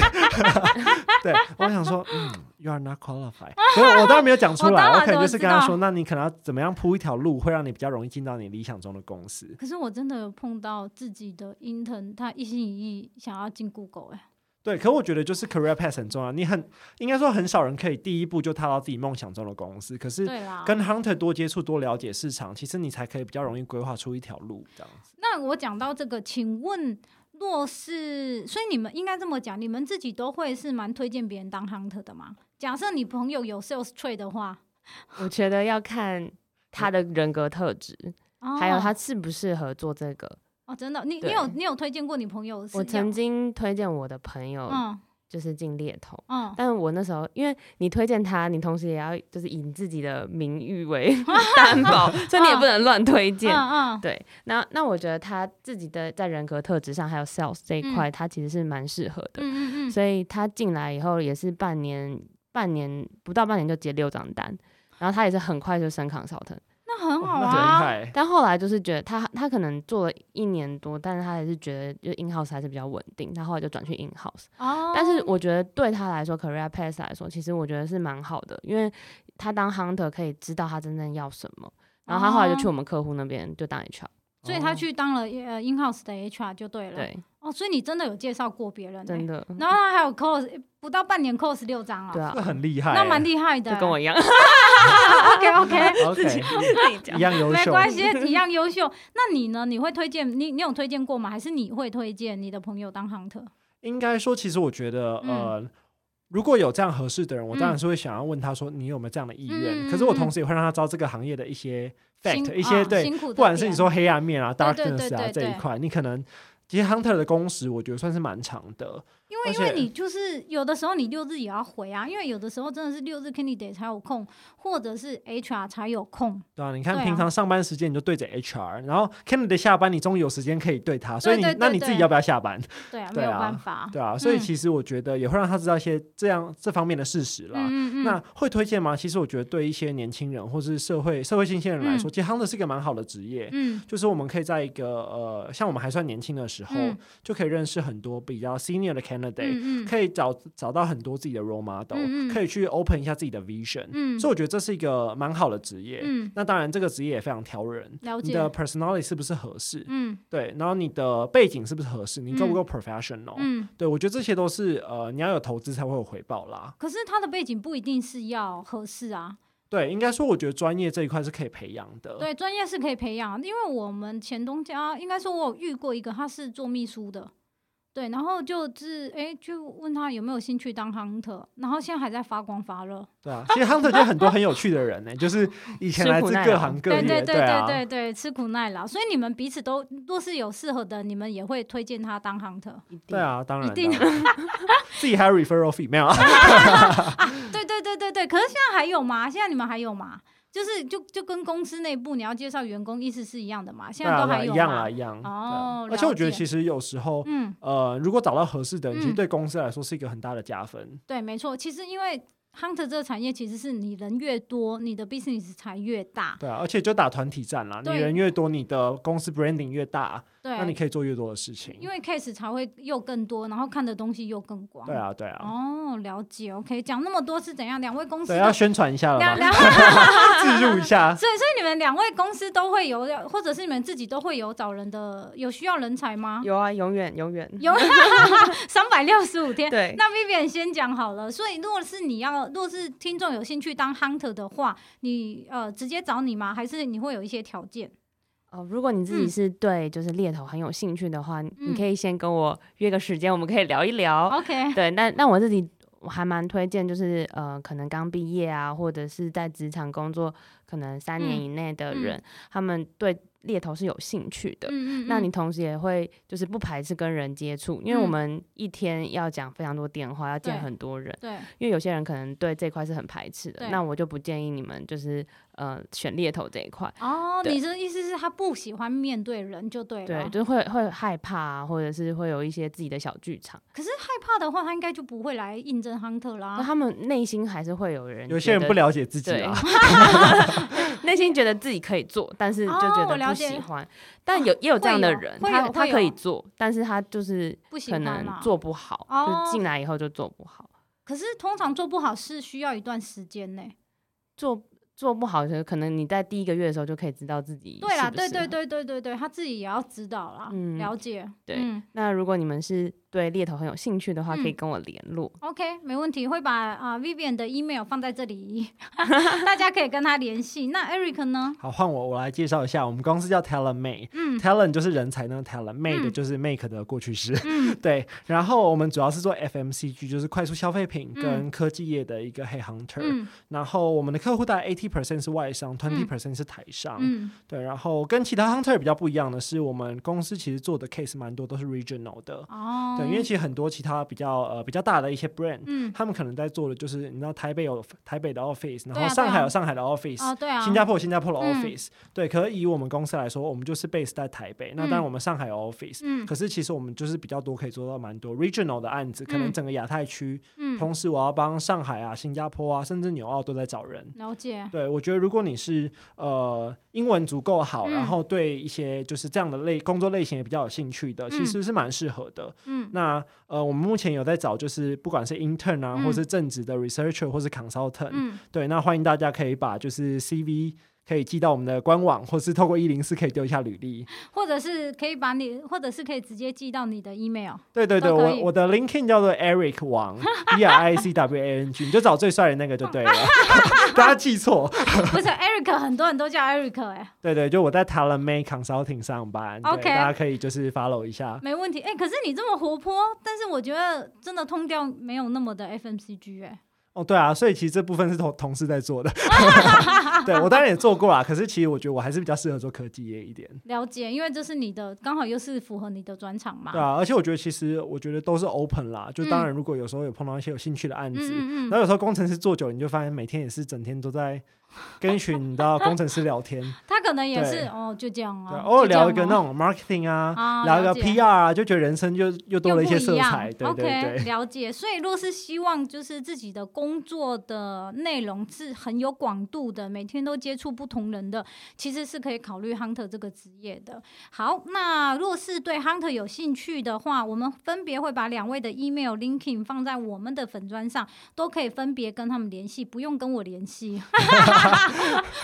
Speaker 1: 对我想说，嗯，You are not qualified。所以我当然没有讲出
Speaker 3: 我
Speaker 1: 来，
Speaker 3: 当
Speaker 1: 我
Speaker 3: 然
Speaker 1: 可能就
Speaker 3: 我
Speaker 1: 是
Speaker 3: 知
Speaker 1: 跟他
Speaker 3: 道
Speaker 1: 说：“那你可能要怎么样铺一条路，会让你比较容易进到你理想中的公司。
Speaker 3: 可是我真的有碰到自己的 intern，他一心一意想要进 Google 哎、”
Speaker 1: 对，可我觉得就是 career path 很重要，你很应该说很少人可以第一步就踏到自己梦想中的公司，可是。
Speaker 3: 对啊啦。
Speaker 1: 跟 hunter 多接触、多了解市场，其实你才可以比较容易规划出一条路，这样子。
Speaker 3: 那我讲到这个，请问若是，所以你们应该这么讲，你们自己都会是蛮推荐别人当 hunter 的吗？假设你朋友有 sales trade 的话，
Speaker 2: 我觉得要看他的人格特质，
Speaker 3: 哦、
Speaker 2: 还有他适不适合做这个。
Speaker 3: 哦，真的，你你
Speaker 2: 对
Speaker 3: 有你有推荐过你朋友是
Speaker 2: 我
Speaker 3: 要？
Speaker 2: 曾经推荐我的朋友
Speaker 3: 嗯
Speaker 2: 就是进猎头，
Speaker 3: 嗯，
Speaker 2: 但我那时候因为你推荐他，你同时也要就是以你自己的名誉 为担保，所以你也不能乱推荐。
Speaker 3: 嗯嗯
Speaker 2: 对，那那我觉得他自己的在人格特质上还有 sales 这一块，他其实是蛮适合的。
Speaker 3: 嗯嗯嗯，
Speaker 2: 所以他进来以后也是半年，半年不到半年就接六张单，然后他也是很快就升 consultant，
Speaker 3: 那很
Speaker 1: 哇
Speaker 3: 好
Speaker 1: 那很厉
Speaker 3: 啊。
Speaker 1: 害欸。
Speaker 2: 但后来就是觉得他他可能做了一年多，但是他还是觉得就 in house 还是比较稳定，他后来就转去 in house。
Speaker 3: 哦，
Speaker 2: 但是我觉得对他来说，career path 来说，其实我觉得是蛮好的，因为他当 hunter 可以知道他真正要什么。然后他后来就
Speaker 3: 哦
Speaker 2: 去我们客户那边就当 HR，、
Speaker 3: 所以
Speaker 1: 哦
Speaker 3: 他去当了呃 in house 的 HR 就对了。，
Speaker 2: 哦对，
Speaker 3: 哦，所以你真的有介绍过别人、欸，
Speaker 2: 真。的，
Speaker 3: 然后他还有 cos 不到半年 cos 六张啊，
Speaker 2: 对啊
Speaker 1: 这，很厉害欸，
Speaker 3: 那蛮厉害的、
Speaker 2: 就跟我一 样，
Speaker 3: OK OK，
Speaker 1: OK，一嗯 样优
Speaker 3: 没
Speaker 1: 秀。
Speaker 3: 关系，一样优秀。那你呢？你会推荐你你有推荐过吗？还是你会推荐你的朋友当 hunter？
Speaker 1: 应该说，其实我觉得，
Speaker 3: 嗯
Speaker 1: 呃，如果有这样合适的人，我当然是会想要问他说，你有没有这样的意愿？
Speaker 3: 嗯
Speaker 1: 可是我
Speaker 3: 嗯
Speaker 1: 同时也会让他知道这个行业的一些 fact，
Speaker 3: 辛
Speaker 1: 一些
Speaker 3: 啊
Speaker 1: 对，
Speaker 3: 辛苦的
Speaker 1: 不管是你
Speaker 3: 点
Speaker 1: 说黑暗面啊、
Speaker 3: 对对对
Speaker 1: darkness 啊
Speaker 3: 对
Speaker 1: 这一
Speaker 3: 对
Speaker 1: 块，你可能其实 hunter 的工时，我觉得算是蛮长的。
Speaker 3: 因为
Speaker 1: 而
Speaker 3: 因为
Speaker 1: 且
Speaker 3: 你就是有的时候你六日也要回啊，因为有的时候真的是六日 candidate 才有空，或者是 HR 才有空。
Speaker 1: 对啊，你看
Speaker 3: 对啊
Speaker 1: 平常上班时间你就对着 HR，然后 candidate 下班你终于有时间可以对他，所以你
Speaker 3: 对对
Speaker 1: 那
Speaker 3: 对
Speaker 1: 你自己
Speaker 3: 对
Speaker 1: 要不要下班？
Speaker 3: 对啊，
Speaker 1: 对
Speaker 3: 没有
Speaker 1: 啊
Speaker 3: 办法。
Speaker 1: 对啊，所以
Speaker 3: 嗯
Speaker 1: 其实我觉得也会让他知道一些这样这方面的事实啦。
Speaker 3: 嗯嗯嗯，
Speaker 1: 那会推荐吗？其实我觉得对一些年轻人或是社会社会新鲜人来说，其实 hunter 是一个蛮好的职业。
Speaker 3: 嗯
Speaker 1: 就是我们可以在一个呃，像我们还算年轻的时候，
Speaker 3: 嗯
Speaker 1: 就可以认识很多比较 senior 的 candidate，、
Speaker 3: 嗯嗯
Speaker 1: 可以找找到很多自己的 role model，、
Speaker 3: 嗯嗯
Speaker 1: 可以去 open 一下自己的 vision。
Speaker 3: 嗯
Speaker 1: 所以我觉得这是一个蛮好的职业。
Speaker 3: 嗯
Speaker 1: 那当然，这个职业也非常挑人，
Speaker 3: 了
Speaker 1: 你
Speaker 3: 解。
Speaker 1: 的 personality 是不是合适？
Speaker 3: 嗯
Speaker 1: 对，然后你的背景是不是合适？你够不
Speaker 3: 嗯
Speaker 1: 够 professional？、
Speaker 3: 嗯，
Speaker 1: 对，我觉得这些都是呃，你要有投资才会有回报啦。
Speaker 3: 可是他的背景不一定是要合适啊。
Speaker 1: 对，应该说，我觉得专业这一块是可以培养的。
Speaker 3: 对，专业是可以培养，因为我们前东家应该说，我有遇过一个，他是做秘书的，对，然后就是诶，就问他有没有兴趣当 hunter，然后现在还在发光发热，
Speaker 1: 对啊，其实 Hunter 就很多很有趣的人呢、就是以前
Speaker 2: 吃
Speaker 1: 来
Speaker 2: 苦
Speaker 1: 自
Speaker 2: 耐
Speaker 1: 各
Speaker 2: 劳
Speaker 1: 行各
Speaker 3: 对
Speaker 1: 业，
Speaker 3: 对对
Speaker 1: 啊，
Speaker 3: 对对，吃苦耐劳，所以你们彼此都若是有适合的，你们也会推荐他当 hunter，
Speaker 1: 对啊，当
Speaker 3: 一
Speaker 1: 然
Speaker 3: 定
Speaker 1: 当然 自己还有 referral fee 没有啊？
Speaker 3: 对对对对对，可是现在还有吗？现在你们还有吗？就是就就跟公司内部你要介绍员工，意思是一样的嘛？现
Speaker 1: 对
Speaker 3: 在
Speaker 1: 啊，
Speaker 3: 都
Speaker 1: 对啊
Speaker 3: 还
Speaker 1: 一
Speaker 3: 有
Speaker 1: 样啊，
Speaker 3: 吗？
Speaker 1: 一样。对啊
Speaker 3: 哦
Speaker 1: 而且我觉得
Speaker 3: 了解
Speaker 1: 其实有时候，
Speaker 3: 嗯，
Speaker 1: 呃，如果找到合适的人，其实
Speaker 3: 嗯
Speaker 1: 对公司来说是一个很大的加分。
Speaker 3: 对，没错。其实因为 hunter 这个产业，其实是你人越多，你的 business 才越大。
Speaker 1: 对啊，而且就打团体战啦，你
Speaker 3: 对
Speaker 1: 人越多，你的公司 branding 越大，那你
Speaker 3: 对，
Speaker 1: 可以做越多的事情
Speaker 3: 因。为 case 才会又更多，然后看的东西又更广。
Speaker 1: 对。啊，对啊，
Speaker 3: 哦，了解。OK，讲那么多是怎样？两位公司
Speaker 1: 对，
Speaker 3: 都
Speaker 1: 要宣传一下了
Speaker 3: 两
Speaker 1: 嘛，
Speaker 3: 两，
Speaker 1: 植入一 下。
Speaker 3: 所以所以你们两位公司都会有，或者是你们自己都会有找人的，有需要人才吗？
Speaker 2: 有啊，永远永远
Speaker 3: 有， 三百六十五天。
Speaker 2: 对，
Speaker 3: 那 Vivian 先讲好了，所以如果是你要，如果是听众有兴趣当 hunter 的话，你呃直接找你吗？还是你会有一些条件？
Speaker 2: 哦，如果你自己
Speaker 3: 嗯
Speaker 2: 是对就是猎头很有兴趣的话，你可以先跟我约个时间，我们可以聊一聊。
Speaker 1: 哦
Speaker 3: OK，
Speaker 2: 对，那那我自己我还蛮推荐，就是呃，可能刚毕业啊，或者是在职场工作可能三年
Speaker 3: 嗯
Speaker 2: 以内的
Speaker 3: 嗯
Speaker 2: 人，他们对猎头是有兴趣的。
Speaker 3: 嗯嗯
Speaker 2: 那你
Speaker 3: 嗯
Speaker 2: 同时也会就是不排斥跟人接触，因为我
Speaker 3: 嗯
Speaker 2: 们一天要讲非常多电话，要见
Speaker 3: 对
Speaker 2: 很多人。
Speaker 3: 对
Speaker 2: 因为有些人可能对这块是很排斥的，
Speaker 3: 对
Speaker 2: 那我就不建议你们就是呃选猎头这一块。
Speaker 3: 哦，
Speaker 2: 对
Speaker 3: 你这意思是他不喜欢面对人就对了。哦
Speaker 2: 对，就是会会害怕、啊，或者是会有一些自己的小剧场。
Speaker 3: 可是害怕的话，他应该就不会来应征 hunter
Speaker 2: 那、
Speaker 3: 啦。
Speaker 2: 他们内心还是会有人，
Speaker 1: 有些人不，了解自己
Speaker 2: 对
Speaker 1: 啊，
Speaker 2: 内心觉得自己可以做，但是就觉
Speaker 3: 哦我
Speaker 2: 得
Speaker 3: 了
Speaker 2: 不
Speaker 3: 解啊
Speaker 2: 喜欢。但有也有这样的
Speaker 3: 会有
Speaker 2: 人，
Speaker 3: 会
Speaker 2: 他
Speaker 3: 有
Speaker 2: 他
Speaker 3: 会
Speaker 2: 可以
Speaker 3: 有
Speaker 2: 做，但是他就是
Speaker 3: 不喜
Speaker 2: 可
Speaker 3: 欢
Speaker 2: 能
Speaker 3: 啦
Speaker 2: 做不好，
Speaker 3: 哦
Speaker 2: 就进来以后就做不好，
Speaker 3: 可是通常做不好是需要一段时间呢、
Speaker 2: 做做不好的时候，可能你在第一个月的时候就可以知道自己
Speaker 3: 对啦，
Speaker 2: 适不适
Speaker 3: 对对
Speaker 2: 合
Speaker 3: 对对对对，他自己也要知道啦，
Speaker 2: 嗯
Speaker 3: 了解。
Speaker 2: 对
Speaker 3: 嗯
Speaker 2: 那如果你们是对猎头很有兴趣的话，可以
Speaker 3: 嗯
Speaker 2: 跟我联络。
Speaker 3: OK，没问题，会把啊、Vivian 的 email 放在 这里，大家可以跟他联系。那 Eric 呢？
Speaker 1: 好，换我，我来介绍一下，我们公司叫 Talent May。
Speaker 3: 嗯
Speaker 1: Talent 就是人才那个 talent，made
Speaker 3: 嗯
Speaker 1: 就是 make 的过去式，
Speaker 3: 嗯，
Speaker 1: 对。然后我们主要是做 FMCG，就是快速消费品
Speaker 3: 嗯
Speaker 1: 跟科技业的一个 head hunter、
Speaker 2: 呃
Speaker 3: 嗯
Speaker 1: 然后我们的客户大概 eighty percent 是外商，twenty percent 是台商、
Speaker 3: 嗯
Speaker 1: 对。然后跟其他 hunter 比较不一样的是，我们公司其实做的 case 蛮多都是 regional 的，
Speaker 3: 哦，
Speaker 1: 对，因为其实很多其他比较呃比较大的一些 brand，、
Speaker 3: 嗯
Speaker 1: 他们可能在做的就是你知道台北有台北的 office，然
Speaker 3: 对啊
Speaker 1: 后
Speaker 3: 对
Speaker 1: 上海
Speaker 3: 啊
Speaker 1: 有上海的 office，、
Speaker 3: 哦对啊，
Speaker 1: 新加坡有新加坡的
Speaker 3: 嗯
Speaker 1: office，、对，可是以我们公司来说，我们就是 base 在台北，那当然
Speaker 3: 嗯
Speaker 1: 我们上海有 office，、
Speaker 3: 嗯
Speaker 1: 可是其实我们就是比较多可以做到蛮多 regional 的案子，可能
Speaker 3: 嗯
Speaker 1: 整个亚太区，
Speaker 3: 嗯，
Speaker 1: 同时我要帮上海啊、新加坡啊，甚至纽澳都在找人。
Speaker 3: 了解。
Speaker 1: 对，我觉得如果你是呃英文足够好，
Speaker 3: 嗯
Speaker 1: 然后对一些就是这样的类工作类型也比较有兴趣的，其
Speaker 3: 嗯
Speaker 1: 实是蛮适合的。
Speaker 3: 嗯
Speaker 1: 那呃，我们目前有在找，就是不管是 intern 啊，
Speaker 3: 嗯
Speaker 1: 或是正职的 researcher 或是 consultant，、
Speaker 3: 嗯，
Speaker 1: 对，那欢迎大家可以把就是 CV 可以寄到我们的官网，或是透过一零四可以丢一下履历。
Speaker 3: 或者是可以把你，或者是可以直接寄到你的 email。
Speaker 1: 对对对，
Speaker 3: 都可
Speaker 1: 我
Speaker 3: 以
Speaker 1: 我的 LinkedIn 叫做 Eric 王 E R I C W A N G，你就找最帅的那个就对了， 大家记错。
Speaker 3: 不是 Eric，很多人都叫 Eric 哎、
Speaker 1: 对对，就我在 Talent May Consulting 上班对
Speaker 3: OK
Speaker 1: 大家可以就是 follow 一下。
Speaker 3: 没问题哎、可是你这么活泼，但是我觉得真的通调没有那么的 FMCG 哎、
Speaker 1: 哦，对啊，所以其实这部分是同同事在 做的，对我当然也做过啦，可是其实我觉得我还是比较适合做科技业一点。
Speaker 3: 了解，因为这是你的，刚好又是符合你的专场嘛。
Speaker 1: 对啊，而且我觉得其实我觉得都是 open 啦，就当
Speaker 3: 嗯
Speaker 1: 然如果有时候有碰到一些有兴趣的案
Speaker 3: 嗯
Speaker 1: 子，然
Speaker 3: 嗯嗯，
Speaker 1: 后有时候工程师做久，你就发现每天也是整天都在跟一群你知道工程师聊天，
Speaker 3: 他可能也
Speaker 1: 对
Speaker 3: 是 哦，就这样
Speaker 1: 对，
Speaker 3: 啊，
Speaker 1: 偶尔
Speaker 3: 就这样
Speaker 1: 聊一个
Speaker 3: 哦
Speaker 1: 那种 marketing 啊，
Speaker 3: 啊
Speaker 1: 聊一
Speaker 3: 了
Speaker 1: 个
Speaker 3: 解
Speaker 1: PR 啊，就觉得人生就又多
Speaker 3: 又
Speaker 1: 了
Speaker 3: 不
Speaker 1: 一
Speaker 3: 一
Speaker 1: 些色彩，
Speaker 3: 样
Speaker 1: 对对
Speaker 3: OK，
Speaker 1: 对。
Speaker 3: 了解。所以若是希望就是自己的工作的内容是很有广度的，每天都接触不同人的，其实是可以考虑 hunter 这个职业的。好，那若是对 hunter 有兴趣的话，我们分别会把两位的 email linking 放在我们的粉砖上，都可以分别跟他们联系，不 用跟我联系。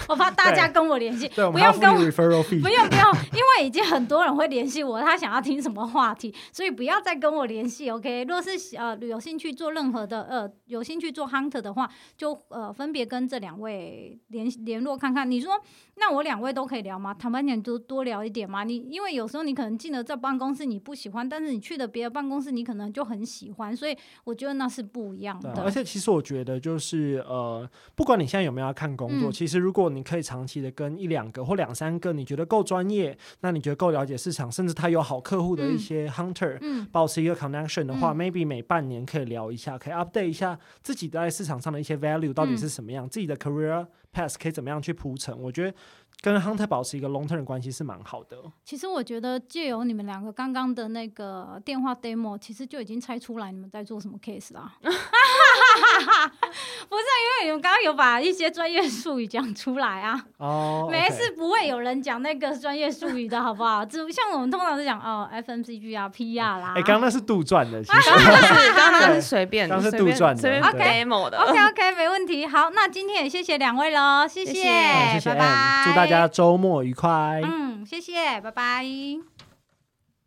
Speaker 3: 我怕大家跟我联系，
Speaker 1: 对，我
Speaker 3: 不
Speaker 1: 们还要
Speaker 3: 用
Speaker 1: 付
Speaker 3: 跟我
Speaker 1: referral
Speaker 3: 不
Speaker 1: fee。
Speaker 3: 用不用，因为已经很多人会联系我，他想要听什么话题，所以不要再跟我联系，OK？若是呃有兴趣做任何的呃有兴趣做 hunter 的话，就呃分别跟这两位联联络看看。你说那我两位都可以聊吗？坦白点，多多聊一点嘛。你因为有时候你可能进了这办公室你不喜欢，但是你去了别的办公室你可能就很喜欢，所以我觉得那是不一样
Speaker 1: 对
Speaker 3: 的
Speaker 1: 啊，。而且其实我觉得就是呃，不管你现在有没有要看工作，
Speaker 3: 嗯
Speaker 1: 其实如果你可以长期的跟一两个或两三个你觉得够专业，那你觉得够了解市场，甚至他有好客户的一
Speaker 3: 嗯
Speaker 1: 些 hunter，、
Speaker 3: 嗯，
Speaker 1: 保持一个 connection 的话、
Speaker 3: 嗯
Speaker 1: m a y b e 每半年可以聊一下，可以 update 一下自己在市场上的一些
Speaker 3: 嗯
Speaker 1: value 到底是什么样，自己的 career path 可以怎么样去铺陈。我觉得跟 hunter 保持一个 long term 的关系是蛮好的。
Speaker 3: 其实我觉得借由你们两个刚刚的那个电话 demo，其实就已经猜出来你们在做什么 case 啦。 不是啊，因为你们刚刚有把一些专业术语讲出来啊，
Speaker 1: 哦、
Speaker 3: 没事，不会有人讲那个专业术语的好不好？只像我们通常是讲哦 FMCG 啊、PR 啦。
Speaker 1: 哎、刚刚那是杜撰的，其实。
Speaker 2: 是刚刚那个
Speaker 1: 对
Speaker 2: 是随便，
Speaker 1: 刚刚是
Speaker 2: 随便
Speaker 1: 杜撰的
Speaker 2: 随便
Speaker 1: 对
Speaker 2: demo 的。
Speaker 3: OK OK，没问题。好，那今天也谢谢两位喽，谢
Speaker 2: 谢
Speaker 3: 谢，
Speaker 2: 谢
Speaker 1: 好谢谢
Speaker 3: 拜
Speaker 1: M，
Speaker 3: 拜，
Speaker 1: 祝大家。周末愉快。
Speaker 3: 嗯，谢谢，拜拜。